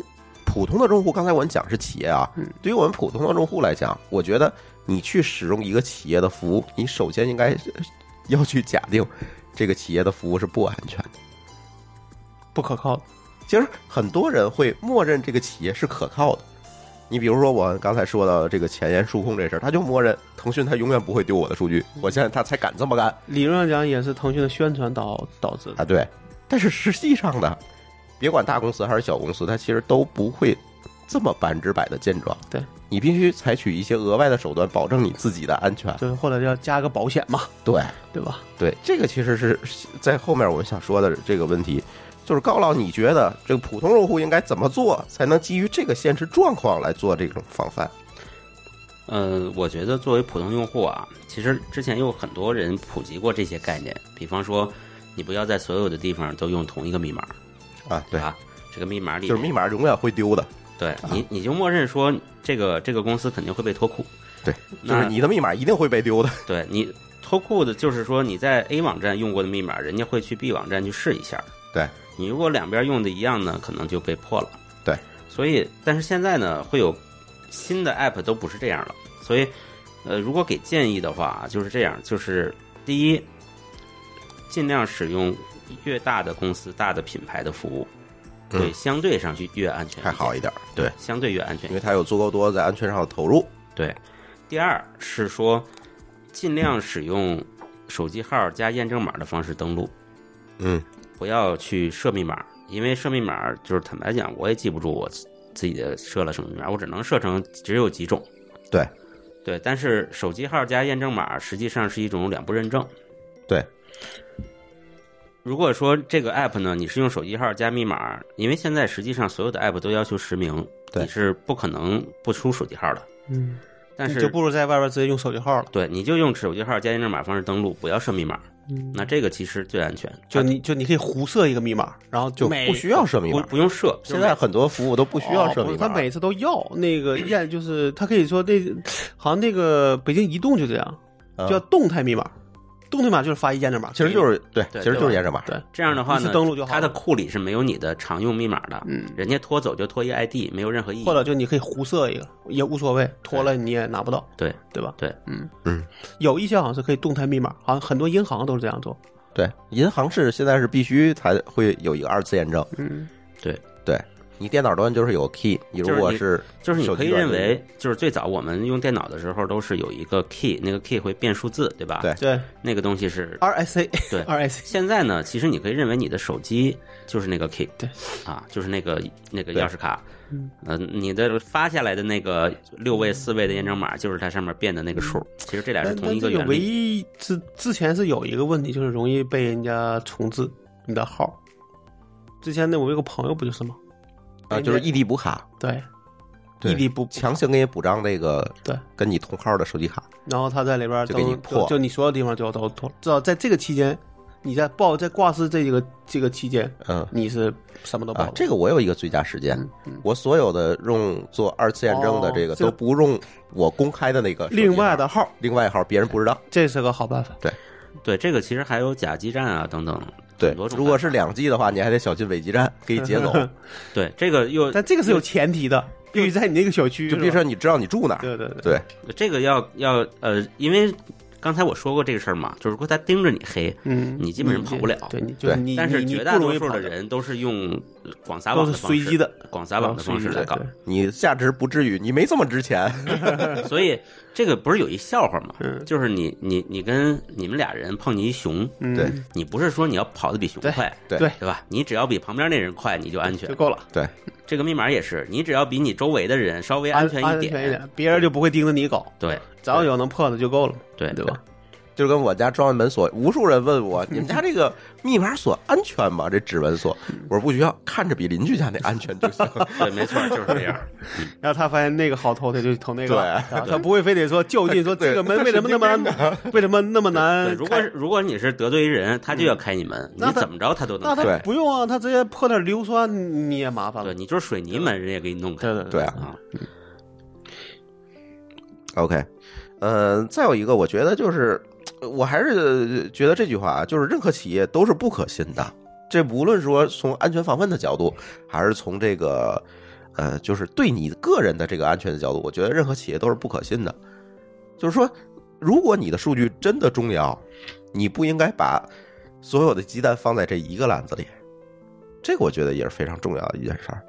Speaker 1: 普通的用户，刚才我们讲是企业啊，对于我们普通的用户来讲，我觉得你去使用一个企业的服务，你首先应该是要去假定这个企业的服务是不安全的。
Speaker 3: 不可靠的。
Speaker 1: 其实很多人会默认这个企业是可靠的。你比如说我刚才说到的这个前沿数控这事儿，他就默认腾讯他永远不会丢我的数据，我现在他才敢这么干。
Speaker 3: 理论上讲，也是腾讯的宣传导导致的。
Speaker 1: 啊，对。但是实际上呢，别管大公司还是小公司，它其实都不会这么百分之百的健壮。
Speaker 3: 对
Speaker 1: 你必须采取一些额外的手段，保证你自己的安全。
Speaker 3: 就是或者要加个保险嘛，
Speaker 1: 对
Speaker 3: 对吧？
Speaker 1: 对，这个其实是在后面我们想说的这个问题，就是高老，你觉得这个普通用户应该怎么做，才能基于这个现实状况来做这种防范？
Speaker 2: 呃，我觉得作为普通用户啊，其实之前有很多人普及过这些概念，比方说，你不要在所有的地方都用同一个密码，
Speaker 1: 啊，对，
Speaker 2: 吧？这个密码里
Speaker 1: 就是密啊码永远会丢的，
Speaker 2: 对你你就默认说这个这个公司肯定会被脱裤，
Speaker 1: 对，就
Speaker 2: 那
Speaker 1: 是你的密码一定会被丢的。
Speaker 2: 对你脱裤子就是说你在 A 网站用过的密码，人家会去 B 网站去试一下。
Speaker 1: 对，
Speaker 2: 你如果两边用的一样呢，可能就被破了。
Speaker 1: 对，
Speaker 2: 所以但是现在呢，会有新的 app 都不是这样了。所以，呃，如果给建议的话，啊就是这样，就是第一，尽量使用越大的公司、大的品牌的服务，
Speaker 1: 嗯
Speaker 2: 对，相对上去越安全，
Speaker 1: 还好一，点，对，
Speaker 2: 相对越安全
Speaker 1: 因。为它有足够多在安全上的投入。
Speaker 2: 对，第二是说，尽量使用手机号加验证码的方式登录，
Speaker 1: 嗯，
Speaker 2: 不要去设密码，因为设密码就是坦白讲，我也记不住我自自己的设了什么密码，我只能设成只有几种。
Speaker 1: 对，
Speaker 2: 对，但是手机号加验证码实际上是一种两步认证。
Speaker 1: 对，
Speaker 2: 如果说这个 app 呢，你是用手机号加密码，因为现在实际上所有的 app 都要求实名，
Speaker 1: 对
Speaker 2: 你是不可能不出手机号的。
Speaker 3: 嗯，
Speaker 2: 但是
Speaker 3: 你就不如在外边直接用手机号了。
Speaker 2: 对，你就用手机号加验证码方式登录，不要设密码。那这个其实最安全，
Speaker 1: 啊
Speaker 3: 就你就你可以胡设一个密码，然后
Speaker 1: 就
Speaker 3: 每
Speaker 1: 不需要设密
Speaker 2: 不
Speaker 1: 码，
Speaker 2: 不用设。
Speaker 1: 现在很多服务都不需要设
Speaker 3: 哦不
Speaker 1: 密
Speaker 3: 是
Speaker 1: 码，
Speaker 3: 他每次都要那个验，就是他可以说那，好像那个北京移动就这样，
Speaker 1: 嗯
Speaker 3: 叫动态密码，动态密码就是发一验证码，
Speaker 1: 其实就是对，
Speaker 2: 对
Speaker 1: 其实就
Speaker 2: 对
Speaker 1: 是
Speaker 2: 吧
Speaker 1: 验证码，
Speaker 3: 对，
Speaker 2: 这样的话
Speaker 3: 一
Speaker 2: 呢
Speaker 3: 次，登录就好
Speaker 2: 它的库里是没有你的常用密码的，
Speaker 3: 嗯
Speaker 2: 人家拖走就拖一 ID，没有任何意义。
Speaker 3: 或者就你可以胡设一个也无所谓，脱了你也拿不到，
Speaker 2: 对
Speaker 3: 对吧？
Speaker 2: 对，
Speaker 3: 嗯
Speaker 1: 嗯，
Speaker 3: 有一些好像是可以动态密码，好像很多银行都是这样做，
Speaker 1: 对，银行是现在是必须才会有一个二次验证，
Speaker 3: 嗯，
Speaker 2: 对，
Speaker 1: 对你电脑端就是有 key，你
Speaker 2: 就
Speaker 1: 如
Speaker 2: 是
Speaker 1: 果
Speaker 2: 你
Speaker 1: 是
Speaker 2: 就是你
Speaker 1: 手
Speaker 2: 可
Speaker 1: 机
Speaker 2: 以
Speaker 1: 软
Speaker 2: 认
Speaker 1: 件
Speaker 2: 为，就是最早我们用电脑的时候都是有一个 key，那个 key 会变数字，对吧？
Speaker 1: 对啊
Speaker 3: 对
Speaker 2: 那个东西是。
Speaker 3: ，RSA，
Speaker 2: 对
Speaker 3: RSA，
Speaker 2: 现在呢，其实你可以认为你的手机就是那个 key，
Speaker 3: 对，
Speaker 2: 啊，就是那个那个
Speaker 1: 对
Speaker 2: 钥匙卡
Speaker 3: 嗯，
Speaker 2: 呃，你的发下来的那个六位、四位的验证
Speaker 3: 嗯
Speaker 2: 码，就是它上面变的那个数，其实这俩是
Speaker 3: 但
Speaker 2: 同一
Speaker 3: 但
Speaker 2: 个
Speaker 3: 这个
Speaker 2: 原
Speaker 3: 唯
Speaker 2: 理。
Speaker 3: 一之之前是有一个问题，就是容易被人家重置你的号。之前那我有个朋友不就是吗？
Speaker 1: 啊，就是异地补卡，
Speaker 3: 对，
Speaker 1: 对
Speaker 3: 异地不
Speaker 1: 强行给你补张那个
Speaker 3: 对，
Speaker 1: 跟你同号的手机卡，
Speaker 3: 然后他在里边儿
Speaker 1: 就给你
Speaker 3: 登
Speaker 1: 破
Speaker 3: 就就你所有地方就要都脱，至少在这个期间，你在报在挂失这个这个期间，
Speaker 1: 嗯
Speaker 3: 你是什么都报
Speaker 1: 啊
Speaker 3: 了，，
Speaker 1: 这个我有一个最佳时间，
Speaker 2: 嗯
Speaker 1: 我所有的用做二次验证的这个
Speaker 3: 哦这
Speaker 1: 都
Speaker 3: 个
Speaker 1: 不用我公开的那个手机号
Speaker 3: 另外的号，
Speaker 1: 另外一号，别人不知道。
Speaker 3: 这是个好办法。
Speaker 2: 对，这个其实还有甲基站啊等等
Speaker 1: 对
Speaker 2: 很多，种
Speaker 1: 如果是两 G 的话，你还得小心伪基站给你劫走。
Speaker 2: 对，这个又
Speaker 3: *laughs* 但这个是有前提的，必须在你那个小区，
Speaker 1: 就比
Speaker 3: 是
Speaker 1: 如
Speaker 3: 吧
Speaker 1: 说你知道你住哪儿，
Speaker 3: 对对对，
Speaker 1: 对，
Speaker 2: 这个要要呃，因为刚才我说过这个事儿嘛，就是如果他盯着你黑，
Speaker 3: 嗯，
Speaker 2: 你基本上跑不了
Speaker 3: 对你就
Speaker 1: 对
Speaker 3: 是你，
Speaker 2: 但是
Speaker 3: 你
Speaker 2: 绝大多
Speaker 3: 你不
Speaker 2: 数
Speaker 3: 容易跑
Speaker 2: 的
Speaker 3: 得
Speaker 2: 人都是用广撒网
Speaker 3: 都
Speaker 2: 的
Speaker 3: 是
Speaker 2: 方
Speaker 3: 随机
Speaker 2: 式，
Speaker 3: 的，
Speaker 2: 广撒网的方式来搞
Speaker 3: 嗯对，
Speaker 1: 你价值不至于，你没这么值钱。
Speaker 3: *laughs*
Speaker 2: 所以这个不是有一笑话嘛，
Speaker 3: 嗯
Speaker 2: 就是你你你跟你们俩人碰见一熊，
Speaker 3: 嗯
Speaker 1: 对
Speaker 2: 你不是说你要跑得比熊
Speaker 3: 对
Speaker 2: 快，
Speaker 1: 对
Speaker 3: 对
Speaker 2: 对吧？你只要比旁边那人快，你就安全
Speaker 3: 就。够了，
Speaker 1: 对，
Speaker 2: 这个密码也是，你只要比你周围的人稍微
Speaker 3: 安
Speaker 2: 全
Speaker 3: 安
Speaker 2: 一
Speaker 3: 全一点，别人就不会盯着你搞，
Speaker 2: 对
Speaker 3: 只要有能破的就够了，
Speaker 2: 对
Speaker 3: *laughs* 对吧？？
Speaker 1: *laughs* 就跟我家装完门锁，无数人问我：“你们家这个密码锁安全吗？这指纹锁？”我说：“不需要，看着比邻居家那安全就行。
Speaker 2: 对，没错，就是这
Speaker 3: *laughs*
Speaker 2: 样。
Speaker 3: 然后他发现那个好偷，他就偷那个
Speaker 2: *laughs*
Speaker 3: 了，
Speaker 1: 对
Speaker 3: 啊他不会非得说较劲，说这个门为什么那么难，为什么那么
Speaker 2: 啊对，
Speaker 3: 难
Speaker 2: 如果
Speaker 3: 开？
Speaker 2: 如果你是得罪一人，他就要开你门，
Speaker 3: 嗯那
Speaker 2: 你
Speaker 3: 他
Speaker 2: 怎么着他都
Speaker 3: 那
Speaker 2: 能开。
Speaker 3: 他
Speaker 1: 对
Speaker 3: 不用啊，他直接破点硫酸你也麻烦
Speaker 2: 对
Speaker 3: 了。
Speaker 2: 你就是水泥门，人也给你弄开。
Speaker 3: 对对”
Speaker 1: 对啊
Speaker 2: 啊，
Speaker 1: ，OK，呃，再有一个，我觉得就是，呃我还是觉得这句话啊，就是任何企业都是不可信的。这无论说从安全防范的角度，还是从这个呃，就是对你个人的这个安全的角度，我觉得任何企业都是不可信的。就是说，如果你的数据真的重要，你不应该把所有的鸡蛋放在这一个篮子里。这个我觉得也是非常重要的一件事儿。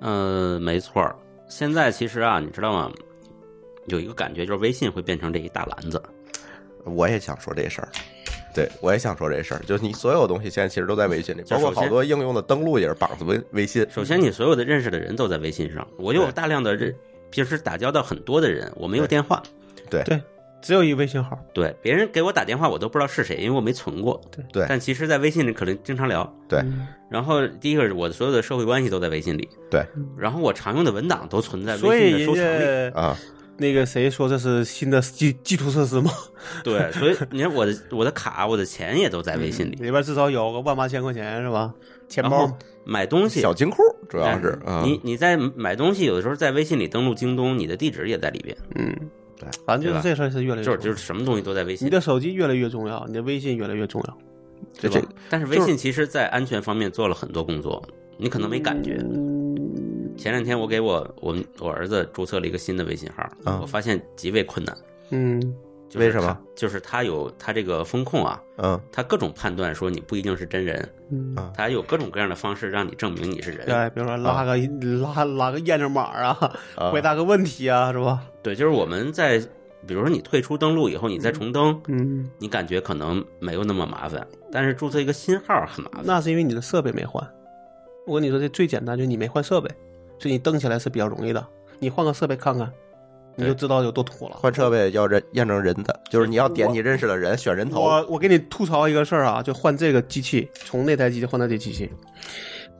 Speaker 2: 呃，没错儿。现在其实啊，你知道吗？有一个感觉就是微信会变成这一大篮子，
Speaker 1: 我也想说这事儿，对我也想说这事儿，就是你所有东西现在其实都在微信里，
Speaker 2: 就
Speaker 1: 包括
Speaker 2: 首先
Speaker 1: 好多应用的登录也是绑着微微信。
Speaker 2: 首先，你所有的认识的人都在微信上，我有
Speaker 1: 对
Speaker 2: 大量的认，平时打交道很多的人，我没有
Speaker 1: 对
Speaker 2: 电话，
Speaker 3: 对，只有一微信号，
Speaker 2: 对别人给我打电话，我都不知道是谁，因为我没存过。
Speaker 1: 对
Speaker 2: 但其实，在微信里可能经常聊。嗯
Speaker 1: 对
Speaker 2: 然后，第一个是我所有的社会关系都在微信里，嗯
Speaker 1: 对
Speaker 2: 然后我常用的文档都存在
Speaker 3: 所
Speaker 2: 微信的
Speaker 3: 以
Speaker 2: 收藏里。
Speaker 3: 人家
Speaker 1: 啊，
Speaker 3: 那个谁说这是新的基基础设施吗？
Speaker 2: 对，所以你看我的我的卡、我的钱也都在微信里。
Speaker 1: 嗯
Speaker 3: 里边至少有个万八千块钱是吧？钱
Speaker 2: 然
Speaker 3: 包
Speaker 2: 后买东西，哎
Speaker 1: 小金库主要是啊，
Speaker 2: 你你在买东西，有的时候在微信里登录京东，你的地址也在里边，
Speaker 3: 嗯，
Speaker 1: 对，
Speaker 3: 反正
Speaker 2: 对
Speaker 3: 就
Speaker 2: 吧
Speaker 3: 是这事儿是越来越
Speaker 2: 就是就
Speaker 3: 重
Speaker 2: 是什么东西都在微
Speaker 3: 要你
Speaker 2: 信，
Speaker 3: 的手机越来越重要，你的微信越来越重要。
Speaker 1: 这
Speaker 2: 对
Speaker 1: 这
Speaker 2: 吧？但是微信其实在安全方面做了很多工作，你可能没感觉。前两天我给我我们我儿子注册了一个新的微信号
Speaker 1: 嗯，
Speaker 2: 我发现极为困难。
Speaker 3: 嗯，
Speaker 2: 就是
Speaker 1: 为什么
Speaker 2: 他？就是他有他这个风控啊，
Speaker 1: 嗯
Speaker 2: 他各种判断说你不一定是真人，
Speaker 3: 嗯
Speaker 1: 啊
Speaker 2: 他有各种各样的方式让你证明你是人。
Speaker 3: 对，比如说拉个拉拉个验证码啊，
Speaker 1: 啊
Speaker 3: 回答个问题啊，是吧？
Speaker 2: 对，就是我们在比如说你退出登录以后，你再重登，
Speaker 3: 嗯，
Speaker 2: 你感觉可能没有那么麻烦，但是注册一个新号很麻烦。
Speaker 3: 那是因为你的设备没换。我跟你说，这最简单就是你没换设备，所以你登起来是比较容易的。你换个设备看看，你就知道有多土了。
Speaker 1: 换设备要认验证人的，就是你要点你认识的人，选人头。
Speaker 3: 我我给你吐槽一个事儿啊，就换这个机器，从那台机器换到这机器，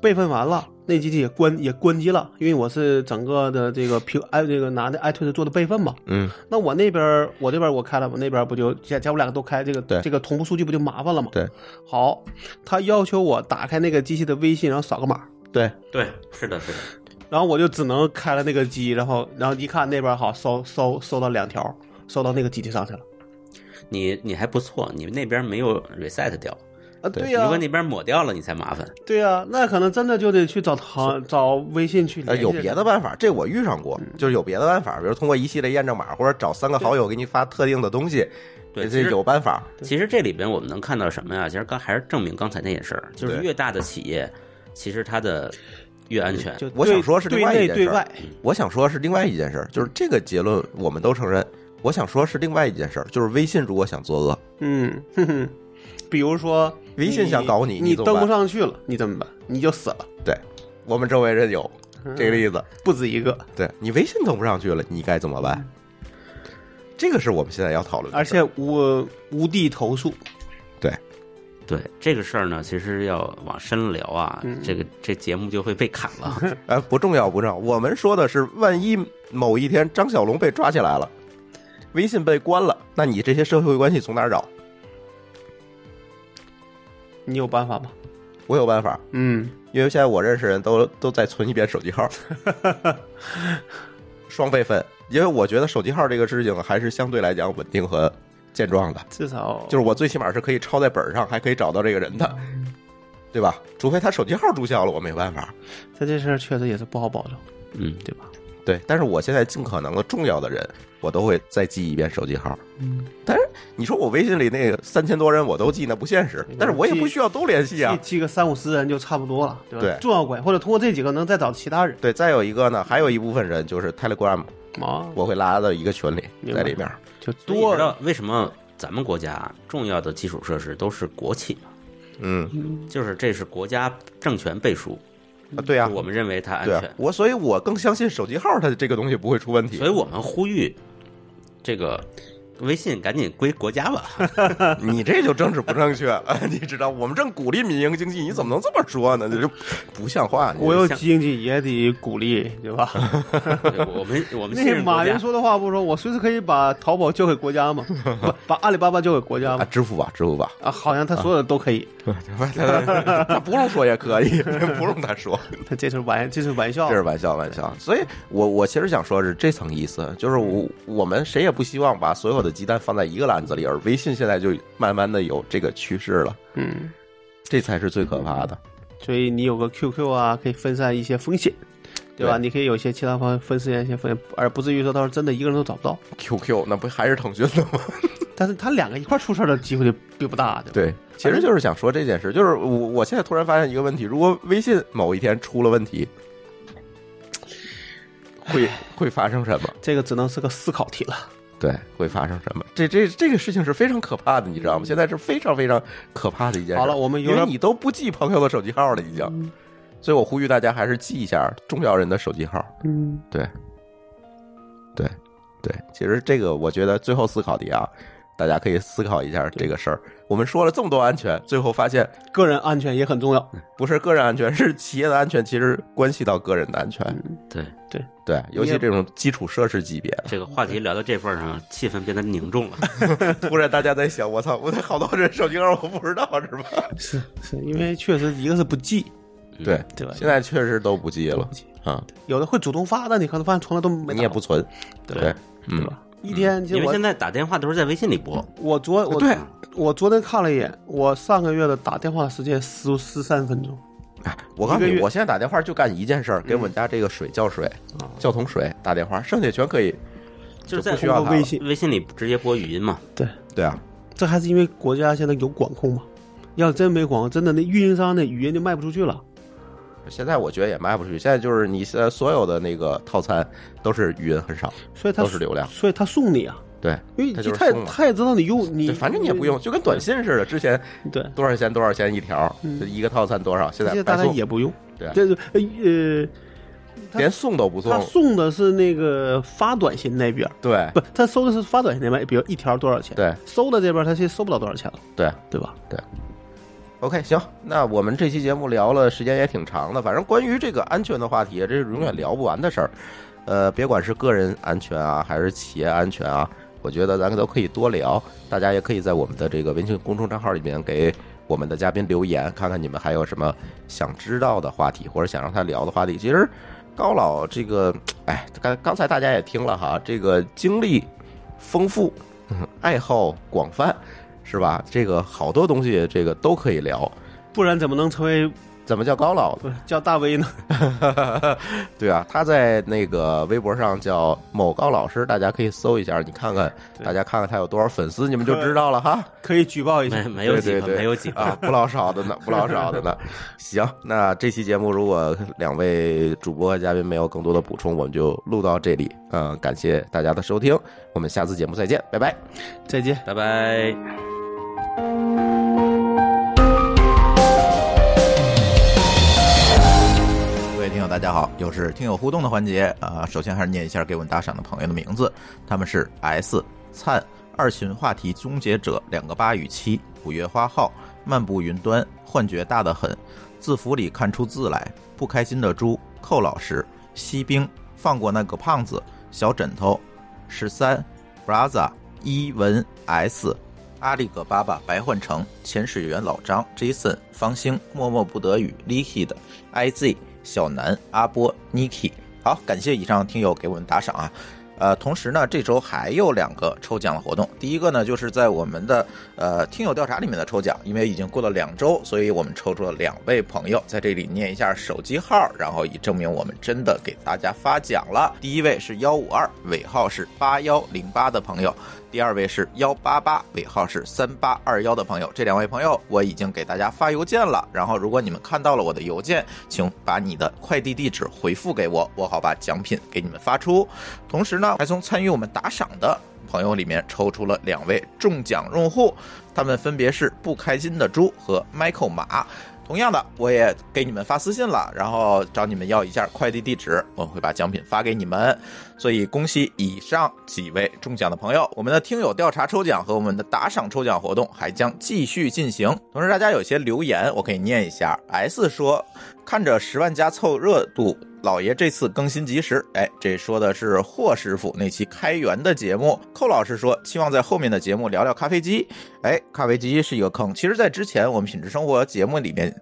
Speaker 3: 备份完了，那机器也关也关机了，因为我是整个的这个苹哎这个拿的 iTunes 做的备份嘛。
Speaker 1: 嗯，
Speaker 3: 那我那边儿我这边儿我开了，我那边儿不就假假如我两个都开这
Speaker 1: 对
Speaker 3: 个这个同步数据不就麻烦了嘛？
Speaker 1: 对。
Speaker 3: 好，他要求我打开那个机器的微信，然后扫个码。
Speaker 1: 对，
Speaker 2: 对，是的，是的。
Speaker 3: 然后我就只能开了那个机，然后然后一看那边儿好收收收到两条，收到那个机器上去了。
Speaker 2: 你你还不错，你那边没有 reset 掉，
Speaker 3: 啊，
Speaker 1: 对
Speaker 3: 对呀、
Speaker 2: 如果那边抹掉了，你才麻烦。
Speaker 3: 对呀、那可能真的就得去找他找微信去
Speaker 1: 呃，
Speaker 3: 联系。
Speaker 1: 有别的？办法，这我遇上过，
Speaker 2: 嗯
Speaker 1: 就是有别的办法，比如通过一系列验证码，或者找三个好友给你发特定的东西，
Speaker 2: 对，
Speaker 1: 这
Speaker 2: 其实
Speaker 1: 有办法。
Speaker 2: 其实这里边我们能看到什么呀？其实刚还是证明刚才那件事儿，就是
Speaker 1: 对
Speaker 2: 越大的企业，其实它的越安全。
Speaker 3: 就
Speaker 1: 我想说是
Speaker 3: 对
Speaker 1: 另外一
Speaker 3: 内
Speaker 1: 件
Speaker 3: 对
Speaker 1: 事儿
Speaker 3: 外，
Speaker 1: 我想说是另外一件事儿，就是这个结论我们都承认。我想说是另外一件事儿，就是微信如果想作恶，
Speaker 3: 嗯，哼哼，比如说
Speaker 1: 微信想搞你
Speaker 3: 你，
Speaker 1: 你怎么
Speaker 3: 登
Speaker 1: 办
Speaker 3: 不上去了，你怎么办？你就死了，
Speaker 1: 对我们周围人有
Speaker 3: 嗯
Speaker 1: 这个例子，
Speaker 3: 不止一个。
Speaker 1: 对你微信登不上去了，你该怎么办？这个是我们现在要讨论的
Speaker 3: 嗯而
Speaker 1: 事儿，
Speaker 3: 且无无地投诉，
Speaker 2: 对这个事儿呢，其实要往深了聊啊，
Speaker 3: 嗯
Speaker 2: 这个这节目就会被砍了。
Speaker 1: 哎，不重要不重要，我们说的是，万一某一天张小龙被抓起来了，微信被关了，那你这些社会关系从哪儿找？
Speaker 3: 你有办法吗？
Speaker 1: 我有办法，
Speaker 3: 嗯，
Speaker 1: 因为现在我认识人都都在存一遍手机
Speaker 3: *laughs*
Speaker 1: 号，双备份。因为我觉得手机号这个事情还是相对来讲稳定和健壮的，
Speaker 3: 至少
Speaker 1: 就是我最起码是可以抄在本儿上，还可以找到这个人的，对吧？除非他手机号注销了，我没办法。
Speaker 3: 在这事儿确实也是不好保证，
Speaker 2: 嗯，
Speaker 3: 对吧？
Speaker 1: 对，但是我现在尽可能的重要的人，我都会再记一遍手机号。
Speaker 3: 嗯，
Speaker 1: 但是你说我微信里那个三千多人我都记，那不现实。但是我也不需要都联系啊
Speaker 3: 记。记个三五十人就差不多了，对吧？
Speaker 1: 对
Speaker 3: 重要关系或者通过这几个能再找其他人
Speaker 1: 对，再有一个呢，还有一部分人就是 Telegram，
Speaker 3: 啊，
Speaker 1: 我会拉到一个群里，
Speaker 3: 明白
Speaker 1: 在里面。
Speaker 3: 就
Speaker 2: 所以你
Speaker 3: *laughs* 多
Speaker 2: 知道为什么咱们国家重要的基础设施都是国企吗？
Speaker 1: 嗯，
Speaker 2: 就是这是国家政权背书，
Speaker 1: 啊对啊
Speaker 2: 就，我们认为它安
Speaker 1: 对啊
Speaker 2: 全，，
Speaker 1: 我所以，我更相信手机号它这个东西不会出问题
Speaker 2: 所以。我们呼吁这个微信赶紧归国家吧。 *laughs*
Speaker 1: 你这就政治不正确了， *laughs* 你知道？我们正鼓励民营经济，你怎么能这么说呢？这就不像话。你
Speaker 3: 国有经济也得鼓励，
Speaker 1: *laughs*
Speaker 3: 对吧？
Speaker 2: 对我们我们信
Speaker 3: 那
Speaker 2: 任国
Speaker 3: 马
Speaker 2: 家
Speaker 3: 云，说的话不说，我随时可以把淘宝交给国家嘛，不把阿里巴巴交给国家
Speaker 1: 啊， *laughs*
Speaker 3: 嘛？
Speaker 1: 支付宝，支付宝，
Speaker 3: 啊，好像他所有的都可以，
Speaker 1: *laughs* 他不用说也可以， *laughs* 不用他说。
Speaker 3: 他这是玩，这是玩笑
Speaker 1: 这，是玩笑，玩笑。所以我我其实想说是这层意思，就是我我们谁也不希望把所有的鸡蛋放在一个篮子里，而微信现在就慢慢的有这个趋势了，
Speaker 3: 嗯，
Speaker 1: 这才是最可怕的。
Speaker 3: 所以你有个 QQ 啊，可以分散一些风险，对吧？
Speaker 1: 对
Speaker 3: 你可以有一些其他方面分散一些风险，而不至于说到时候真的一个人都找不到。
Speaker 1: QQ 那不还是腾讯的吗？
Speaker 3: 但是他两个一块儿出事儿的机会就并不大，对吧？
Speaker 1: 对，其实就是想说这件事，就是我我现在突然发现一个问题，如果微信某一天出了问题，会会发生什么？
Speaker 3: 这个只能是个思考题了。
Speaker 1: 对，会发生什么？这这这个事情是非常可怕的，你知道吗？现在是非常非常可怕的一件事。
Speaker 3: 好了我们
Speaker 1: 因
Speaker 3: 有
Speaker 1: 为
Speaker 3: 点嗯
Speaker 1: 你都不记朋友的手机号了，已经。所以我呼吁大家还是记一下重要人的手机号。
Speaker 3: 嗯，
Speaker 1: 对，对，对。其实这个我觉得最后思考题啊，大家可以思考一下这个事儿。我们说了这么多安全，最后发现
Speaker 3: 个人安全也很重要。
Speaker 1: 不是个人安全，是企业的安全，其实关系到个人的安全。
Speaker 3: 嗯
Speaker 2: 对
Speaker 1: 对，尤其这种基础设施级别的。
Speaker 2: 这个话题聊到这份儿上，气氛变得凝重了。
Speaker 1: 突然大家在想，我操，我得好多人手机号我不知道是吧？
Speaker 3: 是是，因为确实一个是不记，
Speaker 1: 对
Speaker 3: 嗯对吧
Speaker 1: 现在确实都不记了啊，
Speaker 3: 有的会主动发，但你可能发现从来都没打过，
Speaker 1: 你也不存，对，
Speaker 3: 对
Speaker 1: 嗯，
Speaker 3: 吧？一天就
Speaker 2: 因为
Speaker 3: 我
Speaker 2: 现在打电话都是在微信里拨，
Speaker 3: 我昨
Speaker 1: 啊
Speaker 3: 我
Speaker 1: 对
Speaker 3: 我昨天看了一眼，我上个月的打电话时间十十三分钟，
Speaker 1: 哎我告诉
Speaker 3: 一个
Speaker 1: 你，
Speaker 3: 月
Speaker 1: 我现在打电话就干一件事儿，给
Speaker 3: 嗯
Speaker 1: 我们家这个水叫水，叫桶水打电话，剩下全可以，
Speaker 2: 就是
Speaker 1: 就
Speaker 2: 在
Speaker 1: 不需要
Speaker 3: 通
Speaker 1: 它
Speaker 3: 过微
Speaker 1: 了。
Speaker 3: 信
Speaker 2: 微信里直接拨语音嘛。
Speaker 3: 对，
Speaker 1: 对啊，
Speaker 3: 这还是因为国家现在有管控嘛。要真没管控，真的那运营商那语音就卖不出去了。
Speaker 1: 现在我觉得也卖不出去，现在就是你现在所有的那个套餐都是语音很少，
Speaker 3: 所以他
Speaker 1: 都是流量
Speaker 3: 所以他送你啊，
Speaker 1: 对，
Speaker 3: 因为
Speaker 1: 它就是
Speaker 3: 他也
Speaker 1: 送了
Speaker 3: 他也知道你用你，
Speaker 1: 对反正你也不用，就跟短信似的，之前
Speaker 3: 对，
Speaker 1: 多少钱多少钱一条，就一个套餐多少，现
Speaker 3: 嗯这
Speaker 1: 在
Speaker 3: 些大
Speaker 1: 白
Speaker 3: 家
Speaker 1: 送
Speaker 3: 也不用，
Speaker 1: 对
Speaker 3: 这就呃，他
Speaker 1: 连送都不
Speaker 3: 他
Speaker 1: 送，
Speaker 3: 送的是那个发短信那边儿，
Speaker 1: 对
Speaker 3: 不，他收的是发短信那边儿，比如一条多少钱，
Speaker 1: 对
Speaker 3: 收的这边儿他其实收不了多少钱了，
Speaker 1: 对。
Speaker 3: 对吧？
Speaker 1: OK，行，那我们这期节目聊了时间也挺长的，反正关于这个安全的话题，这是永远聊不完的事儿。呃，别管是个人安全啊，还是企业安全啊，我觉得咱都可以多聊。大家也可以在我们的这个微信公众账号里面给我们的嘉宾留言，看看你们还有什么想知道的话题，或者想让他聊的话题。其实高老这个，哎，刚刚才大家也听了哈，这个经历丰富，嗯爱好广泛。是吧？这个好多东西，这个都可以聊。
Speaker 3: 不然怎么能成为
Speaker 1: 怎么叫高老
Speaker 3: 不是叫大 V 呢？ *laughs*
Speaker 1: 呢？ *laughs* 对啊，他在那个微博上叫某高老师，大家可以搜一下，你看看，
Speaker 3: 对
Speaker 1: 大家看看他有多少粉丝，你们
Speaker 2: *laughs*
Speaker 1: 就知道了哈。
Speaker 3: 可以举报一下
Speaker 2: 没。没有几
Speaker 1: 对
Speaker 2: 个，
Speaker 1: 对对
Speaker 2: 没有几个。
Speaker 1: 啊，不老少的呢，不老少的呢。行，那这期节目如果两位主播和嘉宾没有更多的补充，我们就录到这里。嗯、感谢大家的收听，我们下次节目再见，拜拜。
Speaker 3: 再见。
Speaker 2: 拜拜。
Speaker 4: 各位听友，大家好，又是听友互动的环节啊、首先还是念一下给我们打赏的朋友的名字，他们是 S 灿二群话题终结者两个八与七五月花号漫步云端幻觉大得很字符里看出字来不开心的猪寇老师西兵放过那个胖子小枕头十三 Braza 伊文 S 阿里葛巴巴、白焕成、潜水员老张、Jason、方兴、默默不得语、Licky 的 IZ、小南、阿波、Niki。好，感谢以上听友给我们打赏啊。呃，同时呢，这周还有两个抽奖的活动。第一个呢，就是在我们的呃听友调查里面的抽奖，因为已经过了两周，所以我们抽出了两位朋友，在这里念一下手机号，然后以证明我们真的给大家发奖了。第一位是幺五二，尾号是八幺零八的朋友。第二位是幺八八，尾号是三八二幺的朋友，这两位朋友我已经给大家发邮件了。然后，如果你们看到了我的邮件，请把你的快递地址回复给我，我好把奖品给你们发出。同时呢，还从参与我们打赏的朋友里面抽出了两位中奖用户，他们分别是不开心的猪和 Michael 马。同样的，我也给你们发私信了，然后找你们要一下快递地址，我会把奖品发给你们。所以恭喜以上几位中奖的朋友！我们的听友调查抽奖和我们的打赏抽奖活动还将继续进行。同时，大家有些留言我可以念一下。S 说：“看着十万加凑热度，老爷这次更新及时。”哎，这说的是霍师傅那期开源的节目。寇老师说：“期望在后面的节目聊聊咖啡机。”哎，咖啡机是一个坑。其实，在之前我们品质生活节目里面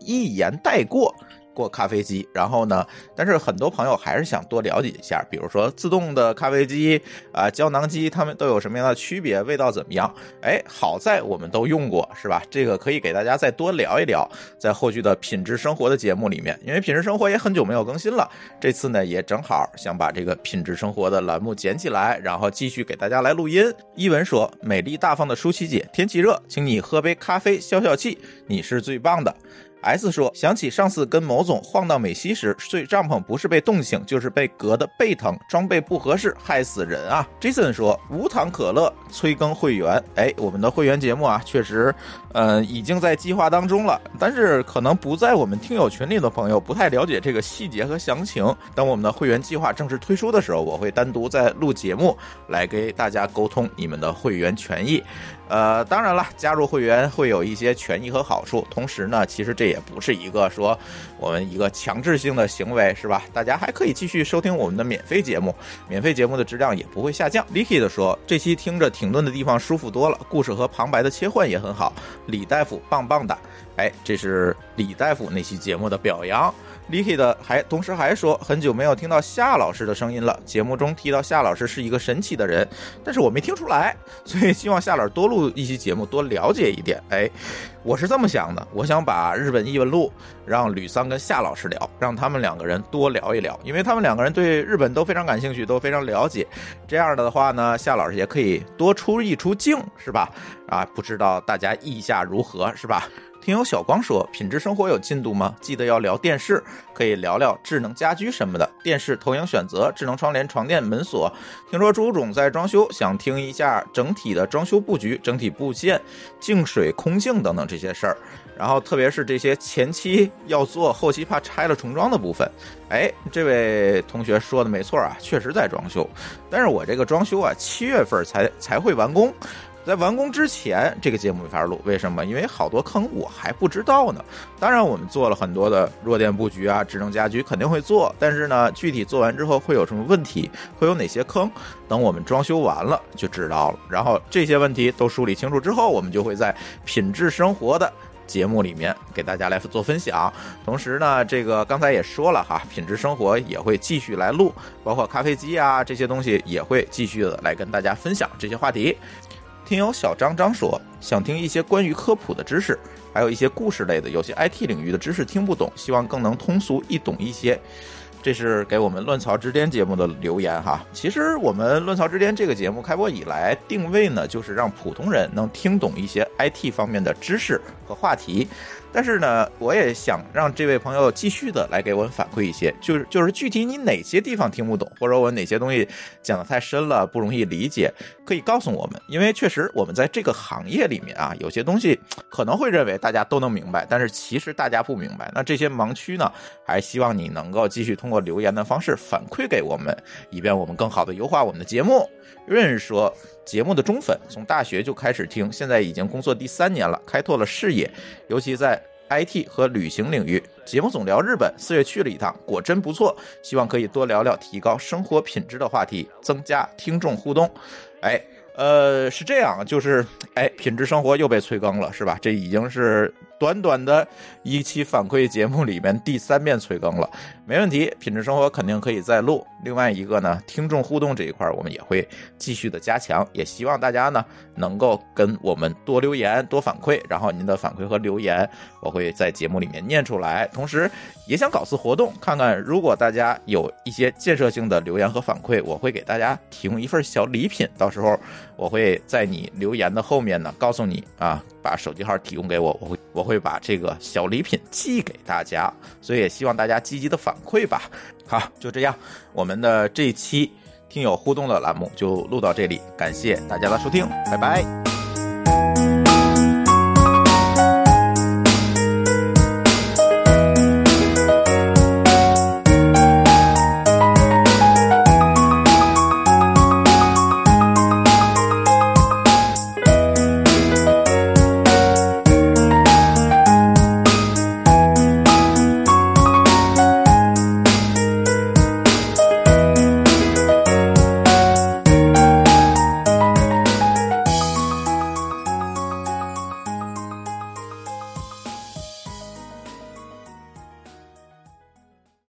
Speaker 4: 一言带过。过咖啡机，然后呢？但是很多朋友还是想多了解一下，比如说自动的咖啡机啊、胶囊机，它们都有什么样的区别，味道怎么样？哎，好在我们都用过，是吧？这个可以给大家再多聊一聊，在后续的品质生活的节目里面，因为品质生活也很久没有更新了，这次呢也正好想把这个品质生活的栏目捡起来，然后继续给大家来录音。一文说：“美丽大方的舒淇姐，天气热，请你喝杯咖啡消消气，你是最棒的。” S 说：“想起上次跟某总晃荡美西时，睡帐篷不是被冻醒，就是被隔的背疼，装备不合适，害死人啊！”Jason 说：“无糖可乐催更会员，哎，我们的会员节目啊，确实，呃，已经在计划当中了，但是可能不在我们听友群里的朋友不太了解这个细节和详情。当我们的会员计划正式推出的时候，我会单独在录节目来给大家沟通你们的会员权益。”呃，当然了，加入会员会有一些权益和好处。同时呢，其实这也不是一个说我们一个强制性的行为，是吧？大家还可以继续收听我们的免费节目，免费节目的质量也不会下降。Licky 的说，这期听着停顿的地方舒服多了，故事和旁白的切换也很好。李大夫棒棒的，哎，这是李大夫那期节目的表扬。Licky 的还同时还说，很久没有听到夏老师的声音了。节目中提到夏老师是一个神奇的人，但是我没听出来，所以希望夏老师多录一期节目，多了解一点。哎，我是这么想的，我想把日本异闻录让吕桑跟夏老师聊，让他们两个人多聊一聊，因为他们两个人对日本都非常感兴趣，都非常了解。这样的话呢，夏老师也可以多出一出镜，是吧？啊，不知道大家意下如何，是吧？听友小光说：“品质生活有进度吗？记得要聊电视，可以聊聊智能家居什么的。电视投影选择、智能窗帘、床垫、门锁。听说朱总在装修，想听一下整体的装修布局、整体布线、净水、空净等等这些事儿。然后特别是这些前期要做，后期怕拆了重装的部分。哎，这位同学说的没错啊，确实在装修，但是我这个装修啊，七月份才才会完工。”在完工之前，这个节目没法录，为什么？因为好多坑我还不知道呢。当然，我们做了很多的弱电布局啊，智能家居肯定会做，但是呢，具体做完之后会有什么问题，会有哪些坑，等我们装修完了就知道了。然后这些问题都梳理清楚之后，我们就会在品质生活的。节目里面给大家来做分享，同时呢，这个刚才也说了哈，品质生活也会继续来录，包括咖啡机啊这些东西也会继续的来跟大家分享这些话题。听友小张张说，想听一些关于科普的知识，还有一些故事类的，有些 IT 领域的知识听不懂，希望更能通俗易懂一些。这是给我们《乱曹之巅》节目的留言哈。其实我们《乱曹之巅》这个节目开播以来，定位呢就是让普通人能听懂一些 IT 方面的知识和话题。但是呢，我也想让这位朋友继续的来给我们反馈一些，就是就是具体你哪些地方听不懂，或者我哪些东西讲的太深了不容易理解，可以告诉我们。因为确实我们在这个行业里面啊，有些东西可能会认为大家都能明白，但是其实大家不明白。那这些盲区呢，还希望你能够继续通过。留言的方式反馈给我们，以便我们更好的优化我们的节目。润说，节目的忠粉从大学就开始听，现在已经工作第三年了，开拓了视野，尤其在 IT 和旅行领域。节目总聊日本，四月去了一趟，果真不错。希望可以多聊聊提高生活品质的话题，增加听众互动。哎。呃，是这样，就是哎，品质生活又被催更了，是吧？这已经是短短的一期反馈节目里面第三遍催更了，没问题，品质生活肯定可以再录。另外一个呢，听众互动这一块儿我们也会继续的加强，也希望大家呢能够跟我们多留言、多反馈，然后您的反馈和留言我会在节目里面念出来。同时也想搞次活动，看看如果大家有一些建设性的留言和反馈，我会给大家提供一份小礼品，到时候我会在你留言的后面呢告诉你啊，把手机号提供给我，我会我会把这个小礼品寄给大家，所以也希望大家积极的反馈吧。好，就这样，我们的这一期听友互动的栏目就录到这里，感谢大家的收听，拜拜。